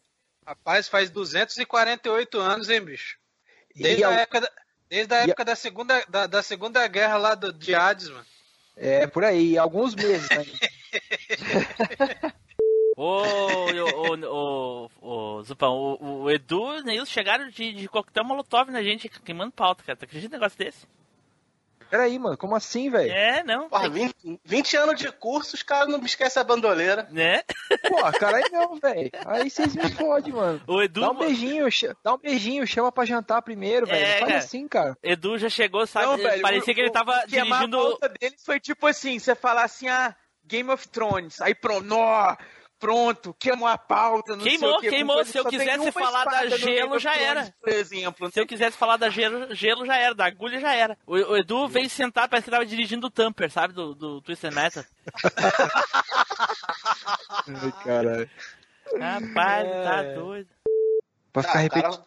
Speaker 5: Rapaz, faz 248 anos, hein, bicho? Desde
Speaker 12: E é
Speaker 5: a
Speaker 12: ao-
Speaker 5: época, da, desde a
Speaker 12: e a-
Speaker 5: época da, segunda, da, da Segunda Guerra lá do, de Hades, mano.
Speaker 12: É, por aí, alguns meses né? ainda.
Speaker 1: Ô, ô, ô, ô, ô, Zupão, o, o Edu e o Neilson chegaram de, de coquetel molotov na gente, queimando pauta, cara. Tu acredita num negócio desse?
Speaker 12: Peraí, mano, como assim, velho?
Speaker 1: É, não.
Speaker 6: Porra, 20, 20 anos de curso, os caras não me esquecem a bandoleira.
Speaker 1: Né?
Speaker 12: Pô, caralho não, velho. Aí vocês me fodem, mano.
Speaker 1: O Edu,
Speaker 12: Dá um beijinho, cha- dá um beijinho, chama pra jantar primeiro,
Speaker 1: É,
Speaker 12: velho. Não faz
Speaker 1: cara.
Speaker 12: assim, cara.
Speaker 1: Edu já chegou, sabe?
Speaker 2: Não, velho,
Speaker 1: Parecia
Speaker 2: o-
Speaker 1: que ele
Speaker 2: o-
Speaker 1: tava
Speaker 2: Queimar a
Speaker 1: dirigindo.
Speaker 2: pauta deles foi tipo assim, você falar assim, ah, Game of Thrones, aí pronto, nó, pronto, queimou a pauta, não sei
Speaker 1: Queimou,
Speaker 2: o quê. com
Speaker 1: queimou.
Speaker 2: coisa que
Speaker 1: Se eu
Speaker 2: só tem
Speaker 1: quisesse
Speaker 2: uma
Speaker 1: falar
Speaker 2: espada
Speaker 1: da
Speaker 2: no Game
Speaker 1: gelo,
Speaker 2: of
Speaker 1: já
Speaker 2: Thrones,
Speaker 1: era.
Speaker 2: Por exemplo,
Speaker 1: Se eu quisesse falar da gelo, gelo já era, da agulha já era. O, o Edu veio sentar, parece que tava dirigindo o Tamper, sabe? Do, do Twisted Metal.
Speaker 12: Ai, caralho.
Speaker 1: Rapaz, tá
Speaker 12: É.
Speaker 1: doido.
Speaker 12: Pra ficar
Speaker 6: Ah, o cara-
Speaker 12: repetindo.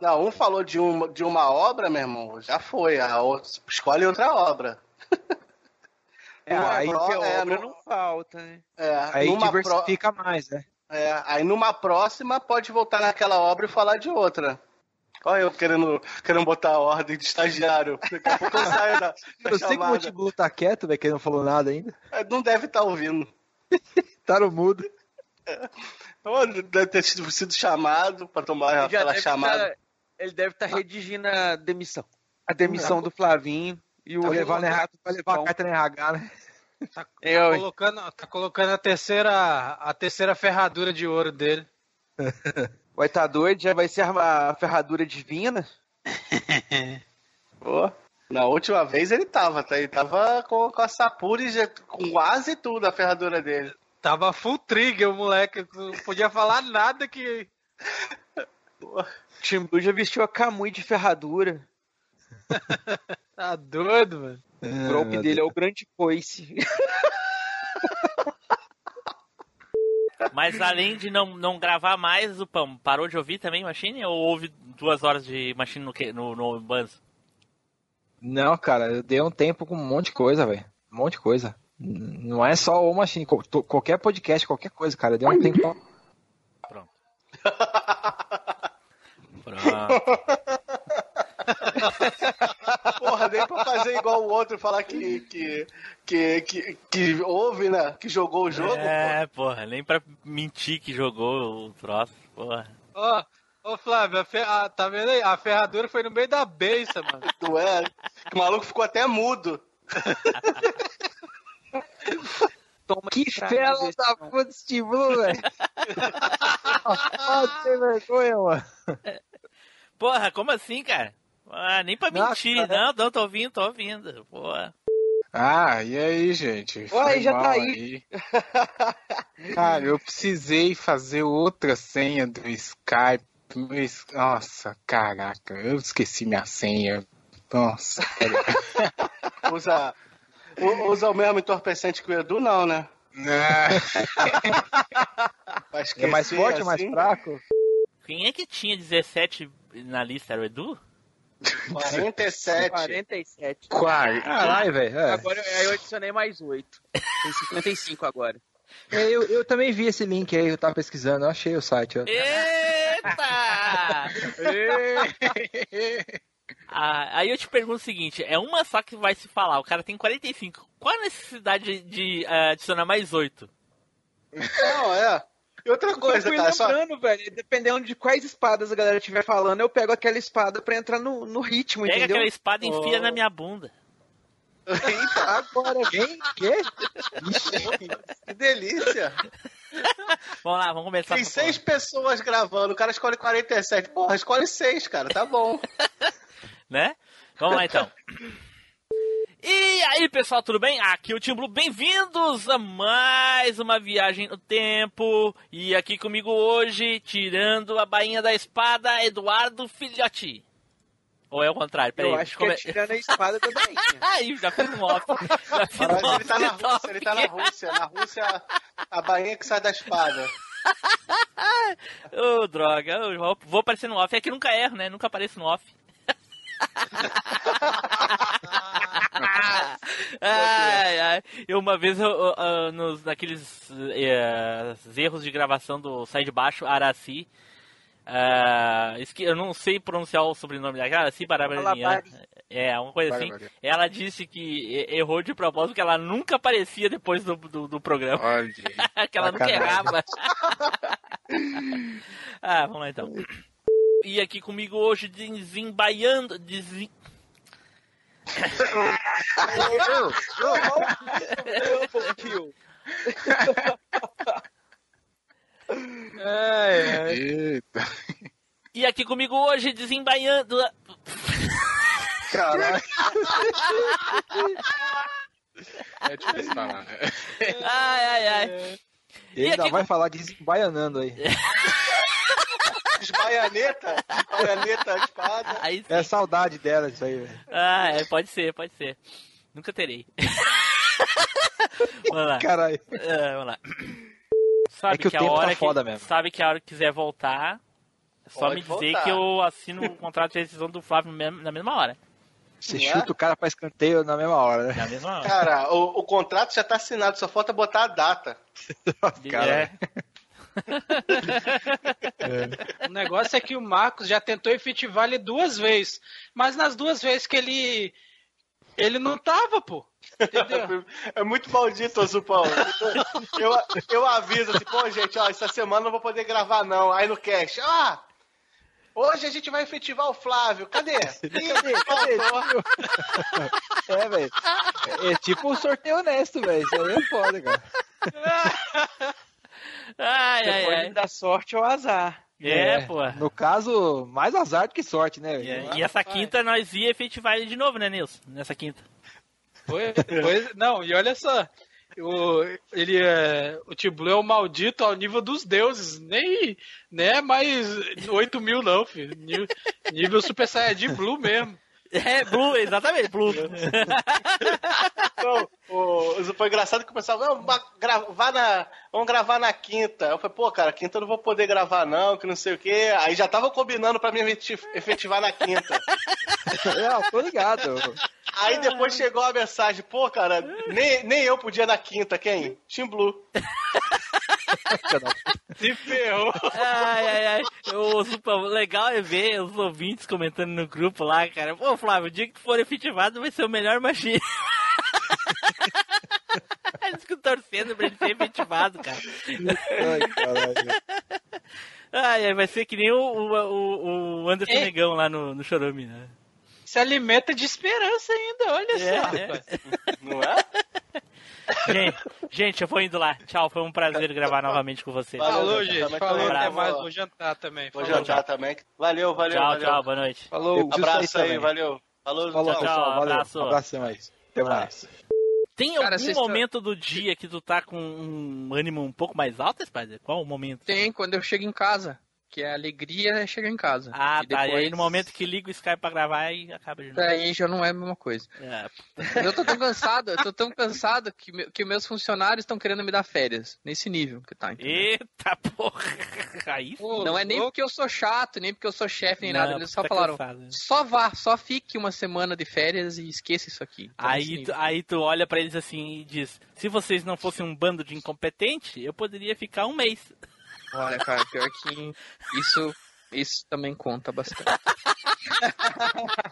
Speaker 6: Não, um falou de uma, de uma obra, meu irmão, já foi. A outra, escolhe outra obra.
Speaker 2: É,
Speaker 6: Numa
Speaker 2: aí
Speaker 6: pro-
Speaker 2: que
Speaker 6: é,
Speaker 2: obra
Speaker 6: nu-
Speaker 2: não falta, né?
Speaker 6: é,
Speaker 12: Aí
Speaker 6: numa pro-
Speaker 12: diversifica mais, né?
Speaker 6: é, aí numa próxima pode voltar naquela obra e falar de outra. Olha eu querendo, querendo botar a ordem de estagiário. Daqui a pouco eu saio da, da
Speaker 12: Eu sei que o
Speaker 6: chamada.
Speaker 12: Monte tá quieto,
Speaker 17: né,
Speaker 12: velho, que ele não falou nada
Speaker 5: Tá
Speaker 12: ainda.
Speaker 6: É, Não deve estar ouvindo.
Speaker 12: Tá no mudo.
Speaker 6: Ou Então, deve ter sido, sido chamado para tomar
Speaker 2: Ele já
Speaker 6: aquela
Speaker 2: deve
Speaker 6: chamada.
Speaker 2: tá- ele deve estar redigindo a demissão. Tá A demissão do Flavinho e o
Speaker 12: Vai levar,
Speaker 2: Renato
Speaker 12: no RH, vai levar a carta no RH, né?
Speaker 2: Eu, hein?
Speaker 5: Colocando, tá colocando a terceira, a terceira ferradura de ouro dele.
Speaker 2: Vai tá doido, já vai ser a ferradura divina.
Speaker 6: Pô, na última vez ele tava, tá? Ele tava com, com a Sapuri já- com quase tudo a ferradura dele.
Speaker 5: Tava full trigger o moleque, não podia falar nada que.
Speaker 2: Tim Blue já vestiu a Camui de ferradura.
Speaker 5: tá doido, mano.
Speaker 2: É, o golpe dele Deus. é o grande coice.
Speaker 1: Mas além de não, não gravar mais, o Pão parou de ouvir também Machine ou houve duas horas de Machine no, que, no, no Banzo?
Speaker 17: Não, cara, eu dei um tempo com um monte de coisa, velho. Um monte de coisa. Não é só o Machine, qualquer podcast, qualquer coisa, cara. Eu dei um tempo.
Speaker 1: Pronto.
Speaker 6: Ah.
Speaker 1: Pronto.
Speaker 6: Porra, nem pra fazer igual o outro e falar que, que, que, que, que houve, né? Que jogou o jogo.
Speaker 1: É, porra. porra, nem pra mentir que jogou o troço, porra.
Speaker 5: Ó, oh, oh, Flávio, a fer... ah, tá vendo aí? A ferradura foi no meio da beça, mano.
Speaker 6: Tu é? O maluco ficou até mudo.
Speaker 2: Toma que fela da puta de Blue, velho. Sem vergonha, mano.
Speaker 1: Porra, como assim, cara? Ah, nem pra mentir. Nossa, não, não, tô ouvindo, tô ouvindo. Porra.
Speaker 17: Ah, e aí, gente?
Speaker 2: Ué, já tá aí.
Speaker 17: aí. Cara, eu precisei fazer outra senha do Skype. Nossa, caraca, eu esqueci minha senha. Nossa.
Speaker 6: usa, usa o mesmo entorpecente que o Edu, não, né?
Speaker 17: Não. é mais forte, assim? mais fraco?
Speaker 1: Quem é que tinha 17 na lista? Era o Edu?
Speaker 6: 47.
Speaker 2: 47.
Speaker 17: Quai. Caralho, velho. É.
Speaker 2: Agora eu adicionei mais 8. Tem 55 agora.
Speaker 17: É, eu, eu também vi esse link aí, eu tava pesquisando, eu achei o site. Eu...
Speaker 1: Eita! ah, aí eu te pergunto o seguinte: é uma só que vai se falar, o cara tem 45. Qual a necessidade de, de uh, adicionar mais 8?
Speaker 6: Não, é. E outra coisa,
Speaker 2: eu fui
Speaker 6: cara,
Speaker 2: lembrando, só... velho, dependendo de quais espadas a galera estiver falando, eu pego aquela espada pra entrar no, no ritmo,
Speaker 1: Pega
Speaker 2: entendeu? Oh.
Speaker 1: aquela espada e oh. enfia na minha bunda.
Speaker 2: Eita, agora, vem, quê?
Speaker 6: que delícia.
Speaker 1: Vamos lá, vamos começar.
Speaker 6: Tem seis falar. pessoas gravando, o cara escolhe 47. Porra, escolhe seis, cara, tá bom.
Speaker 1: né? Vamos lá, então. E aí, pessoal, tudo bem? Aqui é o Timblu, bem-vindos a mais uma viagem no tempo. E aqui comigo hoje, tirando a bainha da espada, Eduardo Filhote. Ou é o contrário, peraí.
Speaker 2: Eu acho que é tirando a espada da bainha.
Speaker 1: aí, já fiz um off. Já fiz um off
Speaker 6: ele tá na Rússia, ele tá na Rússia. Na Rússia, a bainha que sai da espada.
Speaker 1: Ô, oh, droga, eu vou aparecer no off. É que nunca erro, né? Nunca apareço no off. ai, ai. E uma vez eu, eu, eu, nos, naqueles uh, erros de gravação do Sai de Baixo, Araci. Uh, eu não sei pronunciar o sobrenome da Araci Barabranian. É, uma coisa assim. Ela disse que eh, errou de propósito que ela nunca aparecia depois do, do, do programa. Olha, que ela nunca errava. ah, vamos lá então. E aqui comigo hoje, desembainhando. Desem... é, é. Eita. E aqui comigo hoje, desembaiando.
Speaker 6: Caralho.
Speaker 1: É difícil falar. Ai, ai, ai.
Speaker 17: Ele e ainda aqui... vai falar desembaianando aí.
Speaker 6: Desbaianeta? Desbaianeta, espada.
Speaker 17: Aí, é saudade dela isso aí, velho.
Speaker 1: Ah, é, pode ser, pode ser. Nunca terei.
Speaker 17: vamos lá. Caralho.
Speaker 1: É, vamos lá. Sabe é que, que a hora tá foda que, mesmo. Sabe que a hora que quiser voltar, é só pode me dizer voltar. que eu assino o contrato de rescisão do Flávio na mesma hora.
Speaker 17: Você é? chuta o cara pra escanteio na mesma hora, né?
Speaker 1: Na mesma hora.
Speaker 6: Cara, o, o contrato já tá assinado, só falta botar a data.
Speaker 1: cara.
Speaker 5: é. O negócio é que o Marcos já tentou efetivar ele duas vezes, mas nas duas vezes que ele ele não tava, pô. Entendeu?
Speaker 6: É muito maldito, Zupão. Eu, eu aviso assim, pô, gente, ó, essa semana não vou poder gravar, não. Aí no cash, ah, Hoje a gente vai efetivar o Flávio. Cadê? Cadê? Cadê? Cadê?
Speaker 17: É, velho. É, é tipo um sorteio honesto, velho. Isso aí é foda, cara.
Speaker 1: Ai,
Speaker 2: Depois ai, ai. da sorte ou azar.
Speaker 1: É, é, pô.
Speaker 17: No caso, mais azar do que sorte, né?
Speaker 1: É. E, essa quinta nós ia efetivar ele de novo, né, Nilson? Nessa quinta.
Speaker 5: Pois, pois, não, e olha só. o, ele é, o Tiblu é o maldito ao nível dos deuses. Nem, né, mais 8 mil não, filho. Nível, nível Super Saiyajin Blue mesmo.
Speaker 1: É, Blue, exatamente, Blue.
Speaker 6: então, o, foi engraçado que o pessoal, não, gravar na, vamos gravar na quinta. Eu falei, pô, cara, quinta eu não vou poder gravar não, que não sei o quê. Aí já tava combinando pra me efetivar na quinta.
Speaker 2: É, tô ligado.
Speaker 6: Aí depois chegou a mensagem, pô, cara, nem, nem eu podia na quinta, quem? Team Blue.
Speaker 5: Se ferrou.
Speaker 1: Ai, ai, ai. O super, legal é ver os ouvintes comentando no grupo lá, cara. Pô, Flávio, o dia que tu for efetivado vai ser o melhor machinho. Eles ficam torcendo pra ele ser efetivado, cara. Ai, caralho. Ai, ai, vai ser que nem o, o, o Anderson Ei. Negão lá no, no Chorome, né?
Speaker 5: Se alimenta de esperança ainda, olha é, só.
Speaker 1: É. Não é? Gente, gente, eu vou indo lá. Tchau, foi um prazer gravar novamente com vocês.
Speaker 5: Falou, gente. Falou, até mais. um. Vou jantar também.
Speaker 6: tá Vou jantar também. Valeu, valeu.
Speaker 1: Tchau,
Speaker 6: valeu.
Speaker 1: tchau, boa noite.
Speaker 6: Falou, um abraço aí, também. valeu. Falou,
Speaker 1: Falou tchau. Pessoal,
Speaker 6: valeu.
Speaker 1: Abraço.
Speaker 12: abraço mais. Até mais.
Speaker 1: Tem Cara, algum momento está... do dia que tu tá com um ânimo um pouco mais alto, Spider? Qual o momento?
Speaker 7: Tem, quando eu chego em casa. Que a alegria é chegar em casa.
Speaker 1: Ah, e tá. Depois... E aí no momento que liga o Skype pra gravar, aí acaba de novo.
Speaker 7: Aí já não é a mesma coisa. É. Eu tô tão cansado, eu tô tão cansado que, me, que meus funcionários estão querendo me dar férias. Nesse nível que tá.
Speaker 1: Entendeu? Eita porra! Aí
Speaker 7: Pô, Não é nem porque eu sou chato, nem porque eu sou chefe, nem não, nada. Eles só tá falaram,
Speaker 1: né?
Speaker 7: cansado. só vá, só fique uma semana de férias e esqueça isso aqui. assim,
Speaker 1: Então, aí, tu, aí tu olha pra eles assim e diz, se vocês não fossem um bando de incompetente, eu poderia ficar um mês.
Speaker 7: Olha, cara, pior que isso, isso também conta bastante.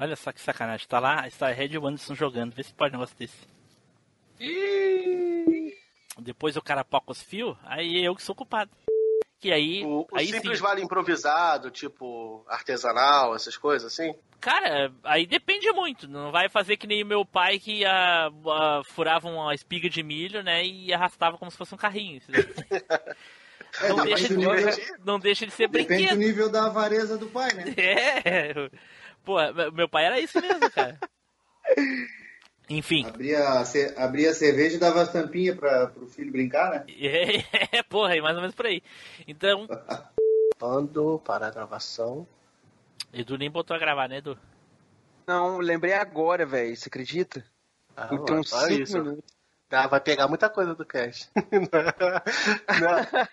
Speaker 1: Olha só que sacanagem. Tá lá, está Red e o Anderson jogando. Vê se pode um negócio desse.
Speaker 5: Ih!
Speaker 1: Depois o cara poca os fios, aí eu que sou culpado. Que aí.
Speaker 6: O, o
Speaker 1: aí
Speaker 6: simples sim. vale improvisado, tipo artesanal, essas coisas assim?
Speaker 1: Cara, aí depende muito. Não vai fazer que nem o meu pai que a, a, furava uma espiga de milho, né? E arrastava como se fosse um carrinho. É, não, deixa de, não, deixa de, ser
Speaker 8: Depende
Speaker 1: brinquedo.
Speaker 8: do nível da avareza do pai, né?
Speaker 1: É. Pô, meu pai era isso mesmo, cara. Enfim.
Speaker 8: Abria, ce, abria cerveja e dava as tampinhas pra, pro filho brincar, né?
Speaker 1: É, é, porra, é mais ou menos por aí. Então.
Speaker 6: Mando para a gravação.
Speaker 1: Edu nem botou a gravar, né, Edu?
Speaker 2: Não, lembrei agora, velho. Você acredita?
Speaker 6: Ah, então, olha isso. Minutos. Ah, vai pegar muita coisa do cast. é? Não.
Speaker 1: Não.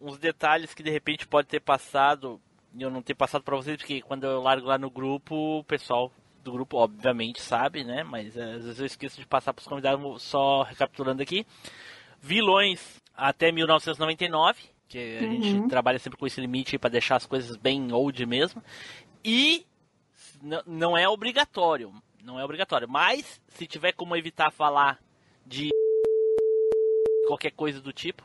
Speaker 1: Uns detalhes que de repente pode ter passado e eu não ter passado pra vocês, porque quando eu largo lá no grupo, o pessoal do grupo, obviamente, sabe, né? Mas às vezes eu esqueço de passar para os convidados, só recapitulando aqui. Vilões até 1999, que a uhum. gente trabalha sempre com esse limite para deixar as coisas bem old mesmo. E não é obrigatório, não é obrigatório, mas se tiver como evitar falar de qualquer coisa do tipo,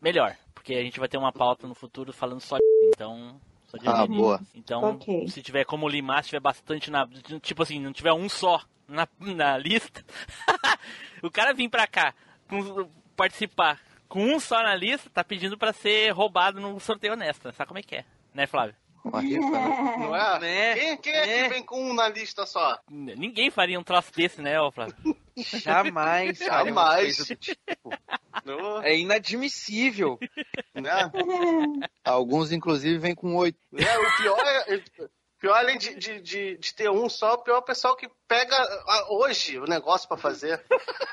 Speaker 1: melhor, porque a gente vai ter uma pauta no futuro falando só de... então
Speaker 6: ah, boa.
Speaker 1: Então, okay. se tiver como limar, se tiver bastante na. Tipo assim, não tiver um só na, na lista, o cara vir pra cá com, participar com um só na lista, tá pedindo pra ser roubado no sorteio honesto. Sabe como é que é? Né, Flávio?
Speaker 6: Não é? Né? Quem, quem é, é que vem com um na lista só?
Speaker 1: Ninguém faria um troço desse, né, ô Flávio?
Speaker 2: Jamais,
Speaker 6: jamais.
Speaker 2: Tipo. É inadmissível.
Speaker 6: Né?
Speaker 8: Alguns, inclusive, vêm com oito.
Speaker 6: É, o pior é. Pior, além de, de, de, de, ter um só, o pior é o pessoal que pega hoje o negócio pra fazer.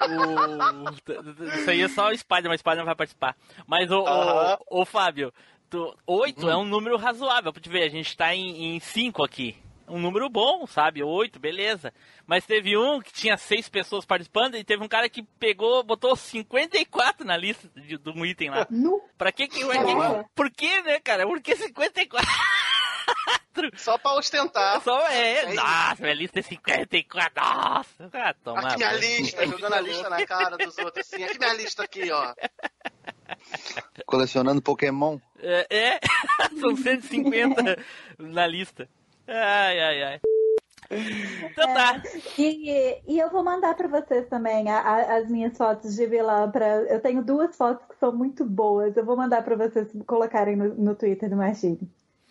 Speaker 1: O... Isso aí é só o Spider, mas o Spider não vai participar. Mas o, uh -huh. o, o, Fábio, tu, oito hum. é um número razoável. Pra te ver, a gente tá em, em cinco aqui um número bom, sabe? Oito, beleza. Mas teve um que tinha seis pessoas participando e teve um cara que pegou, botou 54 na lista de, de um item lá.
Speaker 8: Não.
Speaker 1: Pra que que. Pra que por que, né, cara? Por que 54?
Speaker 6: Só pra ostentar.
Speaker 1: Só é. é nossa, isso. minha lista é 54. Nossa, cara, toma.
Speaker 6: Aqui minha lista, jogando a lista na cara dos outros, assim. Aqui minha lista aqui, ó.
Speaker 8: Colecionando Pokémon?
Speaker 1: É, é. são 150 na lista. Ai, ai, ai. Então tá.
Speaker 11: É, e, e eu vou mandar para vocês também a, a, as minhas fotos de vilão. Pra, eu tenho duas fotos que são muito boas. Eu vou mandar para vocês colocarem no, no Twitter do Machine.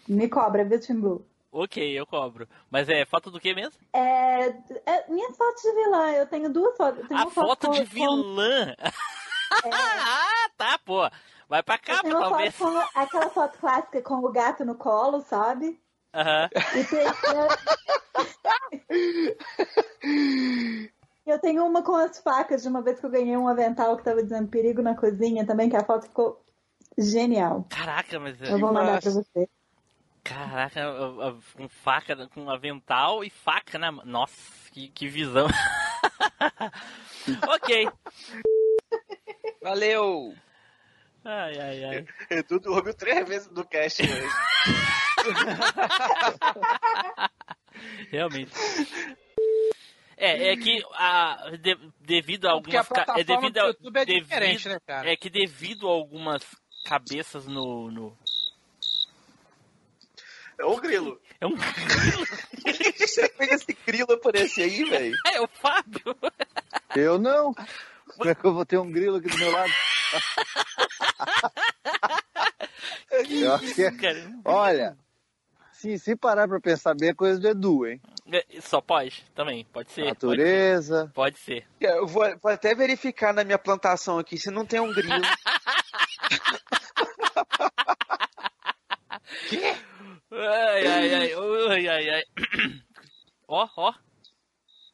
Speaker 11: Me cobra, viu, Tim Blue?
Speaker 1: Ok, eu cobro. Mas é foto do que mesmo?
Speaker 11: É, é, minhas fotos de vilã. Eu tenho duas fotos. Tenho
Speaker 1: a foto,
Speaker 11: com-
Speaker 1: de
Speaker 11: É.
Speaker 1: vilã? ah, tá, pô. Vai pra
Speaker 11: Eu
Speaker 1: capa,
Speaker 11: tenho uma
Speaker 1: talvez.
Speaker 11: foto com- aquela foto clássica com o gato no colo, sabe?
Speaker 1: Aham.
Speaker 11: E tem- Eu tenho uma com as facas de uma vez que eu ganhei um avental que tava dizendo perigo na cozinha também, que a foto ficou genial.
Speaker 1: Caraca, mas... é
Speaker 11: Eu vou mandar pra você.
Speaker 1: Caraca, a- a- com faca, com avental e faca na mão. Nossa, que, que visão. ok.
Speaker 2: Valeu!
Speaker 1: Ai, ai, ai.
Speaker 6: Edu dormiu três vezes no cast hoje.
Speaker 1: Realmente. É, é que a, de- devido a
Speaker 5: porque a
Speaker 1: algumas. ca- é
Speaker 5: plataforma
Speaker 1: devido
Speaker 5: do
Speaker 1: a-
Speaker 5: YouTube é
Speaker 1: devido-
Speaker 5: diferente, né, cara?
Speaker 1: É que devido a algumas cabeças no. no...
Speaker 6: É um grilo.
Speaker 1: É um
Speaker 2: Você fez esse grilo aparecer aí, velho?
Speaker 1: É o Fábio.
Speaker 3: Eu não. Como é que eu vou ter um grilo aqui do meu lado? Eu acho que é- Olha, sim, se parar pra pensar bem, é coisa do Edu, hein?
Speaker 1: É, Só pode, também. Pode ser.
Speaker 3: Natureza.
Speaker 1: Pode ser.
Speaker 2: É, Eu vou, vou até verificar na minha plantação aqui se não tem um grilo.
Speaker 1: Ai, ai, ai. Ai, ai, ai. Ó, ó.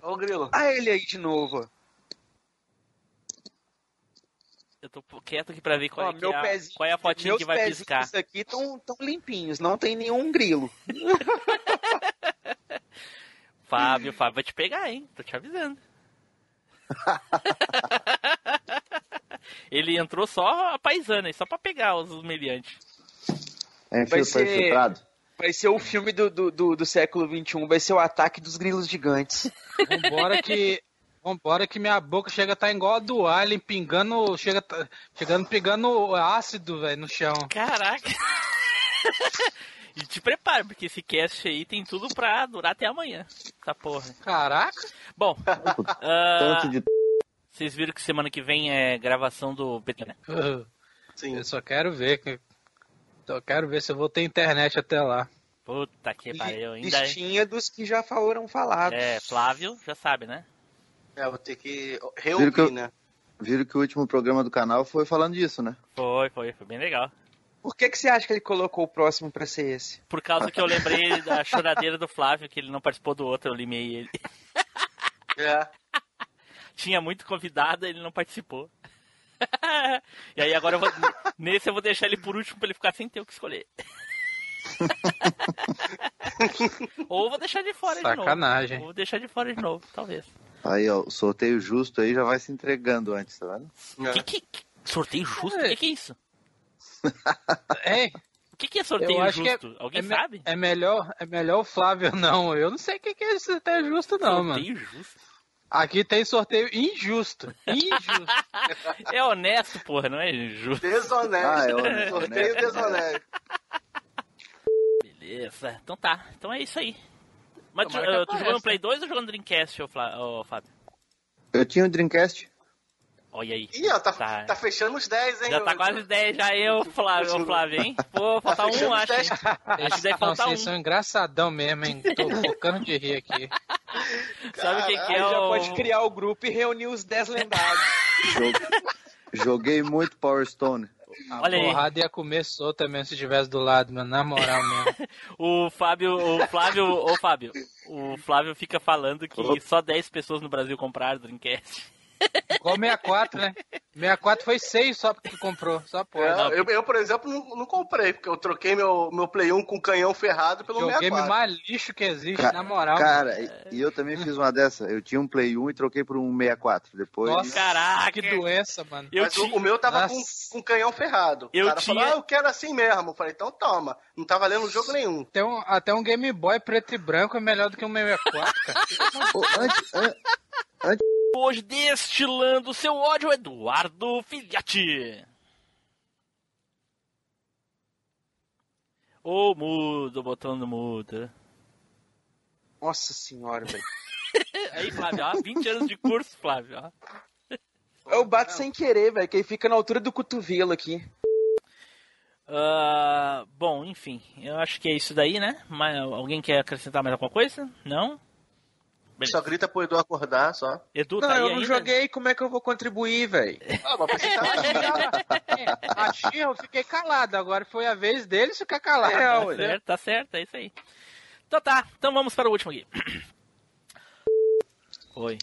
Speaker 2: Ó o grilo. Ah, ele aí de novo.
Speaker 1: Eu tô quieto aqui pra ver qual,
Speaker 2: Ó,
Speaker 1: é, que
Speaker 2: meu
Speaker 1: é a-
Speaker 2: pezinho-
Speaker 1: qual é a fotinha
Speaker 2: meus
Speaker 1: que vai
Speaker 2: pezinhos
Speaker 1: piscar.
Speaker 2: aqui estão tão limpinhos, não tem nenhum grilo.
Speaker 1: Fábio, Fábio vai te pegar, hein? Tô te avisando. Ele entrou só a paisana, só pra pegar os meliantes.
Speaker 3: É
Speaker 2: Vai
Speaker 3: infil- foi
Speaker 2: ser-
Speaker 3: infiltrado.
Speaker 2: Vai ser o filme do, do, do, do século XXI, vai ser o ataque dos grilos gigantes.
Speaker 5: Vambora que. Vambora que minha boca chega a tá igual a do Alien, pingando. Chega, a tá- chegando pegando ácido, velho, no chão.
Speaker 1: Caraca! E te prepara, porque esse cast aí tem tudo pra durar até amanhã. Essa porra.
Speaker 5: Caraca!
Speaker 1: Bom, ah,
Speaker 3: Tanto de.
Speaker 1: vocês viram que semana que vem é gravação do PT, né?
Speaker 5: Sim. Eu só quero ver. que- Só quero ver se Então, eu vou ter internet até lá.
Speaker 1: Puta que pariu, ainda é.
Speaker 2: Listinha dos que já foram falados.
Speaker 1: É, Flávio, já sabe, né?
Speaker 6: É, eu vou ter que
Speaker 3: Viram que,
Speaker 6: reouvir,
Speaker 3: eu-
Speaker 6: né?
Speaker 3: viram que o último programa do canal foi falando disso, né?
Speaker 1: Foi, foi, foi bem legal.
Speaker 2: Por que, que você acha que ele colocou o próximo pra ser esse?
Speaker 1: Por causa que eu lembrei da choradeira do Flávio, que ele não participou do outro, eu limei ele.
Speaker 6: É.
Speaker 1: Tinha muito convidado, ele não participou. e aí agora eu vou. Nesse eu vou deixar ele por último pra ele ficar sem ter o que escolher. Ou eu vou deixar de fora de
Speaker 3: Sacanagem.
Speaker 1: novo. Ou vou deixar de fora de novo, talvez.
Speaker 3: Aí, ó, o sorteio justo aí já vai se entregando antes, tá vendo?
Speaker 1: Que, que, que- sorteio justo? O que, que é isso?
Speaker 5: É,
Speaker 1: O que, que é sorteio
Speaker 5: eu acho
Speaker 1: justo?
Speaker 5: que é,
Speaker 1: Alguém
Speaker 5: é me-
Speaker 1: sabe?
Speaker 5: É melhor, é melhor o Flávio, não. Eu não sei o que, que é esse sorteio justo, não, mano.
Speaker 1: Sorteio justo?
Speaker 5: Aqui tem sorteio injusto. Injusto.
Speaker 1: É honesto, porra, não é justo.
Speaker 6: Desonesto.
Speaker 1: Ah, é honesto,
Speaker 6: Sorteio
Speaker 1: honesto.
Speaker 6: desonesto.
Speaker 1: Beleza. Então tá. Então é isso aí. Mas tu,
Speaker 5: Tomara que
Speaker 1: eh, tu jogou no
Speaker 5: apareça.
Speaker 1: Play 2 ou jogou no Dreamcast, ô, Flá- ô, Fábio?
Speaker 3: Eu tinha um Dreamcast.
Speaker 1: Olha aí.
Speaker 6: Ih, ó, tá, tá fechando os 10, hein?
Speaker 1: Já tá quase 10 já, eu, Flávio, ô, Flávio, hein? Pô,
Speaker 6: Tá
Speaker 1: falta um,
Speaker 6: fechando os
Speaker 1: acho. hein?
Speaker 6: testes.
Speaker 1: Acho que deve
Speaker 5: Não,
Speaker 1: faltar um.
Speaker 5: vocês são engraçadão mesmo, hein? Tô focando de rir aqui.
Speaker 1: Sabe o que, que
Speaker 2: Aí
Speaker 1: é
Speaker 2: já
Speaker 1: o...
Speaker 2: pode criar o grupo e reunir os 10 lendários.
Speaker 3: Joguei muito Power Stone.
Speaker 5: A
Speaker 1: Olha aí.
Speaker 5: porrada ia comer solta mesmo se estivesse do lado, mano. Na moral mesmo.
Speaker 1: O Fábio, o Flávio, ô Fábio, o Flávio fica falando que só 10 pessoas no Brasil compraram o Dreamcast.
Speaker 5: Igual 64, né? 64 foi 6 só porque comprou. Só
Speaker 6: É,
Speaker 5: porra.
Speaker 6: eu, eu, por exemplo, não, não comprei, porque eu troquei meu, meu Play 1 com canhão ferrado pelo é
Speaker 5: Joguei
Speaker 6: Joguei
Speaker 5: game
Speaker 6: 64.
Speaker 5: mais lixo que existe,
Speaker 3: Ca-
Speaker 5: na moral.
Speaker 3: Cara, e- e eu também fiz uma dessa. Eu tinha um Play 1 e troquei por um 64. Depois.
Speaker 5: Nossa, caraca. Que doença, mano.
Speaker 6: Mas o- o meu tava com, com um canhão ferrado.
Speaker 1: Eu
Speaker 6: o cara falou,
Speaker 1: tinha-
Speaker 6: ah, eu quero assim mesmo. Eu falei, então toma. Não tá valendo jogo nenhum.
Speaker 5: Até um, até um Game Boy preto e branco é melhor do que um 64, cara.
Speaker 1: Hoje destilando seu ódio, Eduardo Filhote. Ô, mudo, botão do mudo.
Speaker 2: Nossa senhora, velho.
Speaker 1: Aí, Flávio, ó, 20 anos de curso, Flávio, ó. é.
Speaker 2: Eu bato sem querer, velho, que aí fica na altura do cotovelo aqui.
Speaker 1: Uh, bom, enfim, eu acho que é isso daí, né? Mas alguém quer acrescentar mais alguma coisa? Não?
Speaker 6: Beleza. Só grita pro Edu acordar, só.
Speaker 1: Edu,
Speaker 2: não,
Speaker 1: tá aí
Speaker 2: eu não
Speaker 1: ainda?
Speaker 2: joguei, como é que eu vou contribuir, velho?
Speaker 5: Ah, mas você tá A Xirra, eu fiquei calado. Agora foi a vez dele ficar calado.
Speaker 1: tá, certo, tá certo, é isso aí. Então tá, então vamos para o último aqui. Oi.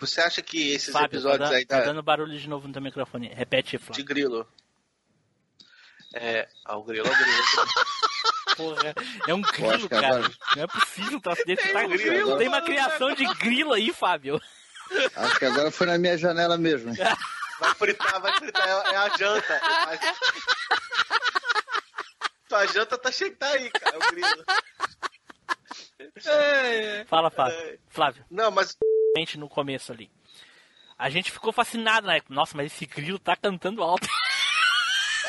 Speaker 6: Você acha que esses
Speaker 1: Fábio,
Speaker 6: episódios
Speaker 1: tá, dan-
Speaker 6: aí
Speaker 1: tá
Speaker 6: da,
Speaker 1: dando barulho de novo no teu microfone. Repete, Flávio.
Speaker 6: de grilo. É. Ah, o grilo é o grilo.
Speaker 1: Porra, é um
Speaker 6: Eu acho
Speaker 1: grilo,
Speaker 6: que
Speaker 1: Tá cara.
Speaker 6: agora-
Speaker 1: Não é possível, tá desse
Speaker 6: Tem um
Speaker 1: tá grilo.
Speaker 6: grilo
Speaker 1: Tem uma
Speaker 6: falando
Speaker 1: criação de grilo aí, Fábio.
Speaker 3: Acho que agora foi na minha janela mesmo.
Speaker 6: Vai fritar, vai fritar. É, é a janta. Mas- Tua janta tá cheia, tá aí, cara. O grilo. É, é.
Speaker 1: Fala, Fábio. Flávio.
Speaker 6: Não, mas.
Speaker 1: Gente, no começo ali. A gente ficou fascinado na época. Nossa, mas esse grilo tá cantando alto.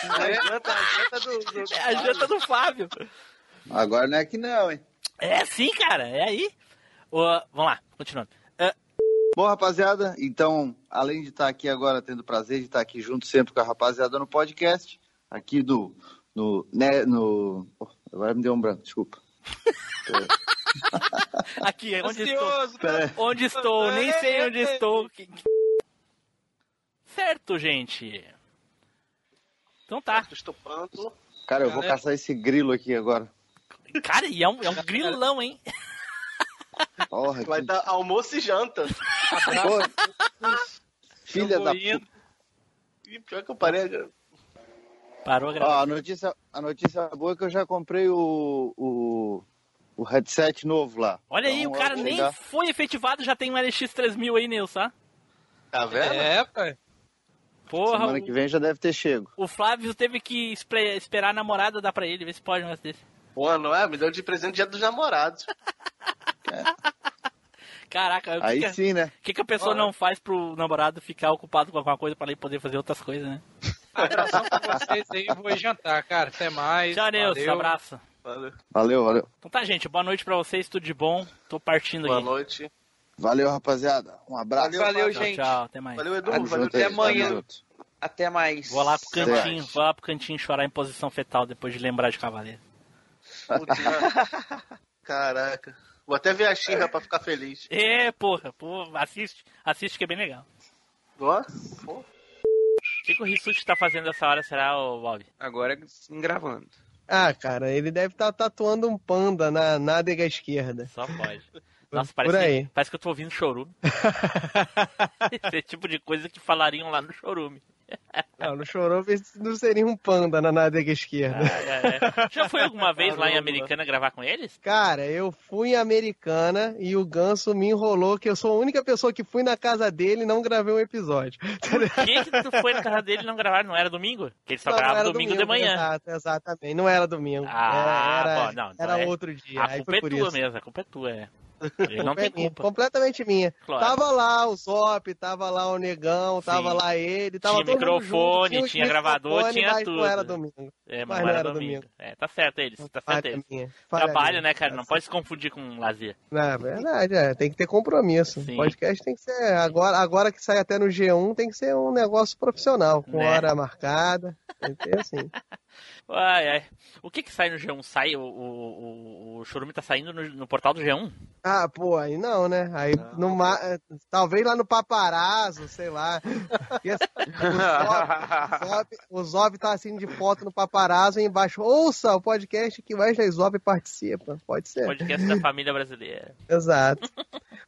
Speaker 6: A janta, a janta do. do-
Speaker 1: É a janta do Fábio.
Speaker 3: Agora não é que não, hein?
Speaker 1: É sim, cara. É aí. Ô, vamos lá, continuando.
Speaker 3: É. Bom, rapaziada, então, além de estar aqui agora, tendo o prazer de estar aqui junto sempre com a rapaziada no podcast, aqui do. No, né, no... oh, agora me deu um branco, desculpa.
Speaker 1: Aqui, é onde
Speaker 5: Ansioso,
Speaker 1: estou?
Speaker 6: tá?
Speaker 3: cara.
Speaker 1: Onde estou? Nem sei onde estou. Que- que- Certo, gente. Então tá.
Speaker 6: Estou pronto.
Speaker 3: Cara, eu vou
Speaker 1: Cara, é-
Speaker 3: caçar esse grilo aqui agora.
Speaker 1: Cara, e é um, é um grilão, hein?
Speaker 3: Porra,
Speaker 6: Vai
Speaker 3: que...
Speaker 6: dar almoço e janta.
Speaker 3: Pô, filha da puta.
Speaker 6: E pior que eu parei. cara.
Speaker 1: Parou a
Speaker 3: Ó, a notícia, a notícia boa é que eu já comprei o, o, o headset novo lá.
Speaker 1: Olha aí, o
Speaker 3: Então,
Speaker 1: cara
Speaker 3: eu vou
Speaker 1: nem
Speaker 3: chegar-
Speaker 1: foi efetivado, já tem um LX3000 aí, Nilson, tá?
Speaker 6: Tá vendo?
Speaker 5: É,
Speaker 3: né?
Speaker 5: pai.
Speaker 1: Porra,
Speaker 3: Semana que vem já deve ter chego.
Speaker 1: o Flávio teve que espre- esperar a namorada dar pra ele, ver se pode um negócio desse.
Speaker 6: Pô, não é? Me deu de presente dia dos namorados.
Speaker 1: Caraca, o que
Speaker 3: É. Aí
Speaker 1: que a-
Speaker 3: sim, né?
Speaker 1: O que, que a pessoa
Speaker 6: Ó.
Speaker 1: não faz pro namorado ficar ocupado com alguma coisa pra ele poder fazer outras coisas, né?
Speaker 5: Abração pra Então, vocês aí. Vou jantar, cara. Até mais.
Speaker 1: Tchau, Nilson,
Speaker 5: Valeu.
Speaker 1: abraço.
Speaker 3: Valeu, valeu.
Speaker 1: Então tá, gente, boa noite pra vocês, tudo de bom. Tô partindo
Speaker 6: Boa
Speaker 1: aqui.
Speaker 6: noite.
Speaker 3: Valeu, rapaziada. Um abraço.
Speaker 2: Valeu,
Speaker 1: tchau,
Speaker 2: gente.
Speaker 1: Tchau, até mais.
Speaker 6: Valeu, Edu.
Speaker 3: Tamo
Speaker 6: Valeu,
Speaker 3: junto
Speaker 6: até
Speaker 3: aí, tamo
Speaker 6: amanhã.
Speaker 3: junto.
Speaker 2: Até mais.
Speaker 1: Vou lá pro
Speaker 3: Certo.
Speaker 1: cantinho, vou lá pro cantinho chorar em posição fetal depois de lembrar de cavaleiro.
Speaker 6: Puta. Caraca. Vou até ver a Xirra pra ficar feliz.
Speaker 1: É, porra, porra, assiste, assiste que é bem legal.
Speaker 6: Ó.
Speaker 1: O que, que o Rissuti tá fazendo essa hora, será, o Bob?
Speaker 2: Agora sim, gravando.
Speaker 4: Ah, cara, ele deve estar tatuando um panda na nádega esquerda.
Speaker 1: Só pode. Nossa,
Speaker 4: Por
Speaker 1: parece,
Speaker 4: aí.
Speaker 1: Que, parece que eu tô ouvindo chorume. Esse é o tipo de coisa que falariam lá no chorume.
Speaker 4: Não, no Chorover não seria um panda na nádega esquerda.
Speaker 1: É, é. Já foi alguma vez lá em Americana gravar com eles?
Speaker 4: Cara, eu fui em Americana e o Ganso me enrolou que eu sou a única pessoa que fui na casa dele e não gravei um episódio.
Speaker 1: Por que, que tu foi na casa dele e não gravaram? Não era domingo? Que eles só
Speaker 4: Então, Não, não
Speaker 1: gravavam
Speaker 4: era
Speaker 1: domingo, de manhã.
Speaker 4: Exato, exatamente. Não era domingo.
Speaker 1: Ah,
Speaker 4: era, era-
Speaker 1: bom, não, então
Speaker 4: era
Speaker 1: é-
Speaker 4: outro dia.
Speaker 1: A
Speaker 4: Aí
Speaker 1: culpa
Speaker 4: foi
Speaker 1: é
Speaker 4: por
Speaker 1: tua
Speaker 4: isso.
Speaker 1: mesmo, a culpa é tua, é. Ele não tem
Speaker 4: Culpa é minha,
Speaker 1: culpa.
Speaker 4: completamente minha.
Speaker 1: Claro.
Speaker 4: Tava lá o Zop, tava lá o Negão, tava
Speaker 1: Sim.
Speaker 4: lá ele, tava
Speaker 1: Tinha
Speaker 4: todo mundo junto,
Speaker 1: microfone,
Speaker 4: os
Speaker 1: tinha gravador,
Speaker 4: microfone,
Speaker 1: tinha
Speaker 4: mas
Speaker 1: tudo.
Speaker 4: Não era domingo.
Speaker 1: É, mas,
Speaker 4: Mas
Speaker 1: não
Speaker 4: não
Speaker 1: era
Speaker 4: era
Speaker 1: domingo.
Speaker 4: domingo.
Speaker 1: É, tá certo eles, tá certo
Speaker 4: Falha
Speaker 1: eles.
Speaker 4: minha, falha
Speaker 1: Trabalho,
Speaker 4: minha. Tá
Speaker 1: né, cara? Não pode se confundir com lazer.
Speaker 4: Na verdade, é, tem que ter compromisso.
Speaker 1: Sim.
Speaker 4: Podcast tem que ser. Agora, agora que sai até no G1, tem que ser um negócio profissional, com
Speaker 1: Né?
Speaker 4: hora marcada. Tem que ter assim.
Speaker 1: Ai, ai. O que que sai no G1? Sai, o, o, o, o Chorume tá saindo no, no portal do G1?
Speaker 4: Ah, pô, aí não, né? Aí no ma- eh, talvez lá no paparazzo, sei lá. Porque assim, o Zob- Zob- O Zob tá assim de foto no paparazzo e embaixo. Ouça o podcast que Wesley Zob participa. Pode ser.
Speaker 1: Podcast da família brasileira.
Speaker 4: Exato.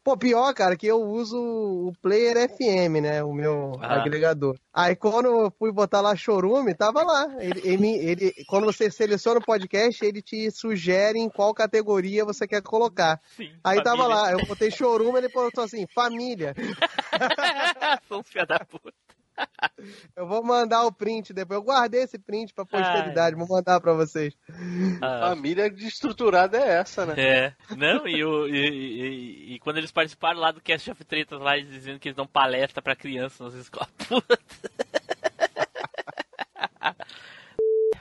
Speaker 4: Pô, pior, cara, que eu uso o Player FM, né? O meu
Speaker 1: Ah.
Speaker 4: agregador. Aí quando eu fui botar lá chorume, tava lá. Ele, ele, ele- quando você seleciona o podcast, ele te sugere em qual categoria você quer colocar.
Speaker 1: Sim,
Speaker 4: Aí tava
Speaker 1: família.
Speaker 4: lá, eu botei chorume, ele botou assim, família.
Speaker 1: São os filha um da puta.
Speaker 4: Eu vou mandar o print depois. Eu guardei esse print pra posteridade, vou mandar pra vocês.
Speaker 1: Ah,
Speaker 6: Família desestruturada é essa, né?
Speaker 1: É, não, e, o, e, e- e quando eles participaram lá do Cast of Tretas, lá eles dizendo que eles dão palestra pra crianças nas escolas. Puta.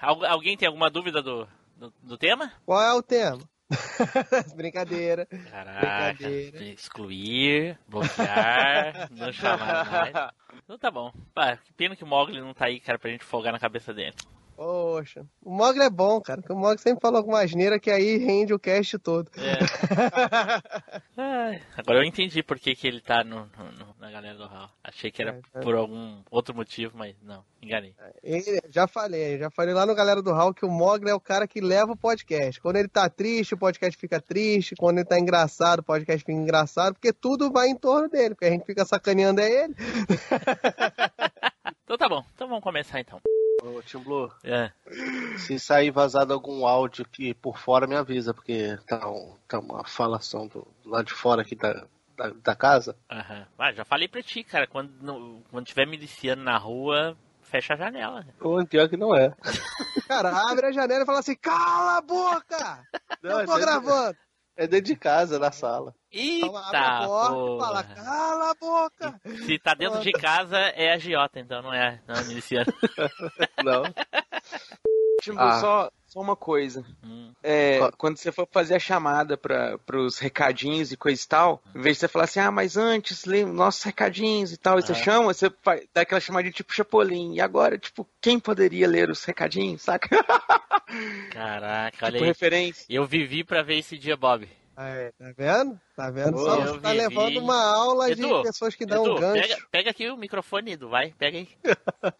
Speaker 1: Algu- alguém tem alguma dúvida do, do, do tema?
Speaker 4: Qual é o tema? Brincadeira.
Speaker 1: Ah, Caraca,
Speaker 4: Brincadeira.
Speaker 1: excluir, bloquear, não chamar mais. Então tá bom. Pá, que pena que o Mogli não tá aí, cara, pra gente folgar na cabeça dele.
Speaker 4: Poxa, o Mogli é bom, cara, porque o Mogli sempre fala alguma asneira que aí rende o cast todo. É.
Speaker 1: ah, agora eu entendi por que, que ele tá no, no, na galera do Hall. Achei que era é, por algum outro motivo, mas não, enganei.
Speaker 4: Ele, já falei, já falei lá no galera do Hall que o Mogli é o cara que leva o podcast. Quando ele tá triste, o podcast fica triste. Quando ele tá engraçado, o podcast fica engraçado, porque tudo vai em torno dele, porque a gente fica sacaneando é ele.
Speaker 1: então tá bom, então vamos começar então.
Speaker 10: Ô, Tim Blue,
Speaker 1: é.
Speaker 10: se sair vazado algum áudio aqui por fora, me avisa, porque tá, um, tá uma falação do, do lado de fora aqui da, da, da casa.
Speaker 1: Aham. Ah, já falei pra ti, cara, quando, no, quando tiver miliciano na rua, fecha a janela.
Speaker 10: O pior que não é.
Speaker 4: Cara, abre a janela e fala assim, cala a boca! Não, eu tô
Speaker 10: é
Speaker 4: gravando.
Speaker 10: De, é dentro de casa, na sala.
Speaker 1: Eita,
Speaker 4: então, abre a porta e fala, cala a boca!
Speaker 1: Se tá dentro de casa, é agiota, então não é, não é miliciano.
Speaker 10: não.
Speaker 2: Tipo, ah. só, só uma coisa. Hum. É, quando você for fazer a chamada para os recadinhos e coisa e tal, em vez de você falar assim, ah, mas antes, lembra, nossos recadinhos e
Speaker 1: É.
Speaker 2: tal, e você ah. chama, você dá aquela chamadinha tipo Chapolin. E agora, tipo, quem poderia ler os recadinhos, saca?
Speaker 1: Caraca,
Speaker 2: tipo,
Speaker 1: olha aí.
Speaker 2: referência.
Speaker 1: Eu vivi para ver esse dia, Bob.
Speaker 4: Aí, tá vendo? Tá vendo? Só eu tá vi, levando vi. uma aula Edu, de pessoas que dão Edu, um gancho.
Speaker 1: Pega, pega, aqui o microfone, Edu, vai, pega aí.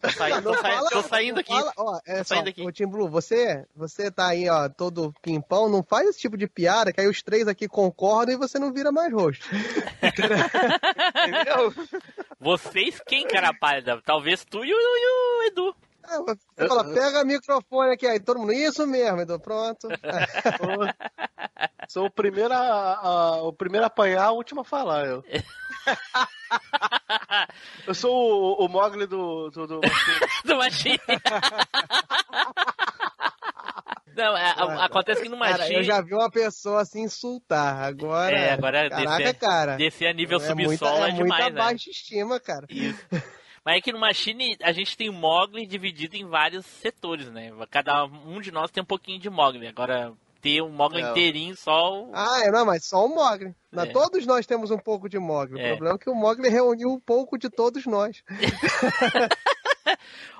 Speaker 1: Tô, saindo, tô, saindo, tô saindo aqui.
Speaker 4: Fala, ó, é só, saindo aqui. Ô, Tim Blue, você, você tá aí, ó, todo pimpão, não faz esse tipo de piada, que aí os três aqui concordam e você não vira mais rosto.
Speaker 1: Entendeu? Vocês quem, cara pálida? Talvez tu e o, e o Edu.
Speaker 4: É, você fala, pega o microfone aqui, aí todo mundo, isso mesmo, Edu, pronto.
Speaker 10: Sou o primeiro a, a, o primeiro a apanhar, o último a falar, eu. eu sou o, o Mogli do... Do, do Machine.
Speaker 1: do Machine. Não, é a, a, Ah, acontece que no Machine... Cara,
Speaker 4: eu já vi uma pessoa se insultar, agora...
Speaker 1: É, agora
Speaker 4: caraca,
Speaker 1: descer,
Speaker 4: cara.
Speaker 1: descer a nível
Speaker 4: é
Speaker 1: subsolo
Speaker 4: muita, é,
Speaker 1: é demais,
Speaker 4: muita baixa estima, cara.
Speaker 1: Isso. Mas é que no Machine a gente tem o Mogli dividido em vários setores, né? Cada um de nós tem um pouquinho de Mogli. Agora, ter um Mogli não. inteirinho só. O...
Speaker 4: Ah, é, não, mas só o Mogli. É. Todos nós temos um pouco de Mogli. É. O problema é que o Mogli reuniu um pouco de todos nós.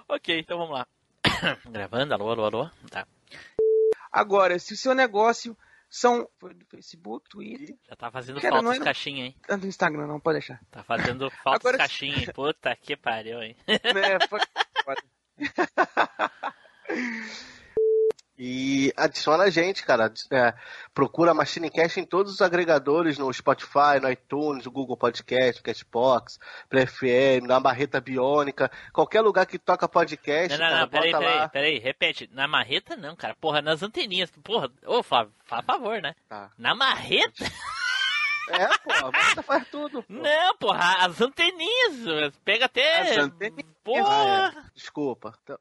Speaker 1: ok, então vamos lá. Gravando, alô, alô, alô. Tá.
Speaker 2: Agora, se o seu negócio são Facebook, Twitter.
Speaker 1: Já tá fazendo cara, falta os era... caixinha, hein?
Speaker 2: Não, no ah, Instagram não, pode deixar.
Speaker 1: Tá fazendo falta Agora... os caixinha, hein? Puta que pariu, hein?
Speaker 2: É, foi...
Speaker 10: E adiciona a gente, cara. É, procura a Machine Cash em todos os agregadores, no Spotify, no iTunes, no Google Podcast, Cashbox, PFM, na Marreta Biônica, qualquer lugar que toca podcast.
Speaker 1: Não, não,
Speaker 10: cara,
Speaker 1: não, peraí,
Speaker 10: bota
Speaker 1: peraí, peraí, repete. Na marreta não, cara. Porra, nas anteninhas. Porra, ô Fábio, faz favor, né? Tá. Na marreta?
Speaker 10: É, pô, a marreta faz tudo. Pô.
Speaker 1: Não, Ah, porra, as anteninhas. Pega até. As anteninhas. Porra.
Speaker 10: Ah, é. Desculpa. Então...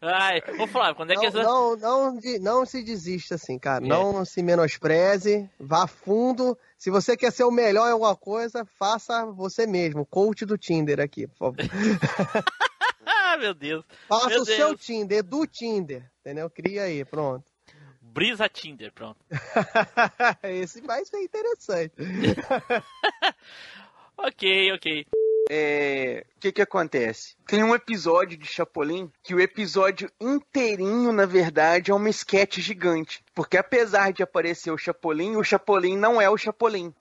Speaker 1: Ai, ô Flávio, quando é
Speaker 4: não,
Speaker 1: que essa...
Speaker 4: não, não, não se desista assim, cara. É. Não se menospreze, vá fundo. Se você quer ser o melhor em alguma coisa, faça você mesmo. Coach do Tinder aqui, por favor.
Speaker 1: ah, meu Deus.
Speaker 4: Faça
Speaker 1: meu
Speaker 4: o
Speaker 1: Deus.
Speaker 4: seu Tinder, do Tinder, entendeu? Cria aí, pronto.
Speaker 1: Brisa Tinder, pronto.
Speaker 4: Esse vai ser interessante.
Speaker 1: ok, ok
Speaker 2: o é, que que acontece? Tem um episódio de Chapolin que o episódio inteirinho, na verdade, é uma esquete gigante. Porque apesar de aparecer o Chapolin, o Chapolin não é o Chapolin.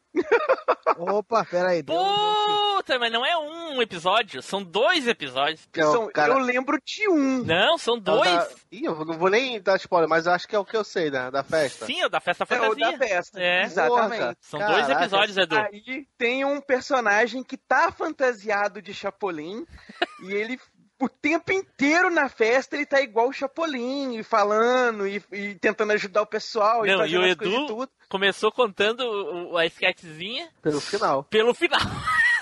Speaker 4: Opa, peraí.
Speaker 1: Puta, mas não é um episódio, são dois episódios.
Speaker 6: é
Speaker 10: Então,
Speaker 2: Não, são, cara... Eu lembro de um.
Speaker 1: Não, são dois.
Speaker 10: Da... Então, Ih, eu não vou nem dar spoiler, mas eu acho que é o que eu sei, né? Da festa.
Speaker 1: Sim, o da festa
Speaker 2: fantasia. É, o da festa,
Speaker 1: é.
Speaker 2: exatamente. Porra,
Speaker 1: são Caraca. dois episódios, Edu.
Speaker 2: Aí tem um personagem que tá fantasiado de Chapolin e ele o tempo inteiro na festa ele tá igual o Chapolin, e falando e, e tentando ajudar o pessoal.
Speaker 1: Não,
Speaker 2: e,
Speaker 1: e o Edu começou contando a sketchzinha.
Speaker 10: Pelo final.
Speaker 1: Pelo final.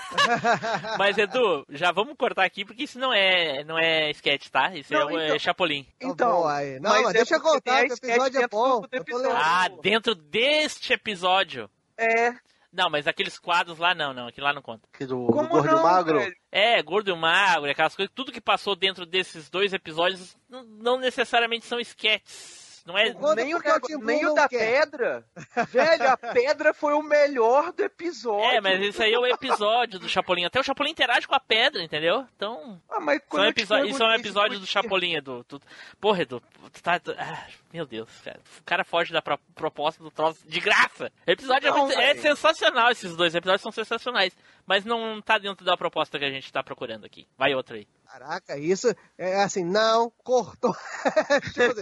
Speaker 1: Mas, Edu, já vamos cortar aqui, porque isso não é, não é sketch, tá? Isso não, é, então, é Chapolin.
Speaker 4: Então, não, mas, mas é deixa eu contar, que o episódio é bom. Do, do
Speaker 1: episódio. Ah, dentro deste episódio.
Speaker 2: É.
Speaker 1: Não, mas aqueles quadros lá não, não, aquilo lá não conta.
Speaker 10: Que do, do gordo não, magro? Velho?
Speaker 1: É, gordo e magro, aquelas coisas, tudo que passou dentro desses dois episódios não necessariamente são sketches. Não é
Speaker 2: Quando nem o da, nem o da pedra. Velho, a pedra foi o melhor do episódio.
Speaker 1: É, mas isso aí é o episódio do Chapolin. Até o Chapolin interage com a pedra, entendeu? Então.
Speaker 2: Ah, mas
Speaker 1: são episódio, isso é um episódio do Chapolin, Edu. Tu... Porra, Edu, tu tá. Ah, meu Deus, cara. O cara foge da pro... proposta do troço de graça. O episódio não, é, muito... é, sensacional, esses dois episódios são sensacionais. Mas não tá dentro da proposta que a gente tá procurando aqui. Vai outra aí.
Speaker 4: Caraca, isso é assim, não cortou.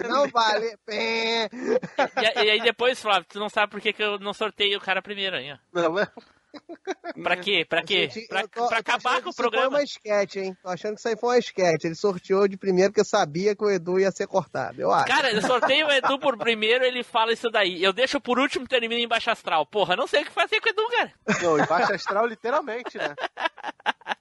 Speaker 4: não vale.
Speaker 1: e, e, e, aí depois, Flávio, tu não sabe por que, que eu não sorteio o cara primeiro aí, ó. Não, é... Pra quê? Pra quê? Gente, pra,
Speaker 4: tô,
Speaker 1: pra acabar com o programa.
Speaker 4: Foi uma esquete, hein? Tô achando que isso aí foi uma esquete. Ele sorteou de primeiro porque sabia que o Edu ia ser cortado, eu acho.
Speaker 1: Cara, eu sorteio o Edu por primeiro, ele fala isso daí. Eu deixo por último e termino em Baixa Astral. Porra, não sei o que fazer com o Edu, cara.
Speaker 2: Não, em Baixa Astral, literalmente, né?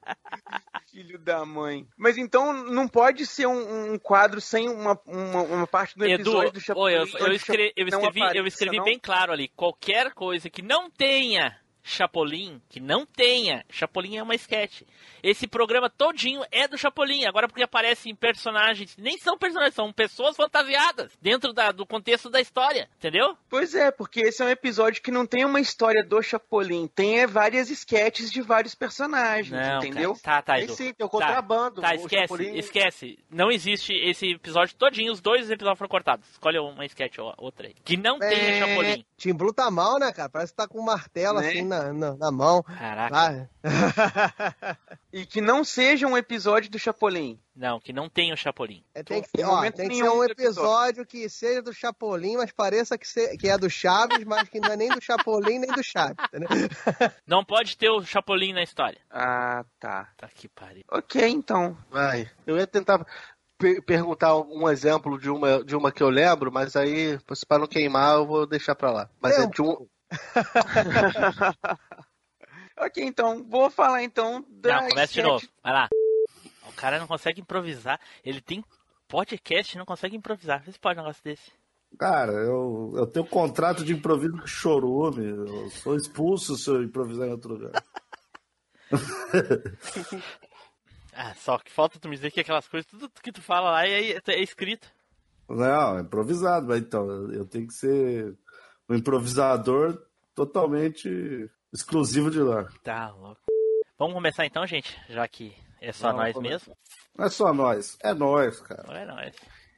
Speaker 2: Filho da mãe. Mas então não pode ser um, um quadro sem uma, uma, uma, parte do episódio
Speaker 1: Edu,
Speaker 2: do
Speaker 1: Chapolin. Eu, eu, escrevi, eu escrevi, apareça, eu escrevi não... bem claro ali. Qualquer coisa que não tenha Chapolin, que não tenha. Chapolin é uma esquete. Esse programa todinho é do Chapolin. Agora porque aparecem personagens, nem são personagens, são pessoas fantasiadas dentro da, do contexto da história, entendeu?
Speaker 2: Pois é, porque esse é um episódio que não tem uma história do Chapolin, tem é, várias esquetes de vários personagens, não, entendeu?
Speaker 1: Cara, tá, tá,
Speaker 2: Edu. Tem sim, tem o contrabando.
Speaker 1: Tá, tá esquece, Chapolin... esquece. Não existe esse episódio todinho, os dois episódios foram cortados. Escolhe uma esquete ou outra aí. Que não é... tenha Chapolin.
Speaker 4: Tim Blue tá mal, né, cara? Parece que tá com um martelo né? assim na na, na, na, mão.
Speaker 1: Caraca.
Speaker 2: Ah. e que não seja um episódio do Chapolin.
Speaker 1: Não, que não tenha o Chapolin.
Speaker 4: É, tem que, ter, ó, tem que ser um episódio, episódio que seja do Chapolin, mas pareça que, se, que é do Chaves, mas que não é nem do Chapolin nem do Chaves. Entendeu?
Speaker 1: Não pode ter o Chapolin na história.
Speaker 2: Ah, tá.
Speaker 1: Tá que pariu.
Speaker 2: Ok, então.
Speaker 6: Vai. Eu ia tentar perguntar um exemplo de uma, de uma que eu lembro, mas aí, para não queimar, eu vou deixar pra lá. Mas Tempo. é de um,
Speaker 2: ok, então, vou falar então
Speaker 1: da. Não, começa de novo. Vai lá. O cara não consegue improvisar. Ele tem podcast e não consegue improvisar. Vocês podem um negócio desse.
Speaker 3: Cara, eu, eu tenho um contrato de improviso que chorou, meu. Eu sou expulso se eu improvisar em outro lugar.
Speaker 1: ah, só que falta tu me dizer que aquelas coisas, tudo que tu fala lá é, é, é escrito.
Speaker 3: Não, é improvisado, mas então, eu tenho que ser um improvisador totalmente exclusivo de lá.
Speaker 1: Tá louco. Vamos começar então, gente, já que é só Vamos nós começar. mesmo.
Speaker 3: Não é só nós, é nós, cara.
Speaker 1: Não é nós.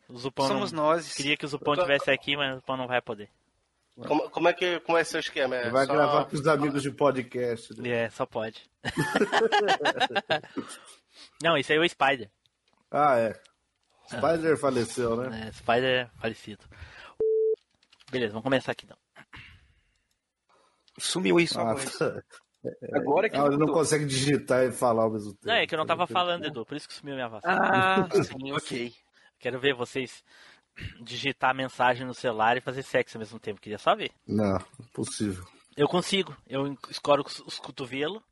Speaker 1: O Zupão Somos não... nós. Queria que o Zupão estivesse aqui, mas o Zupão não vai poder.
Speaker 6: Como, como é que como é seu esquema? É
Speaker 3: vai só... gravar com os amigos de podcast.
Speaker 1: Né? É, só pode. não, isso aí é o Spider.
Speaker 3: Ah, é. Spider ah. faleceu, né?
Speaker 1: É, Spider falecido. Beleza, vamos começar aqui então.
Speaker 2: Sumiu isso ah, tá.
Speaker 3: é, agora. que ah, ele não consegue digitar e falar ao mesmo tempo.
Speaker 1: Não, é que eu não tava falando, Edu, por isso que sumiu minha voz.
Speaker 2: Ah, sumiu, ok.
Speaker 1: Quero ver vocês digitar a mensagem no celular e fazer sexo ao mesmo tempo, queria só ver.
Speaker 3: Não, impossível.
Speaker 1: Eu consigo, eu escoro os cotovelos,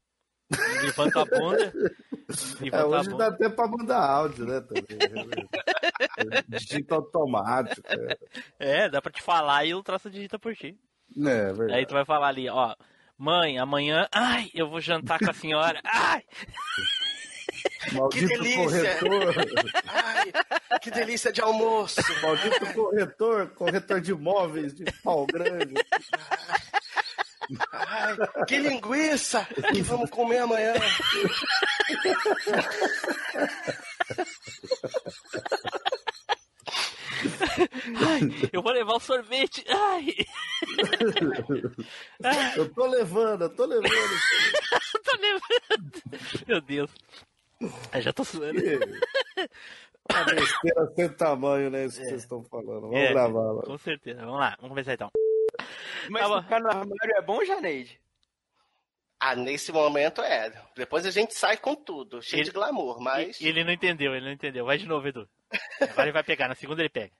Speaker 1: levanto a bunda.
Speaker 3: Levanto é, hoje a bunda. dá até pra mandar áudio, né?
Speaker 6: é
Speaker 3: Também. digita automático. Cara.
Speaker 1: É, dá pra te falar e o troço digita por ti.
Speaker 3: É, verdade.
Speaker 1: Aí tu vai falar ali, ó. Mãe, amanhã. Ai, eu vou jantar com a senhora. Ai!
Speaker 3: Maldito que delícia! Corretor.
Speaker 6: Ai, que delícia de almoço!
Speaker 3: Maldito corretor, corretor de imóveis de pau grande.
Speaker 6: Ai, que linguiça que vamos comer amanhã!
Speaker 1: Ai, eu vou levar o sorvete. Ai.
Speaker 3: Eu tô levando, eu tô levando. eu
Speaker 1: tô levando. Meu Deus. Eu É, já tô suando.
Speaker 3: Uma besteira sem tamanho, né? Isso é. que vocês estão falando. Vamos é, gravar. Lá.
Speaker 1: Com certeza. Vamos lá, vamos começar então.
Speaker 2: Mas tá ficar no armário é bom, Janeide?
Speaker 6: Ah, nesse momento é. Depois a gente sai com tudo, cheio ele, de glamour, mas.
Speaker 1: Ele não entendeu, ele não entendeu. Vai de novo, Edu. Agora ele vai pegar, na segunda ele pega.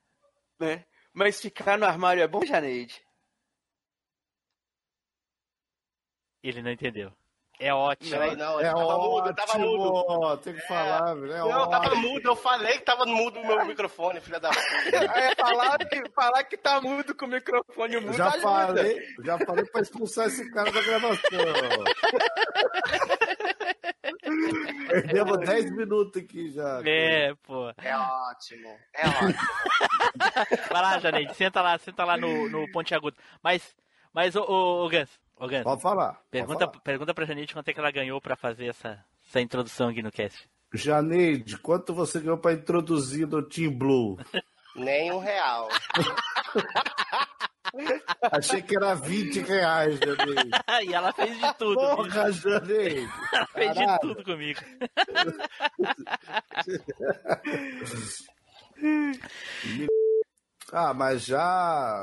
Speaker 2: É. Mas ficar no armário é bom, Janeide?
Speaker 1: Ele não entendeu. É ótimo.
Speaker 6: Não, não, é tava ótimo. mudo, tava mudo.
Speaker 3: Tem que falar, é, velho. É
Speaker 6: não, ótimo. tava mudo, eu falei que tava mudo o meu microfone, filha da puta.
Speaker 2: É, falar, que, falar que tá mudo com o microfone mudo.
Speaker 3: Já falei, já falei pra expulsar esse cara da gravação.
Speaker 12: Perdemos
Speaker 2: É
Speaker 12: 10 minutos aqui já.
Speaker 1: É, pô.
Speaker 10: É ótimo. É ótimo.
Speaker 1: Vai lá, Janeide, senta lá, senta lá no, no Ponte Agudo. Mas, mas, ô, ô, ô Gans, ô, Gans.
Speaker 12: Pode falar.
Speaker 1: Pergunta, pode falar. pergunta pra Janeide quanto é que ela ganhou pra fazer essa, essa introdução aqui no cast.
Speaker 12: Janeide, quanto você ganhou pra introduzir no Team Blue?
Speaker 10: Nem um real.
Speaker 12: Achei que era 20 reais, Janeide.
Speaker 1: e ela fez de tudo.
Speaker 12: Porra, Janeide.
Speaker 1: Ela fez de tudo comigo.
Speaker 12: ah, mas já.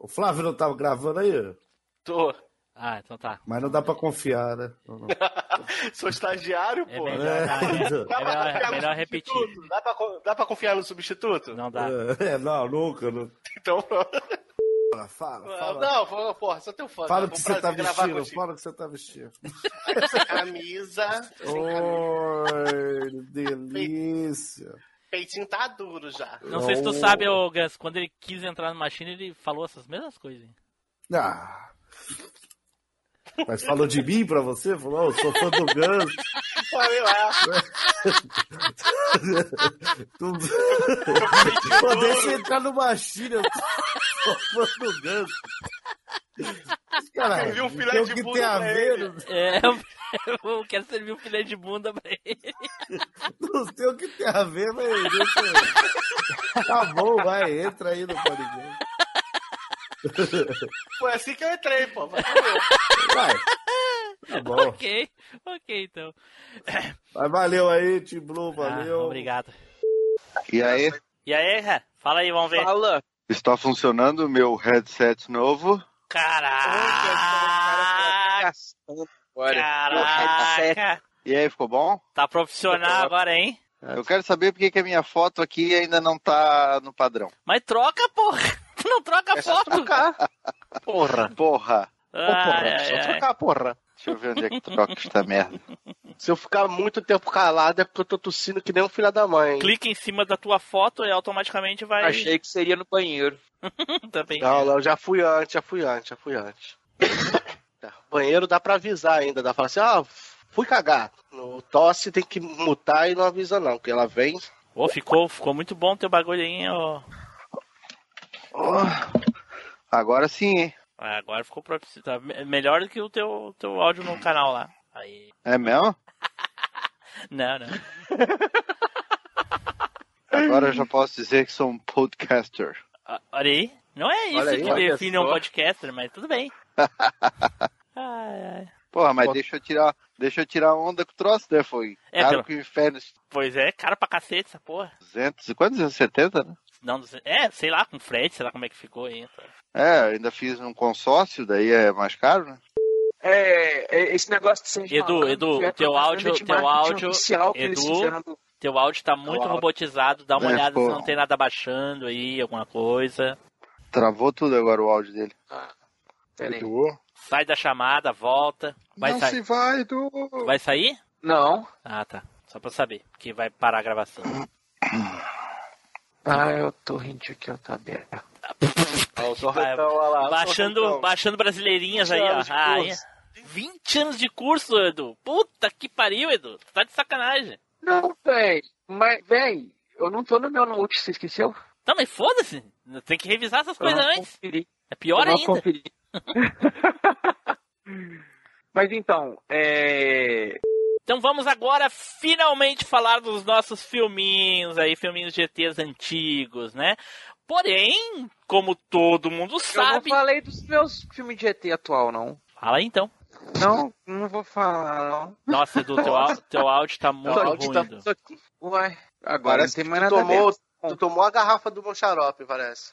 Speaker 12: O Flávio não tava gravando aí?
Speaker 10: Tô.
Speaker 1: Ah, então tá.
Speaker 12: Mas não dá pra confiar, né? Não, não.
Speaker 6: Sou estagiário,
Speaker 1: É
Speaker 6: pô.
Speaker 1: melhor,
Speaker 6: Dá
Speaker 1: tá,
Speaker 6: pra-
Speaker 1: é.
Speaker 6: dá
Speaker 1: É melhor- é
Speaker 6: pra confiar no
Speaker 1: melhor repetir.
Speaker 6: substituto? Dá pra, co- dá pra confiar no substituto?
Speaker 1: Não dá.
Speaker 12: É, não, nunca. Não...
Speaker 6: Então pronto.
Speaker 12: Fala, fala, fala.
Speaker 6: Não, pô, porra, sou teu fã.
Speaker 12: Fala o
Speaker 6: cara.
Speaker 12: que
Speaker 6: Foi um
Speaker 12: você tá
Speaker 6: prazer gravar
Speaker 12: vestindo,
Speaker 6: contigo.
Speaker 12: fala o que você tá vestindo.
Speaker 6: Sem camisa, sem camisa.
Speaker 12: Oi, delícia.
Speaker 6: Peitinho tá duro já.
Speaker 1: Não sei se tu sabe, ô Gus, quando ele quis entrar no Machine, ele falou essas mesmas coisas. hein?
Speaker 12: Ah. Mas falou de mim pra você? Falou, "Ah, eu sou fã do Guns.
Speaker 6: Falei lá.
Speaker 12: tu... Pô, deixa eu entrar no Machine, eu sou fã do Guns. Cara,
Speaker 6: Serviu um filé
Speaker 12: tem o
Speaker 6: de
Speaker 12: que
Speaker 6: bunda
Speaker 12: tem a
Speaker 6: pra
Speaker 12: ver,
Speaker 6: ele.
Speaker 1: É, eu- eu quero servir um filé de bunda pra ele.
Speaker 12: não tem o que tem a ver, mas deixa... eu- Tá bom, vai, entra aí no podcast.
Speaker 6: Foi assim que eu entrei, pô. Mas
Speaker 12: Vai. Tá bom.
Speaker 1: ok, ok então.
Speaker 12: Mas valeu aí, Tim Blue, valeu.
Speaker 1: Ah, obrigado.
Speaker 3: E aí,
Speaker 1: E aí, Ré? fala aí, vamos ver.
Speaker 3: Fala. está funcionando o meu headset novo?
Speaker 1: Caraca!
Speaker 26: tá
Speaker 1: Caraca!
Speaker 3: E aí, ficou bom?
Speaker 1: Tá profissional agora, hein?
Speaker 12: É.
Speaker 3: Eu quero saber por que que a minha foto aqui ainda não tá no padrão.
Speaker 1: Mas troca, porra! Tu não troca
Speaker 26: É
Speaker 1: a foto!
Speaker 3: Porra. Porra.
Speaker 1: Ai,
Speaker 3: Ô, porra,
Speaker 1: ai,
Speaker 3: só
Speaker 1: ai.
Speaker 3: trocar, porra. Deixa eu ver onde é que troca esta merda.
Speaker 6: Se eu ficar muito tempo calado é porque eu tô tossindo que nem um filho da mãe.
Speaker 1: Clica em cima da tua foto e automaticamente vai.
Speaker 26: Achei que seria no banheiro.
Speaker 1: Também.
Speaker 6: Não, não, já fui antes, já fui antes, já fui antes. Tá, Banheiro dá pra avisar ainda, dá pra falar assim, ah, fui cagar. No tosse tem que mutar e não avisa não, porque ela vem.
Speaker 1: Ô, ficou, ficou muito bom teu bagulho aí, hein, ô.
Speaker 3: Agora sim, hein?
Speaker 1: Ah, Agora ficou profissional. Me- Melhor do que o teu, teu áudio no canal lá. Aí.
Speaker 3: É mesmo?
Speaker 1: Não, não.
Speaker 3: Agora eu já posso dizer que sou um podcaster.
Speaker 1: Ah, Olha aí. Não é isso
Speaker 3: Olha aí,
Speaker 1: que
Speaker 3: olha
Speaker 1: define
Speaker 3: só.
Speaker 1: um podcaster, mas tudo bem. Ai, ai.
Speaker 3: Porra, mas deixa eu tirar, deixa eu tirar onda com o troço, né? Foi
Speaker 1: É,
Speaker 3: caro
Speaker 1: pelo-
Speaker 3: que o inferno.
Speaker 1: Pois é, cara pra cacete essa porra.
Speaker 3: 200, quantos? 270, né?
Speaker 1: Não, não sei- é, sei lá, com frete, sei lá como é que ficou aí. então.
Speaker 3: É, eu ainda fiz um consórcio, daí é mais caro, né?
Speaker 2: É, é, esse negócio de vocês
Speaker 1: Edu,
Speaker 2: falando,
Speaker 1: Edu,
Speaker 2: que é
Speaker 1: teu
Speaker 2: propaganda
Speaker 1: áudio,
Speaker 2: de
Speaker 1: teu
Speaker 2: marketing
Speaker 1: áudio,
Speaker 2: oficial que eles fizeram
Speaker 1: Edu, teu áudio tá muito
Speaker 3: áudio.
Speaker 1: robotizado, dá uma
Speaker 3: É,
Speaker 1: olhada se
Speaker 3: pô.
Speaker 1: não tem nada baixando aí, alguma coisa.
Speaker 3: Travou tudo agora o áudio dele.
Speaker 1: peraí.
Speaker 3: Edu?
Speaker 1: Sai da chamada, volta. Vai
Speaker 3: Não
Speaker 1: sair.
Speaker 3: se vai,
Speaker 23: então,
Speaker 3: Edu.
Speaker 1: Vai sair?
Speaker 2: Não.
Speaker 1: Ah, tá. Só pra eu saber, que vai parar a gravação.
Speaker 2: Ah, eu tô rindo aqui, tá eu tô aberto.
Speaker 3: Tá
Speaker 1: Vai- baixando, baixando brasileirinhas aí,
Speaker 2: 20
Speaker 1: ó.
Speaker 2: anos de
Speaker 1: Ah, aí.
Speaker 2: curso.
Speaker 1: 20 anos de curso, Edu. Puta que pariu, Edu. Tu tá de sacanagem.
Speaker 2: Não, véi. Mas, véi, eu não tô no meu note, você esqueceu?
Speaker 1: Não, mas foda-se. Tem que revisar essas coisas
Speaker 2: não
Speaker 1: antes. É pior
Speaker 2: Eu não
Speaker 1: ainda.
Speaker 2: conferi. Mas então, é.
Speaker 1: Então vamos agora finalmente falar dos nossos filminhos aí, filminhos GTs antigos, né? Porém, como todo mundo sabe.
Speaker 2: Eu não falei dos meus filmes de ET atual, não.
Speaker 1: Fala aí, então.
Speaker 2: Não, não vou falar, não.
Speaker 1: Nossa, Edu, teu, au- teu áudio tá muito
Speaker 6: Então,
Speaker 2: áudio
Speaker 1: ruim.
Speaker 2: tá-
Speaker 1: Edu.
Speaker 2: Ué, agora
Speaker 6: Parece
Speaker 2: não tem
Speaker 6: que
Speaker 2: mais
Speaker 6: tu
Speaker 2: nada
Speaker 6: tomou,
Speaker 2: aberto.
Speaker 6: tu tomou a garrafa do meu xarope, parece.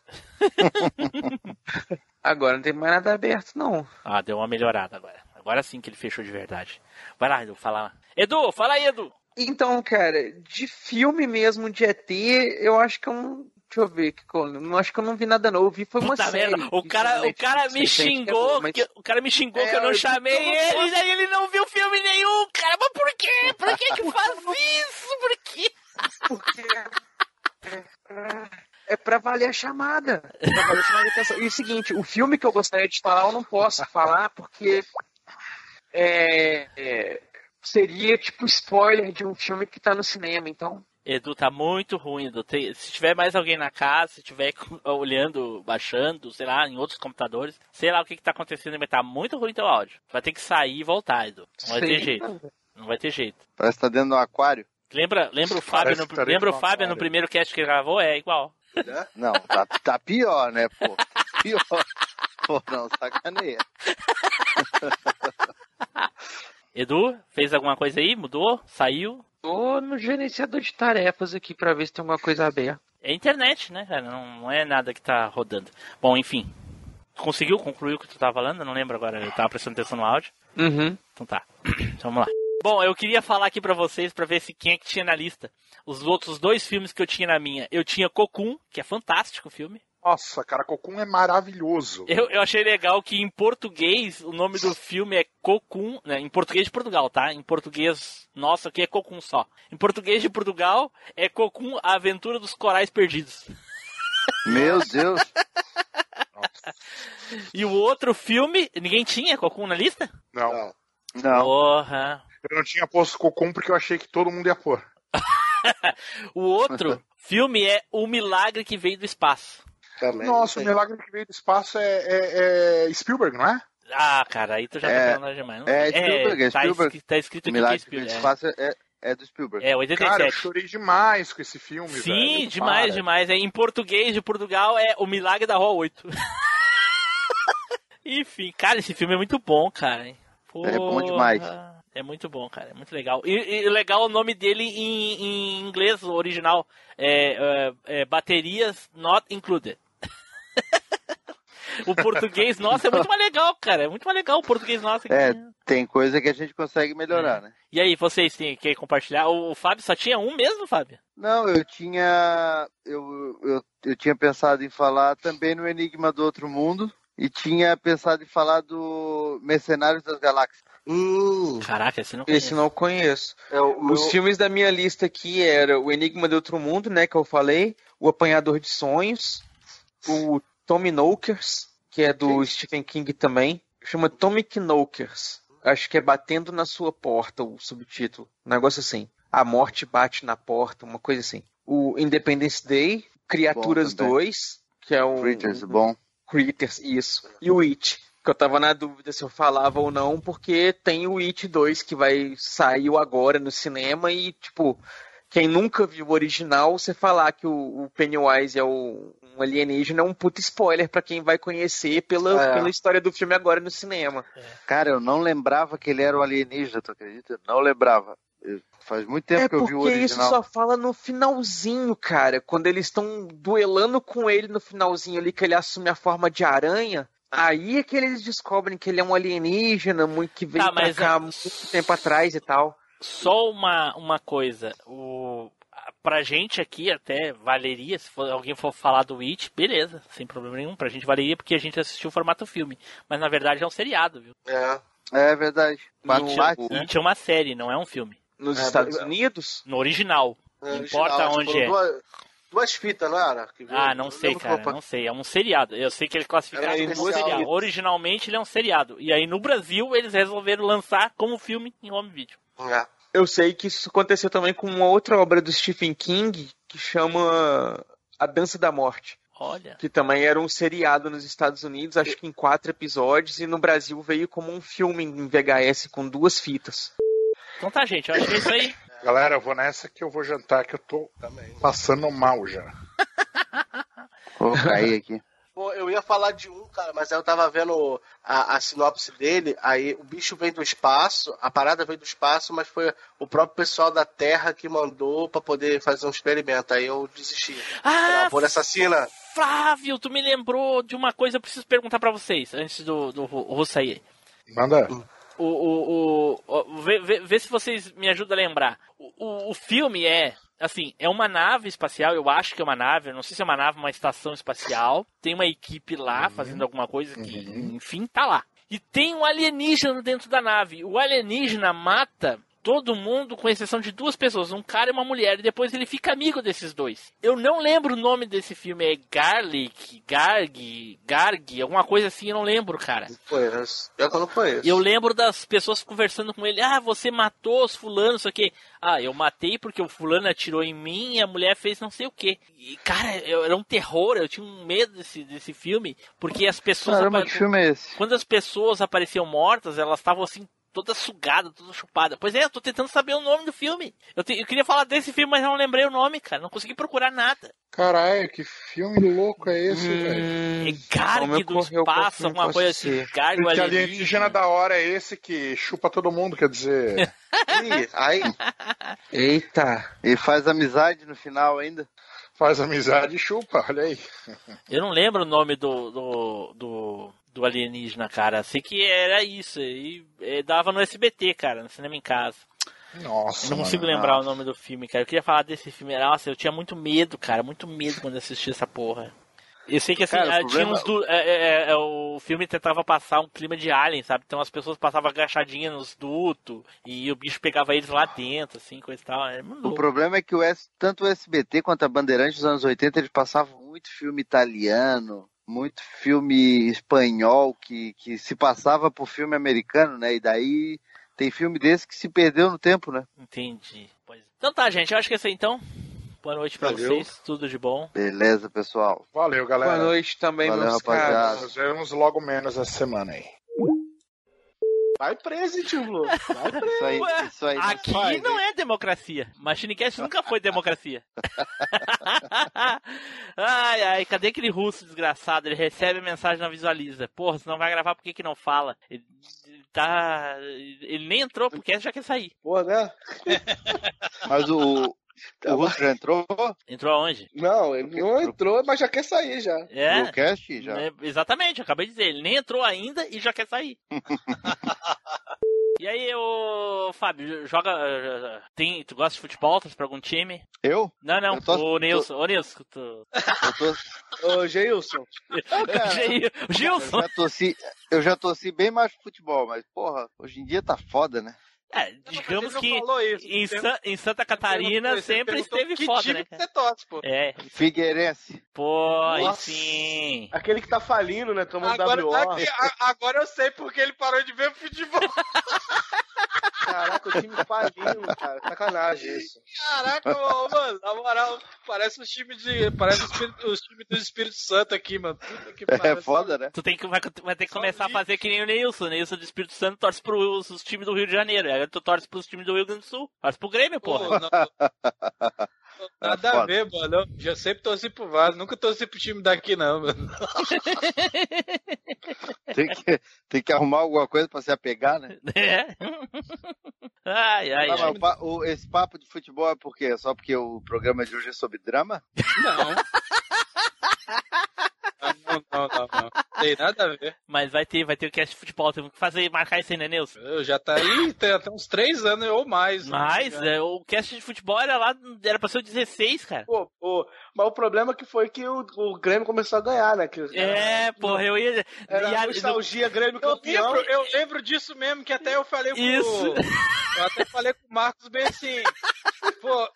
Speaker 2: Agora não tem mais nada aberto, não.
Speaker 1: Ah, deu uma melhorada agora. Agora sim que ele fechou de verdade. Vai lá, Edu, fala lá. Edu, fala aí, Edu.
Speaker 2: Então, cara, de filme mesmo de ET, eu acho que eu não. Deixa eu ver, que eu não acho que eu não vi nada novo. Eu vi foi uma
Speaker 1: Puta
Speaker 2: série.
Speaker 1: merda, Tá o
Speaker 2: que
Speaker 1: cara,
Speaker 2: tinha
Speaker 1: o cara me
Speaker 2: Netflix, gente, que é boa,
Speaker 1: xingou,
Speaker 2: mas-
Speaker 1: que, o cara me xingou que
Speaker 2: É,
Speaker 1: eu não
Speaker 2: eu-
Speaker 1: chamei
Speaker 2: eu não
Speaker 1: ele,
Speaker 2: posso-
Speaker 1: daí ele não viu filme nenhum, cara. Mas por quê? Por que que faz isso? Por quê?
Speaker 2: É pra valer a chamada. É pra valer a chamada de atenção. E o seguinte, o filme que eu gostaria de falar, eu não posso falar, porque é, é,
Speaker 9: seria tipo spoiler de um filme que tá no cinema, então.
Speaker 1: Edu, tá muito ruim, Edu. Tem- se tiver mais alguém na casa, se tiver com- olhando, baixando, sei lá, em outros computadores, sei lá o que, que tá acontecendo, mas tá muito ruim teu áudio. Vai ter que sair e voltar, Edu. Não vai ter
Speaker 3: Sim.
Speaker 1: jeito. Não vai ter jeito.
Speaker 3: Parece que tá dentro do aquário.
Speaker 1: Lembra, lembra o Fábio,
Speaker 3: Parece
Speaker 1: no,
Speaker 3: que tá dentro
Speaker 1: lembra o
Speaker 3: de uma
Speaker 1: Fábio no
Speaker 3: área.
Speaker 1: primeiro cast que ele gravou? É igual.
Speaker 3: Não, tá, tá pior, né, pô? Pior. Pô, não, sacaneia.
Speaker 1: Edu, fez alguma coisa aí? Mudou? Saiu?
Speaker 9: Tô no gerenciador de tarefas aqui pra ver se tem alguma coisa aberta.
Speaker 1: É internet, né, cara? Não, não é nada que tá rodando. Bom, enfim. Conseguiu concluir o que tu tava falando? Eu não lembro agora, eu tava prestando atenção no áudio.
Speaker 9: Uhum.
Speaker 1: Então tá. Então vamos lá. Bom, eu queria falar aqui pra vocês pra ver se quem é que tinha na lista. Os outros dois filmes que eu tinha na minha. Eu tinha Cocum, que é fantástico o filme.
Speaker 23: Nossa, cara, Cocum é maravilhoso.
Speaker 1: Eu, eu achei legal que em português o nome do filme é Cocum, né? Em português de Portugal, tá? Em português nosso aqui é Cocum só. Em português de Portugal é Cocum, a aventura dos corais perdidos.
Speaker 3: Meu Deus.
Speaker 1: E o outro filme, ninguém tinha Cocum na lista?
Speaker 23: Não.
Speaker 3: Não.
Speaker 1: Porra.
Speaker 23: Eu não tinha posto Cocum porque eu achei que todo mundo ia pôr.
Speaker 1: O outro filme é O Milagre que Veio do Espaço.
Speaker 23: Nossa, o milagre que veio do espaço é, é- é Spielberg, não é?
Speaker 1: Ah, cara, aí tu já tá
Speaker 23: É,
Speaker 1: falando demais. Não-
Speaker 23: é Spielberg, é
Speaker 1: tá
Speaker 23: Spielberg.
Speaker 1: escri- Tá escrito aqui que é
Speaker 23: Milagre que
Speaker 1: Spielberg.
Speaker 23: veio do
Speaker 1: é.
Speaker 23: espaço
Speaker 3: É, é do Spielberg.
Speaker 1: É, 87.
Speaker 23: Cara, eu chorei demais com esse filme,
Speaker 1: Sim,
Speaker 23: velho.
Speaker 1: demais,
Speaker 23: Para.
Speaker 1: demais. É, em português de Portugal é O Milagre da Rua 8. Enfim, cara, esse filme é muito bom, cara. hein?
Speaker 3: É bom demais.
Speaker 1: Porra, É muito bom, cara. É muito legal. E, e legal o nome dele em, em inglês, o original. É, é, é Baterias Not Included. o português nosso é muito mais legal, cara. É muito mais legal o português nosso.
Speaker 3: É, tem coisa que a gente consegue
Speaker 2: É.
Speaker 3: melhorar, né?
Speaker 1: E aí, vocês têm que compartilhar? O, o Fábio só tinha um mesmo, Fábio?
Speaker 3: Não, eu tinha. Eu, eu, eu tinha pensado em falar também no Enigma do Outro Mundo e tinha pensado em falar do Mercenários das Galáxias.
Speaker 23: Hum.
Speaker 1: Caraca, esse não
Speaker 2: Esse não conheço. Os
Speaker 3: é meu-
Speaker 2: filmes da minha lista aqui eram O Enigma do Outro Mundo, né, que eu falei, O Apanhador de Sonhos, o Tommy Knockers, que é do Stephen King também, chama Tommy Knockers. Acho que é Batendo na Sua Porta o subtítulo. Um negócio assim. A morte bate na porta, uma coisa assim. O Independence Day, Criaturas
Speaker 3: também.
Speaker 2: 2, que é um.
Speaker 3: Critters, bom.
Speaker 2: Critters, isso. E o It, que eu tava na dúvida se eu falava ou não, porque tem o It 2 que vai saiu agora no cinema e, tipo, quem nunca viu o original, você falar que o, o Pennywise é o, um alienígena é um puto spoiler pra quem vai conhecer pela,
Speaker 3: É.
Speaker 2: pela história do filme agora no cinema.
Speaker 3: Cara, eu não lembrava que ele era um alienígena, tu acredita? Não lembrava. Eu- faz muito tempo
Speaker 2: É
Speaker 3: que eu vi o
Speaker 2: porque isso
Speaker 3: original.
Speaker 2: só fala no finalzinho, cara. Quando eles estão duelando com ele no finalzinho ali, que ele assume a forma de aranha. Aí é que eles descobrem que ele é um alienígena muito, que veio
Speaker 1: Tá,
Speaker 2: pra
Speaker 1: mas
Speaker 2: cá
Speaker 1: é-
Speaker 2: há muito tempo atrás e tal.
Speaker 1: Só uma, uma coisa. O, a- pra gente aqui até valeria, se for- alguém for falar do It, beleza, sem problema nenhum. Pra gente valeria porque a gente assistiu o formato filme. Mas na verdade é um seriado, viu?
Speaker 3: É. É verdade. Quatro
Speaker 1: No-
Speaker 3: partes, né?
Speaker 1: It é uma série, não é um filme.
Speaker 2: Nos
Speaker 3: É, Estados mas-
Speaker 2: Unidos?
Speaker 1: No original.
Speaker 6: É,
Speaker 1: não
Speaker 6: original,
Speaker 1: importa
Speaker 6: tipo,
Speaker 1: onde é.
Speaker 6: Duas, duas fitas, não era? Que veio-
Speaker 1: Ah, não sei,
Speaker 6: lembro
Speaker 1: cara,
Speaker 6: qual-
Speaker 1: não sei. É um seriado. Eu sei que ele é classificado
Speaker 6: Era
Speaker 1: como um
Speaker 6: inicial.
Speaker 1: seriado. Originalmente ele é um seriado. E aí no Brasil eles resolveram lançar como filme em home video.
Speaker 6: É,
Speaker 2: Eu sei que isso aconteceu também com uma outra obra do Stephen King que chama A Dança da Morte.
Speaker 1: Olha.
Speaker 2: Que também era um seriado nos Estados Unidos, acho que em quatro episódios, e no Brasil veio como um filme em VHS com duas fitas.
Speaker 1: Então tá, gente, eu acho que é isso aí.
Speaker 23: Galera, eu vou nessa que eu vou jantar, que eu tô passando mal já.
Speaker 3: Vou cair aqui.
Speaker 6: Pô, eu ia falar de um, cara, mas aí eu tava vendo a, a sinopse dele, aí o bicho vem do espaço, a parada veio do espaço, mas foi o próprio pessoal da Terra que mandou pra poder fazer um experimento. Aí eu desisti.
Speaker 1: Ah,
Speaker 6: Amor assassina.
Speaker 1: Flávio, tu me lembrou de uma coisa que eu preciso perguntar pra vocês antes do, do Ru- Russo sair.
Speaker 23: Manda.
Speaker 1: O, o, o, o- vê, vê- vê se vocês me ajudam a lembrar. O, o, o filme é, assim, é uma nave espacial, eu acho que é uma nave, eu não sei se é uma nave, uma estação espacial. Tem uma equipe lá fazendo alguma coisa que, enfim, tá lá. E tem um alienígena dentro da nave. O alienígena mata Todo mundo, com exceção de duas pessoas, um cara e uma mulher, e depois ele fica amigo desses dois. Eu não lembro o nome desse filme, é Garlic, Garg, Garg, alguma coisa assim, eu não lembro, cara. Não
Speaker 5: conheço. Eu não conheço.
Speaker 1: Eu lembro das pessoas conversando com ele, ah, você matou os fulanos, isso aqui. Ah, eu matei porque o fulano atirou em mim e a mulher fez não sei o quê. E, cara, eu, era um terror, eu tinha um medo desse, desse filme, porque as pessoas...
Speaker 3: Caramba, que filme é esse?
Speaker 1: Quando as pessoas apareciam mortas, elas estavam assim, toda sugada, toda chupada. Pois é, eu tô tentando saber o nome do filme. Eu, te, eu queria falar desse filme, mas não lembrei o nome, cara. Não consegui procurar nada.
Speaker 23: Caralho, que filme louco é esse, hum, velho?
Speaker 1: É Garg do espaço, alguma coisa assim. Garg
Speaker 23: Que alienígena da hora é esse que chupa todo mundo, quer dizer.
Speaker 1: É.
Speaker 5: Ih, aí.
Speaker 3: Eita. E faz amizade no final ainda.
Speaker 23: Faz amizade e chupa, olha aí.
Speaker 1: Eu não lembro o nome do, do, do do alienígena, cara. Sei que era isso. E, e dava no SBT, cara, no cinema em casa.
Speaker 23: Nossa.
Speaker 1: Eu não consigo mano. lembrar o nome do filme, cara. Eu queria falar desse filme. Nossa, eu tinha muito medo, cara. Muito medo quando assisti essa porra. Eu sei que assim, cara, tinha problema... uns do, é, é, é, o filme tentava passar um clima de alien, sabe? Então as pessoas passavam agachadinhas nos dutos e o bicho pegava eles lá dentro, assim, coisa e tal.
Speaker 3: O problema é que o S, tanto o SBT quanto a Bandeirantes dos anos 80, eles passavam muito filme italiano, muito filme espanhol que, que se passava por filme americano, né? E daí tem filme desse que se perdeu no tempo, né?
Speaker 1: Entendi. Pois... Então tá, gente, eu acho que é isso aí então. Boa noite pra Valeu. vocês, tudo de bom.
Speaker 3: Beleza, pessoal.
Speaker 23: Valeu, galera.
Speaker 12: Boa noite também,
Speaker 3: Valeu, meus caros.
Speaker 23: Nos vemos logo menos essa semana aí.
Speaker 5: Vai preso, tio Blue. Vai preso.
Speaker 3: Isso aí, isso aí
Speaker 1: Aqui não, faz, não é democracia. Machinecast nunca foi democracia. ai, ai, cadê aquele russo desgraçado? Ele recebe a mensagem não visualiza. Porra, se não vai gravar, por que, que não fala? Ele, tá... ele nem entrou pro cast, já quer sair.
Speaker 3: Porra, né? Mas o, o Russo já entrou?
Speaker 1: Entrou aonde?
Speaker 3: Não, ele não entrou, mas já quer sair já.
Speaker 1: É.
Speaker 3: No cast já. É,
Speaker 1: exatamente, acabei de dizer. Ele nem entrou ainda e já quer sair. e aí, o Fábio, joga. eh, Tem, tu gosta de futebol? Tá pra algum time?
Speaker 3: Eu?
Speaker 1: Não, não.
Speaker 3: Eu tô,
Speaker 1: o Nilson. Tô... Ô, Nilson. Tu...
Speaker 3: Eu tô... Ô, Geilson.
Speaker 1: Ah, Ge... Gilson.
Speaker 3: Eu já, torci, eu já torci bem mais futebol, mas, porra, hoje em dia tá foda, né?
Speaker 1: É, digamos que em, Sa em, Santa Catarina pergunto, sempre esteve
Speaker 5: que
Speaker 1: foda,
Speaker 5: time
Speaker 1: né?
Speaker 5: Que você torce, pô.
Speaker 1: É.
Speaker 3: Figueirense.
Speaker 1: Pô, sim.
Speaker 3: Aquele que tá falindo, né? Tomando
Speaker 5: agora, tá
Speaker 3: WO. Aqui,
Speaker 5: a, agora eu sei porque ele parou de ver futebol.
Speaker 3: Caraca, o time falindo, cara. Sacanagem isso.
Speaker 5: Caraca, mano, na moral, parece os times de. Parece os, espírito, os times do Espírito Santo aqui, mano. Puta que
Speaker 3: é parece. foda, né?
Speaker 1: Tu tem que, vai, vai
Speaker 5: um
Speaker 1: ter que Só começar lixo. a fazer que nem o Nilson. O Nilson do Espírito Santo torce pros os times do Rio de Janeiro. Aí tu torce pros times do Rio Grande do Sul. Torce pro Grêmio, porra.
Speaker 5: Oh, Nada é a ver, mano. Eu já sempre torci pro Vasco, nunca torci pro time daqui, não, mano.
Speaker 3: tem, que, tem que arrumar alguma coisa pra se apegar, né?
Speaker 1: É. Ai, ai,
Speaker 3: ah, ai. Pa, o, esse papo de futebol é por quê? Só porque o programa de hoje é sobre drama?
Speaker 5: Não. Não, não, não, não. Tem nada a ver.
Speaker 1: Mas vai ter, vai ter o cast de futebol. Temos que fazer, marcar isso aí, né, Nilson?
Speaker 5: Eu já tá aí, tem até uns 3 anos ou mais. né?
Speaker 1: Mais? É, o cast de futebol era lá, era pra ser o 16, cara.
Speaker 3: Pô, pô, mas o problema é que foi que o, o Grêmio começou a ganhar, né? Que,
Speaker 1: é, porra, eu ia.
Speaker 3: Era
Speaker 1: ia,
Speaker 3: nostalgia, Grêmio
Speaker 5: eu
Speaker 3: campeão.
Speaker 5: Lembro, eu lembro disso mesmo, que até eu falei com
Speaker 1: isso.
Speaker 5: Eu até falei com o Marcos bem assim. Pô,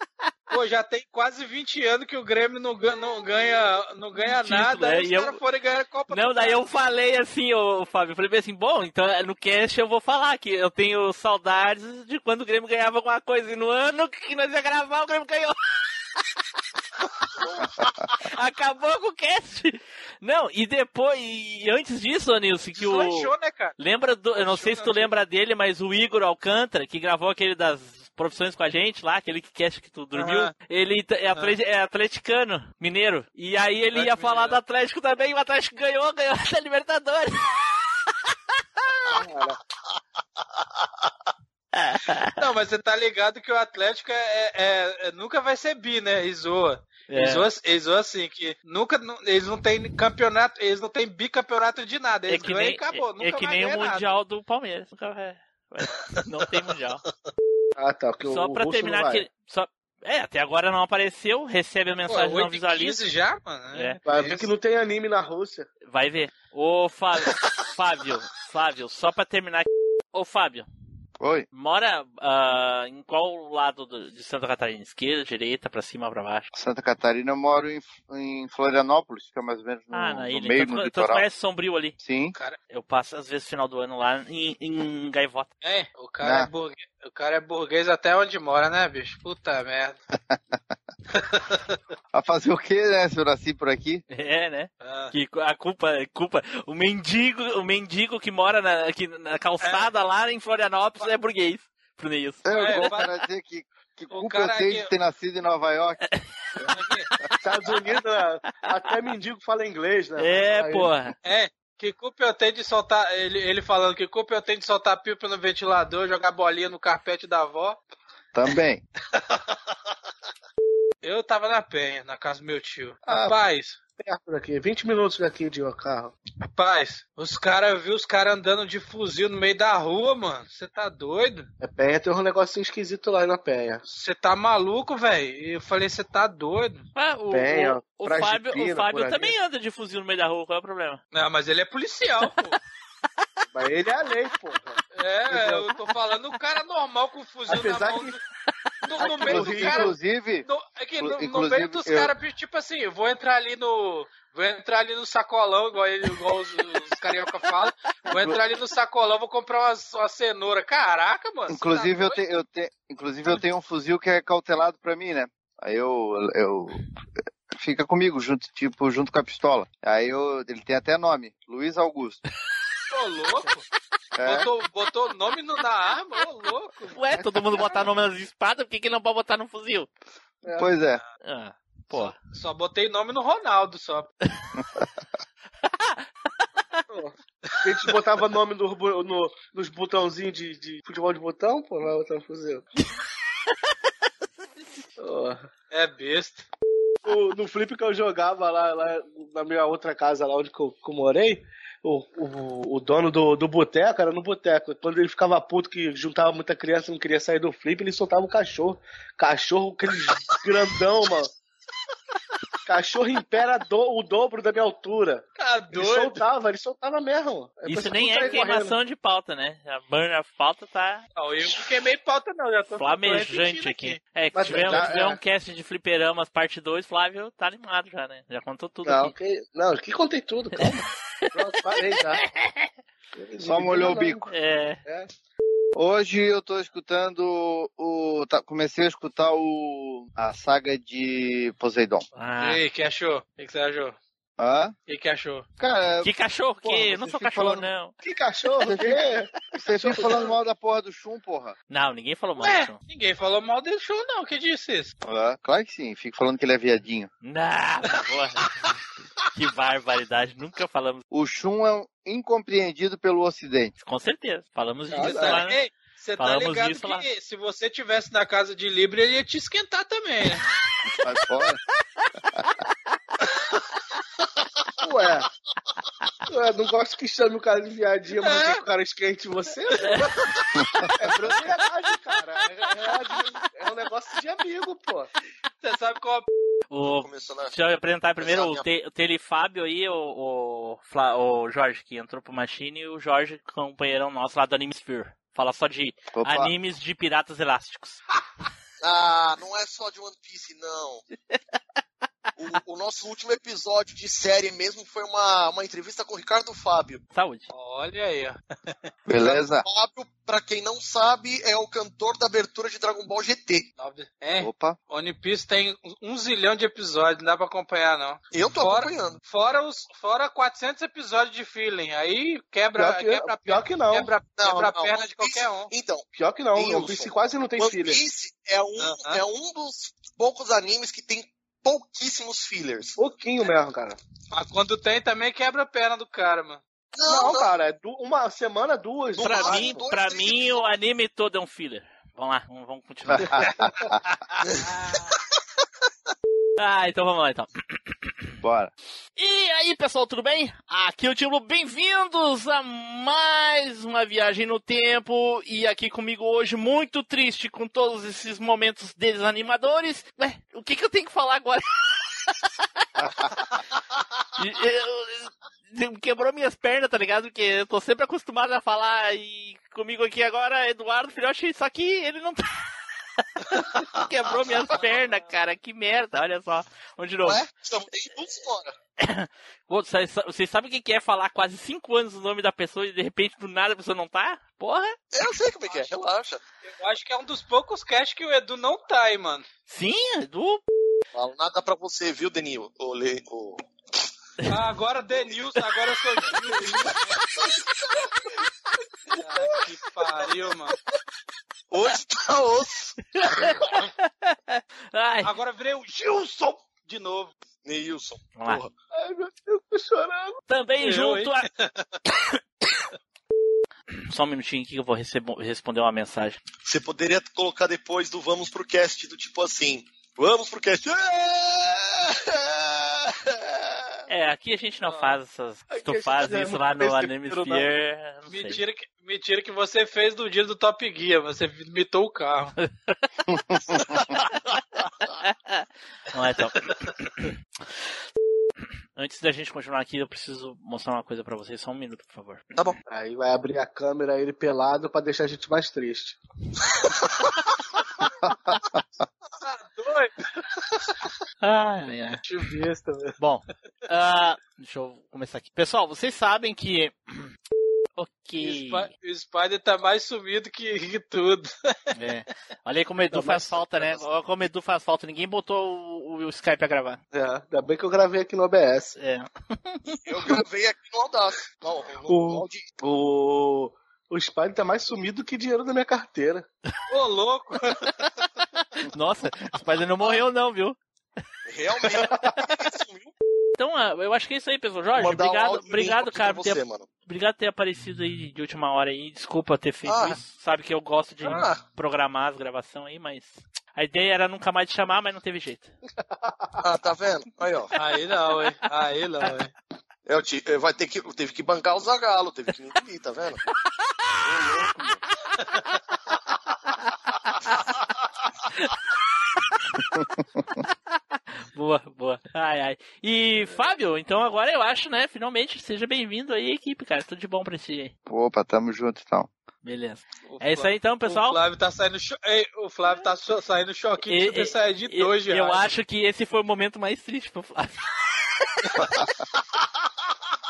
Speaker 5: pô, já tem quase 20 anos que o Grêmio não, não ganha, não ganha
Speaker 1: Título,
Speaker 5: nada.
Speaker 1: é,
Speaker 5: os
Speaker 1: e eu-
Speaker 5: caras foram ganhar a Copa
Speaker 1: Não,
Speaker 5: do
Speaker 1: daí
Speaker 5: Mundo.
Speaker 1: eu falei assim, ô Fábio, eu falei bem assim, bom, então no cast eu vou falar que eu tenho saudades de quando o Grêmio ganhava alguma coisa. E no ano que nós ia gravar, o Grêmio ganhou. Acabou com o cast. Não, e depois, e antes disso, ô Nilson, que o.
Speaker 5: Deslanchou, né, cara?
Speaker 1: Lembra do. Eu não sei se tu lembra dele, mas o Igor Alcântara, que gravou aquele das profissões com a gente lá, aquele que cast que tu dormiu,
Speaker 5: Aham.
Speaker 1: ele t- é, atle- é atleticano, mineiro. E aí ele ia
Speaker 5: Atlético
Speaker 1: falar
Speaker 5: Mineiro.
Speaker 1: do Atlético também, e o Atlético ganhou, ganhou da Libertadores.
Speaker 5: Ah, Não, mas você tá ligado que o Atlético é, é- é- nunca vai ser bi, né? Eles zoam.
Speaker 1: É.
Speaker 5: Eles, zoam, eles zoam assim, que nunca. nu- Eles não têm campeonato, eles não têm bicampeonato de nada.
Speaker 1: É
Speaker 5: Eles
Speaker 1: que
Speaker 5: ganham
Speaker 1: nem,
Speaker 5: e acabou.
Speaker 1: é,
Speaker 5: Nunca
Speaker 1: que
Speaker 5: mais
Speaker 1: nem
Speaker 5: ganha
Speaker 1: o
Speaker 5: nada.
Speaker 1: Mundial do Palmeiras. Nunca vai. vai- Não tem Mundial.
Speaker 3: Ah,
Speaker 5: É
Speaker 3: tá. Que
Speaker 1: Só
Speaker 3: o
Speaker 1: pra
Speaker 3: Russo
Speaker 1: terminar
Speaker 3: não vai.
Speaker 1: aqui. Só... É, até agora não apareceu, recebe a
Speaker 5: Pô,
Speaker 1: mensagem, não
Speaker 5: 8 e
Speaker 1: visualiza.
Speaker 5: 15 já, mano? né?
Speaker 1: É.
Speaker 3: Vai ver que não tem anime na Rússia.
Speaker 1: Vai ver. Ô, Fábio, Fábio, Fábio, só pra terminar aqui. Ô, Fábio, Oi. Mora uh, em qual lado do, de Santa Catarina? Esquerda, direita, pra cima, pra baixo?
Speaker 3: Santa Catarina eu moro em, em Florianópolis, fica mais ou menos no,
Speaker 1: ah, na
Speaker 3: no
Speaker 1: ilha.
Speaker 3: meio
Speaker 1: então,
Speaker 3: do
Speaker 1: tu- então tu
Speaker 3: litoral.
Speaker 1: conhece Sombrio ali?
Speaker 3: Sim.
Speaker 1: Eu passo, às vezes, final do ano lá em, em Gaivota.
Speaker 5: É, o
Speaker 3: Ah.
Speaker 5: cara é, burguês, o cara é burguês até onde mora, né, bicho? Puta merda.
Speaker 3: A fazer o quê, né, se eu nasci por aqui?
Speaker 1: É, né?
Speaker 5: Ah.
Speaker 1: Que a culpa, culpa, o mendigo, o mendigo que mora na, que, na
Speaker 5: É.
Speaker 1: calçada lá em Florianópolis é burguês, pro Neilson.
Speaker 3: Eu
Speaker 1: É,
Speaker 3: vou
Speaker 1: vai-
Speaker 3: para dizer que, que culpa
Speaker 1: cara
Speaker 3: eu tenho
Speaker 1: que-
Speaker 3: de ter nascido em Nova York.
Speaker 6: Estados Unidos, né? até mendigo fala inglês, né? Aí-
Speaker 5: É, que culpa eu tenho de soltar. Ele, ele falando que culpa eu tenho de soltar pipa no ventilador, jogar bolinha no carpete da avó.
Speaker 3: Também.
Speaker 5: Eu tava na penha, na casa do meu tio.
Speaker 6: Ah,
Speaker 5: Rapaz,
Speaker 6: Perto daqui, 20 minutos daqui de carro.
Speaker 5: rapaz, os caras, eu vi os caras andando de fuzil no meio da rua, mano. Você tá doido?
Speaker 6: É Penha tem um negocinho esquisito lá na Penha.
Speaker 5: Você tá maluco, velho? Eu falei, você tá doido.
Speaker 1: Ah, o,
Speaker 6: Bem, ó,
Speaker 1: o, o
Speaker 6: pra
Speaker 1: Fábio,
Speaker 6: Jipina,
Speaker 1: o Fábio
Speaker 6: por
Speaker 1: também anda de fuzil no meio da rua, qual é o problema?
Speaker 5: Não, mas ele é policial, pô.
Speaker 6: Mas ele é a lei, pô.
Speaker 5: É, eu tô falando o cara normal com fuzil na
Speaker 6: Apesar
Speaker 5: mão.
Speaker 6: que-
Speaker 5: No, no, no meio do
Speaker 3: Inclusive-
Speaker 5: cara.
Speaker 3: inclusive-
Speaker 5: No, é que no, no
Speaker 3: inclusive
Speaker 5: meio dos
Speaker 3: eu-
Speaker 5: caras, tipo assim, eu vou entrar ali no. Vou entrar ali no sacolão, igual, ele- igual os, os carioca falam. Vou entrar ali no sacolão, vou comprar uma, uma cenoura. Caraca, mano. você
Speaker 3: Inclusive
Speaker 5: tá
Speaker 3: eu, te, eu te, inclusive, eu tenho um fuzil que é cautelado pra mim, né? Aí eu. eu fica comigo, junto, tipo, junto com a pistola. Aí eu, ele tem até nome: Luiz Augusto.
Speaker 5: Ô, tá louco.
Speaker 3: É.
Speaker 5: Botou botou o nome no- na arma, ô, louco.
Speaker 1: Ué, todo mundo botar nome nas espadas, por que, que não pode botar no fuzil?
Speaker 3: Pois é.
Speaker 1: Ah, pô.
Speaker 5: Só botei nome no Ronaldo, só.
Speaker 6: A gente botava nome no, bu- no- nos botãozinhos de, de futebol de botão, pô, lá botar fuzil.
Speaker 5: É besta.
Speaker 6: O- Tipo, no flip que eu jogava lá, lá na minha outra casa, lá onde que eu, que eu morei, o, o, o dono do, do boteco era no boteco. Quando ele ficava puto que juntava muita criança e não queria sair do flip, ele soltava o cachorro. Cachorro, aquele grandão, mano. Cachorro impera do- o dobro da minha altura.
Speaker 5: Tá
Speaker 6: Ele soltava, ele soltava mesmo. Eu
Speaker 1: Isso
Speaker 6: pensava,
Speaker 1: nem
Speaker 6: "Vou
Speaker 1: é
Speaker 6: sair
Speaker 1: queimação
Speaker 6: correndo."
Speaker 1: de pauta, né? A banha pauta tá
Speaker 5: Não, eu não queimei pauta, não. Já tô
Speaker 1: flamejante aqui. É, que
Speaker 6: Mas
Speaker 1: tiver,
Speaker 6: já-
Speaker 1: tiver
Speaker 6: é.
Speaker 1: um cast de fliperamas parte 2, Flávio tá animado já, né? Já contou tudo
Speaker 6: Não,
Speaker 1: aqui.
Speaker 6: que, não, que contei tudo, calma. Pronto, parei já.
Speaker 3: Só molhou o bico.
Speaker 1: É.
Speaker 3: Hoje eu tô escutando o. tá- comecei a escutar o. a saga de Poseidon.
Speaker 5: E aí, que achou? O que que você achou?
Speaker 3: Hã?
Speaker 5: E que achou?
Speaker 3: Cara,
Speaker 1: Que cachorro que?
Speaker 3: porra,
Speaker 1: eu não
Speaker 3: vocês
Speaker 1: sou
Speaker 3: ficam
Speaker 1: cachorro,
Speaker 3: falando-
Speaker 1: não.
Speaker 6: Que cachorro?
Speaker 3: Você fica, você fica falando mal da porra do Shun, porra.
Speaker 1: Não, ninguém falou mal.
Speaker 5: Ué,
Speaker 1: Então.
Speaker 5: ninguém falou mal desse show, não. Quem disse isso?
Speaker 3: Ah, claro que sim, fico falando que ele é viadinho.
Speaker 1: Não, porra. que barbaridade, nunca falamos.
Speaker 3: O Shun é um incompreendido pelo Ocidente.
Speaker 1: Com certeza, falamos disso
Speaker 5: Você
Speaker 3: é.
Speaker 1: lá. né?
Speaker 5: tá, Ei, você tá
Speaker 1: Falamos
Speaker 5: ligado
Speaker 1: disso
Speaker 5: que
Speaker 1: lá.
Speaker 5: se você tivesse na casa de Libra, ele ia te esquentar também, né?
Speaker 3: Mas fora.
Speaker 6: Ué. Ué, não gosto que chame o cara de viadinha, mas
Speaker 5: É.
Speaker 6: quer que o cara esquente você. É propriedade, cara. É, é- é um negócio de amigo, pô.
Speaker 5: Você sabe qual
Speaker 1: O... Deixa eu apresentar primeiro o, te... o Telefábio aí, o, o, Fla- o Jorge, que entrou pro Machine, e o Jorge, é um companheirão nosso lá do Anime Sphere. Fala só de
Speaker 3: Opa.
Speaker 1: animes de piratas elásticos.
Speaker 12: Ah, não é só de One Piece, não. O, o nosso último episódio de série mesmo foi uma, uma entrevista com o Ricardo Fábio.
Speaker 1: Saúde.
Speaker 5: Olha aí, ó.
Speaker 3: Beleza?
Speaker 12: Fábio, pra quem não sabe, é o cantor da abertura de Dragon Ball GT.
Speaker 5: É,
Speaker 3: Opa.
Speaker 5: One Piece tem um zilhão de episódios, não dá pra acompanhar, não.
Speaker 12: Eu tô
Speaker 5: fora,
Speaker 12: acompanhando.
Speaker 5: Fora, os, fora 400 episódios de feeling, aí quebra,
Speaker 6: Pior que-
Speaker 5: quebra, a
Speaker 6: pior que não.
Speaker 5: quebra,
Speaker 12: Não,
Speaker 5: quebra a
Speaker 12: não,
Speaker 5: perna
Speaker 12: One
Speaker 5: de qualquer um.
Speaker 12: Então,
Speaker 6: Pior que não,
Speaker 12: Wilson,
Speaker 6: o Piece quase não tem
Speaker 12: One
Speaker 6: filha.
Speaker 12: Piece é um, é um dos poucos animes que tem pouquíssimos fillers.
Speaker 6: Pouquinho mesmo, cara.
Speaker 5: Mas Ah, quando tem também quebra a perna do cara, mano.
Speaker 6: Não, cara, é du- uma semana, duas. no
Speaker 1: Pra
Speaker 6: máximo.
Speaker 1: mim, pra mim, o anime todo é um filler. Vamos lá, vamos, vamos continuar. ah, então vamos lá então.
Speaker 3: Bora.
Speaker 1: E aí, pessoal, tudo bem? Aqui é o Tilo, bem-vindos a mais uma viagem no tempo. E aqui comigo hoje, muito triste com todos esses momentos desanimadores. Ué, o que, que eu tenho que falar agora? E eu- quebrou minhas pernas, tá ligado? Porque eu tô sempre acostumado a falar e comigo aqui agora, Eduardo Filhote, só que ele não tá. quebrou minhas pernas, cara. Que merda, olha só. Vamos de novo.
Speaker 12: Ué, estamos todos fora.
Speaker 1: Pô, Vocês vocês sabem o que que é falar quase cinco anos o nome da pessoa e de repente do nada a pessoa não tá? Porra!
Speaker 12: Eu sei como é que é, relaxa.
Speaker 5: Eu acho que é um dos poucos casts que o Edu não tá aí, mano.
Speaker 1: Sim, Edu.
Speaker 12: Falo nada pra você, viu, Denil? Ô, Le- ô.
Speaker 5: Ah, agora Denilson, agora eu sou Denilson. Ah, que pariu, mano.
Speaker 12: Hoje tá osso.
Speaker 5: Agora eu virei o Gilson de novo.
Speaker 12: Neilson.
Speaker 1: Vamos lá.
Speaker 12: Porra.
Speaker 5: Ai, meu Deus, tô chorando.
Speaker 1: Também
Speaker 5: Eu,
Speaker 1: junto
Speaker 5: hein?
Speaker 1: Só um minutinho aqui que eu vou recebo- responder uma mensagem.
Speaker 12: Você poderia colocar depois do vamos pro cast, do tipo assim. Vamos pro cast.
Speaker 1: É, aqui a gente
Speaker 5: Ah.
Speaker 1: não faz essas. Se
Speaker 5: a
Speaker 1: tu
Speaker 5: gente
Speaker 1: faz
Speaker 5: não é
Speaker 1: isso
Speaker 5: muito
Speaker 1: lá no
Speaker 5: besteiro,
Speaker 1: Anime
Speaker 5: não.
Speaker 1: Sphere. não sei.
Speaker 5: Mentira que, mentira que você fez no dia do Top Gear, você imitou o carro.
Speaker 1: Não é tão. Antes da gente continuar aqui, eu preciso mostrar uma coisa pra vocês. Só um minuto, por favor.
Speaker 6: Tá bom. Aí vai abrir a câmera ele pelado pra deixar a gente mais triste.
Speaker 1: Ai, ai. Bom, ah, deixa eu começar aqui. Pessoal, vocês sabem que. ok.
Speaker 5: Spi- O Spider tá mais sumido que, que tudo.
Speaker 1: É. Olha aí como o Edu
Speaker 5: Tá
Speaker 1: faz
Speaker 5: mais-
Speaker 1: falta, né? Olha como o Edu faz falta. Ninguém botou o, o Skype a gravar.
Speaker 6: É, ainda bem que eu gravei aqui no OBS.
Speaker 1: É.
Speaker 12: Eu gravei aqui no Audacity. Não, no- no
Speaker 6: O,
Speaker 12: Audi-
Speaker 6: o, o Spider tá mais sumido que dinheiro da minha carteira.
Speaker 5: Ô, louco!
Speaker 1: Nossa, o Spider não morreu, não, viu?
Speaker 12: Realmente.
Speaker 1: Então, ah, eu acho que é isso aí, pessoal. Jorge,
Speaker 12: Mandar um
Speaker 1: obrigado,
Speaker 12: áudio
Speaker 1: obrigado,
Speaker 12: limpo aqui
Speaker 1: cara.
Speaker 12: pra
Speaker 1: por ter-
Speaker 12: você, mano.
Speaker 1: Obrigado por ter aparecido aí de última hora aí. Desculpa ter feito
Speaker 12: Ah.
Speaker 1: isso. Sabe que eu gosto de
Speaker 12: Ah.
Speaker 1: programar as gravações aí, mas. A ideia era nunca mais te chamar, mas não teve jeito.
Speaker 12: Ah, tá vendo? Aí, ó.
Speaker 5: Aí não, hein? Aí não, hein?
Speaker 12: É, Eu, te, eu vai ter que, eu teve que bancar o Zagalo, teve que me engolir, tá vendo?
Speaker 1: Boa, boa. Ai, ai. E, Fábio, então agora eu acho, né? Finalmente, seja bem-vindo aí, equipe, cara. Tudo de bom pra ti aí.
Speaker 3: Opa, tamo junto então.
Speaker 1: Beleza.
Speaker 5: O
Speaker 1: É isso aí então, pessoal.
Speaker 5: O Flávio tá saindo, cho... Ei, o Flávio tá so- saindo choquinho de
Speaker 1: E-
Speaker 5: Super
Speaker 1: e-
Speaker 5: Saiyajin
Speaker 1: e-
Speaker 5: 2, já.
Speaker 1: Eu acho que esse foi o momento mais triste pro Flávio.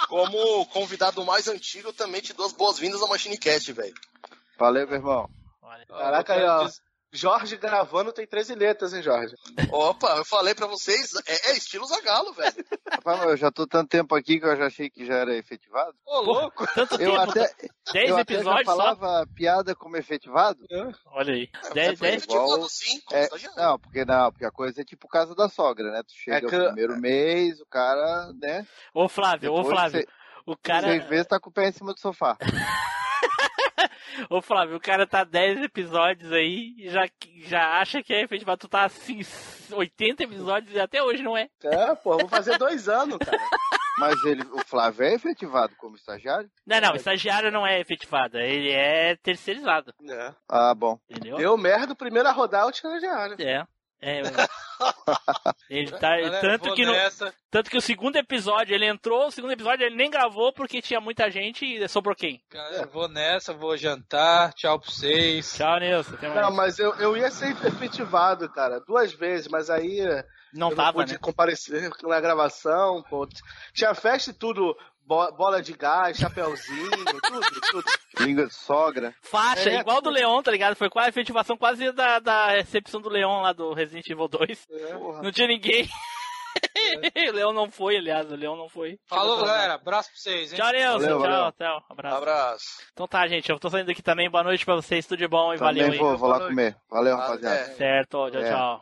Speaker 12: Como convidado mais antigo, eu também te dou as boas-vindas ao MachineCast, velho.
Speaker 3: Valeu, meu irmão.
Speaker 6: Caraca, aí, ó. Jorge gravando tem 13 letras, hein, Jorge?
Speaker 12: Opa, eu falei pra vocês, é, é estilo Zagalo, velho.
Speaker 3: Rapaz, eu já tô tanto tempo aqui que eu já achei que já era efetivado.
Speaker 5: Ô, louco!
Speaker 1: Tanto
Speaker 3: Eu até, eu até já falava piada como efetivado.
Speaker 1: Olha aí.
Speaker 3: É,
Speaker 1: Dez, dez.
Speaker 3: não, porque não, porque a coisa é tipo casa da sogra, né? Tu chega
Speaker 1: É que-
Speaker 3: o primeiro mês, o cara, né?
Speaker 1: Ô, Flávio, ô,
Speaker 3: Depois
Speaker 1: Flávio.
Speaker 3: você-
Speaker 1: O cara,
Speaker 3: Seis meses tá com o pé em cima do sofá.
Speaker 1: ô Flávio, o cara tá 10 episódios aí e já, já acha que é efetivado. Tu tá assim, 80 episódios e até hoje não é.
Speaker 6: É, pô, vou fazer dois anos, cara.
Speaker 3: Mas ele, o Flávio é efetivado como estagiário?
Speaker 1: Não, não, estagiário não é efetivado, ele é terceirizado.
Speaker 6: É.
Speaker 3: Ah, bom.
Speaker 1: Entendeu?
Speaker 6: Deu merda, primeira rodada, estagiário.
Speaker 1: É. É. Ele tá.
Speaker 6: Galera,
Speaker 1: tanto,
Speaker 6: vou
Speaker 1: que no,
Speaker 6: nessa.
Speaker 1: tanto que o segundo episódio ele entrou, o segundo episódio ele nem gravou porque tinha muita gente e sobrou quem?
Speaker 5: Galera, vou nessa, vou jantar. Tchau pra vocês.
Speaker 1: Tchau, Nilson. Até
Speaker 6: Não, mas eu, eu ia ser efetivado, cara, duas vezes, mas aí
Speaker 1: Não
Speaker 6: eu
Speaker 1: tava,
Speaker 6: não pude
Speaker 1: né?
Speaker 6: comparecer na gravação, pô. Tinha festa e tudo, bo- bola de gás, chapeuzinho, tudo, tudo.
Speaker 3: Língua de sogra.
Speaker 1: Faixa,
Speaker 6: É,
Speaker 1: igual do Leon, tá ligado? Foi quase a efetivação quase da, da recepção do Leon lá do Resident Evil 2. Não tinha ninguém. o Leon não foi, aliás, o Leon não foi.
Speaker 5: Falou,
Speaker 1: Chegou
Speaker 5: galera. Abraço pra vocês, hein?
Speaker 1: Tchau, Nilson.
Speaker 3: Valeu,
Speaker 1: tchau,
Speaker 3: valeu.
Speaker 1: tchau. Abraço.
Speaker 12: Abraço.
Speaker 1: Então tá, gente. Eu tô saindo aqui também. Boa noite pra vocês. Tudo de bom e valeu
Speaker 3: Também
Speaker 1: aí.
Speaker 3: vou, vou lá comer. Valeu, rapaziada.
Speaker 1: Certo, tchau,
Speaker 3: É.
Speaker 1: tchau.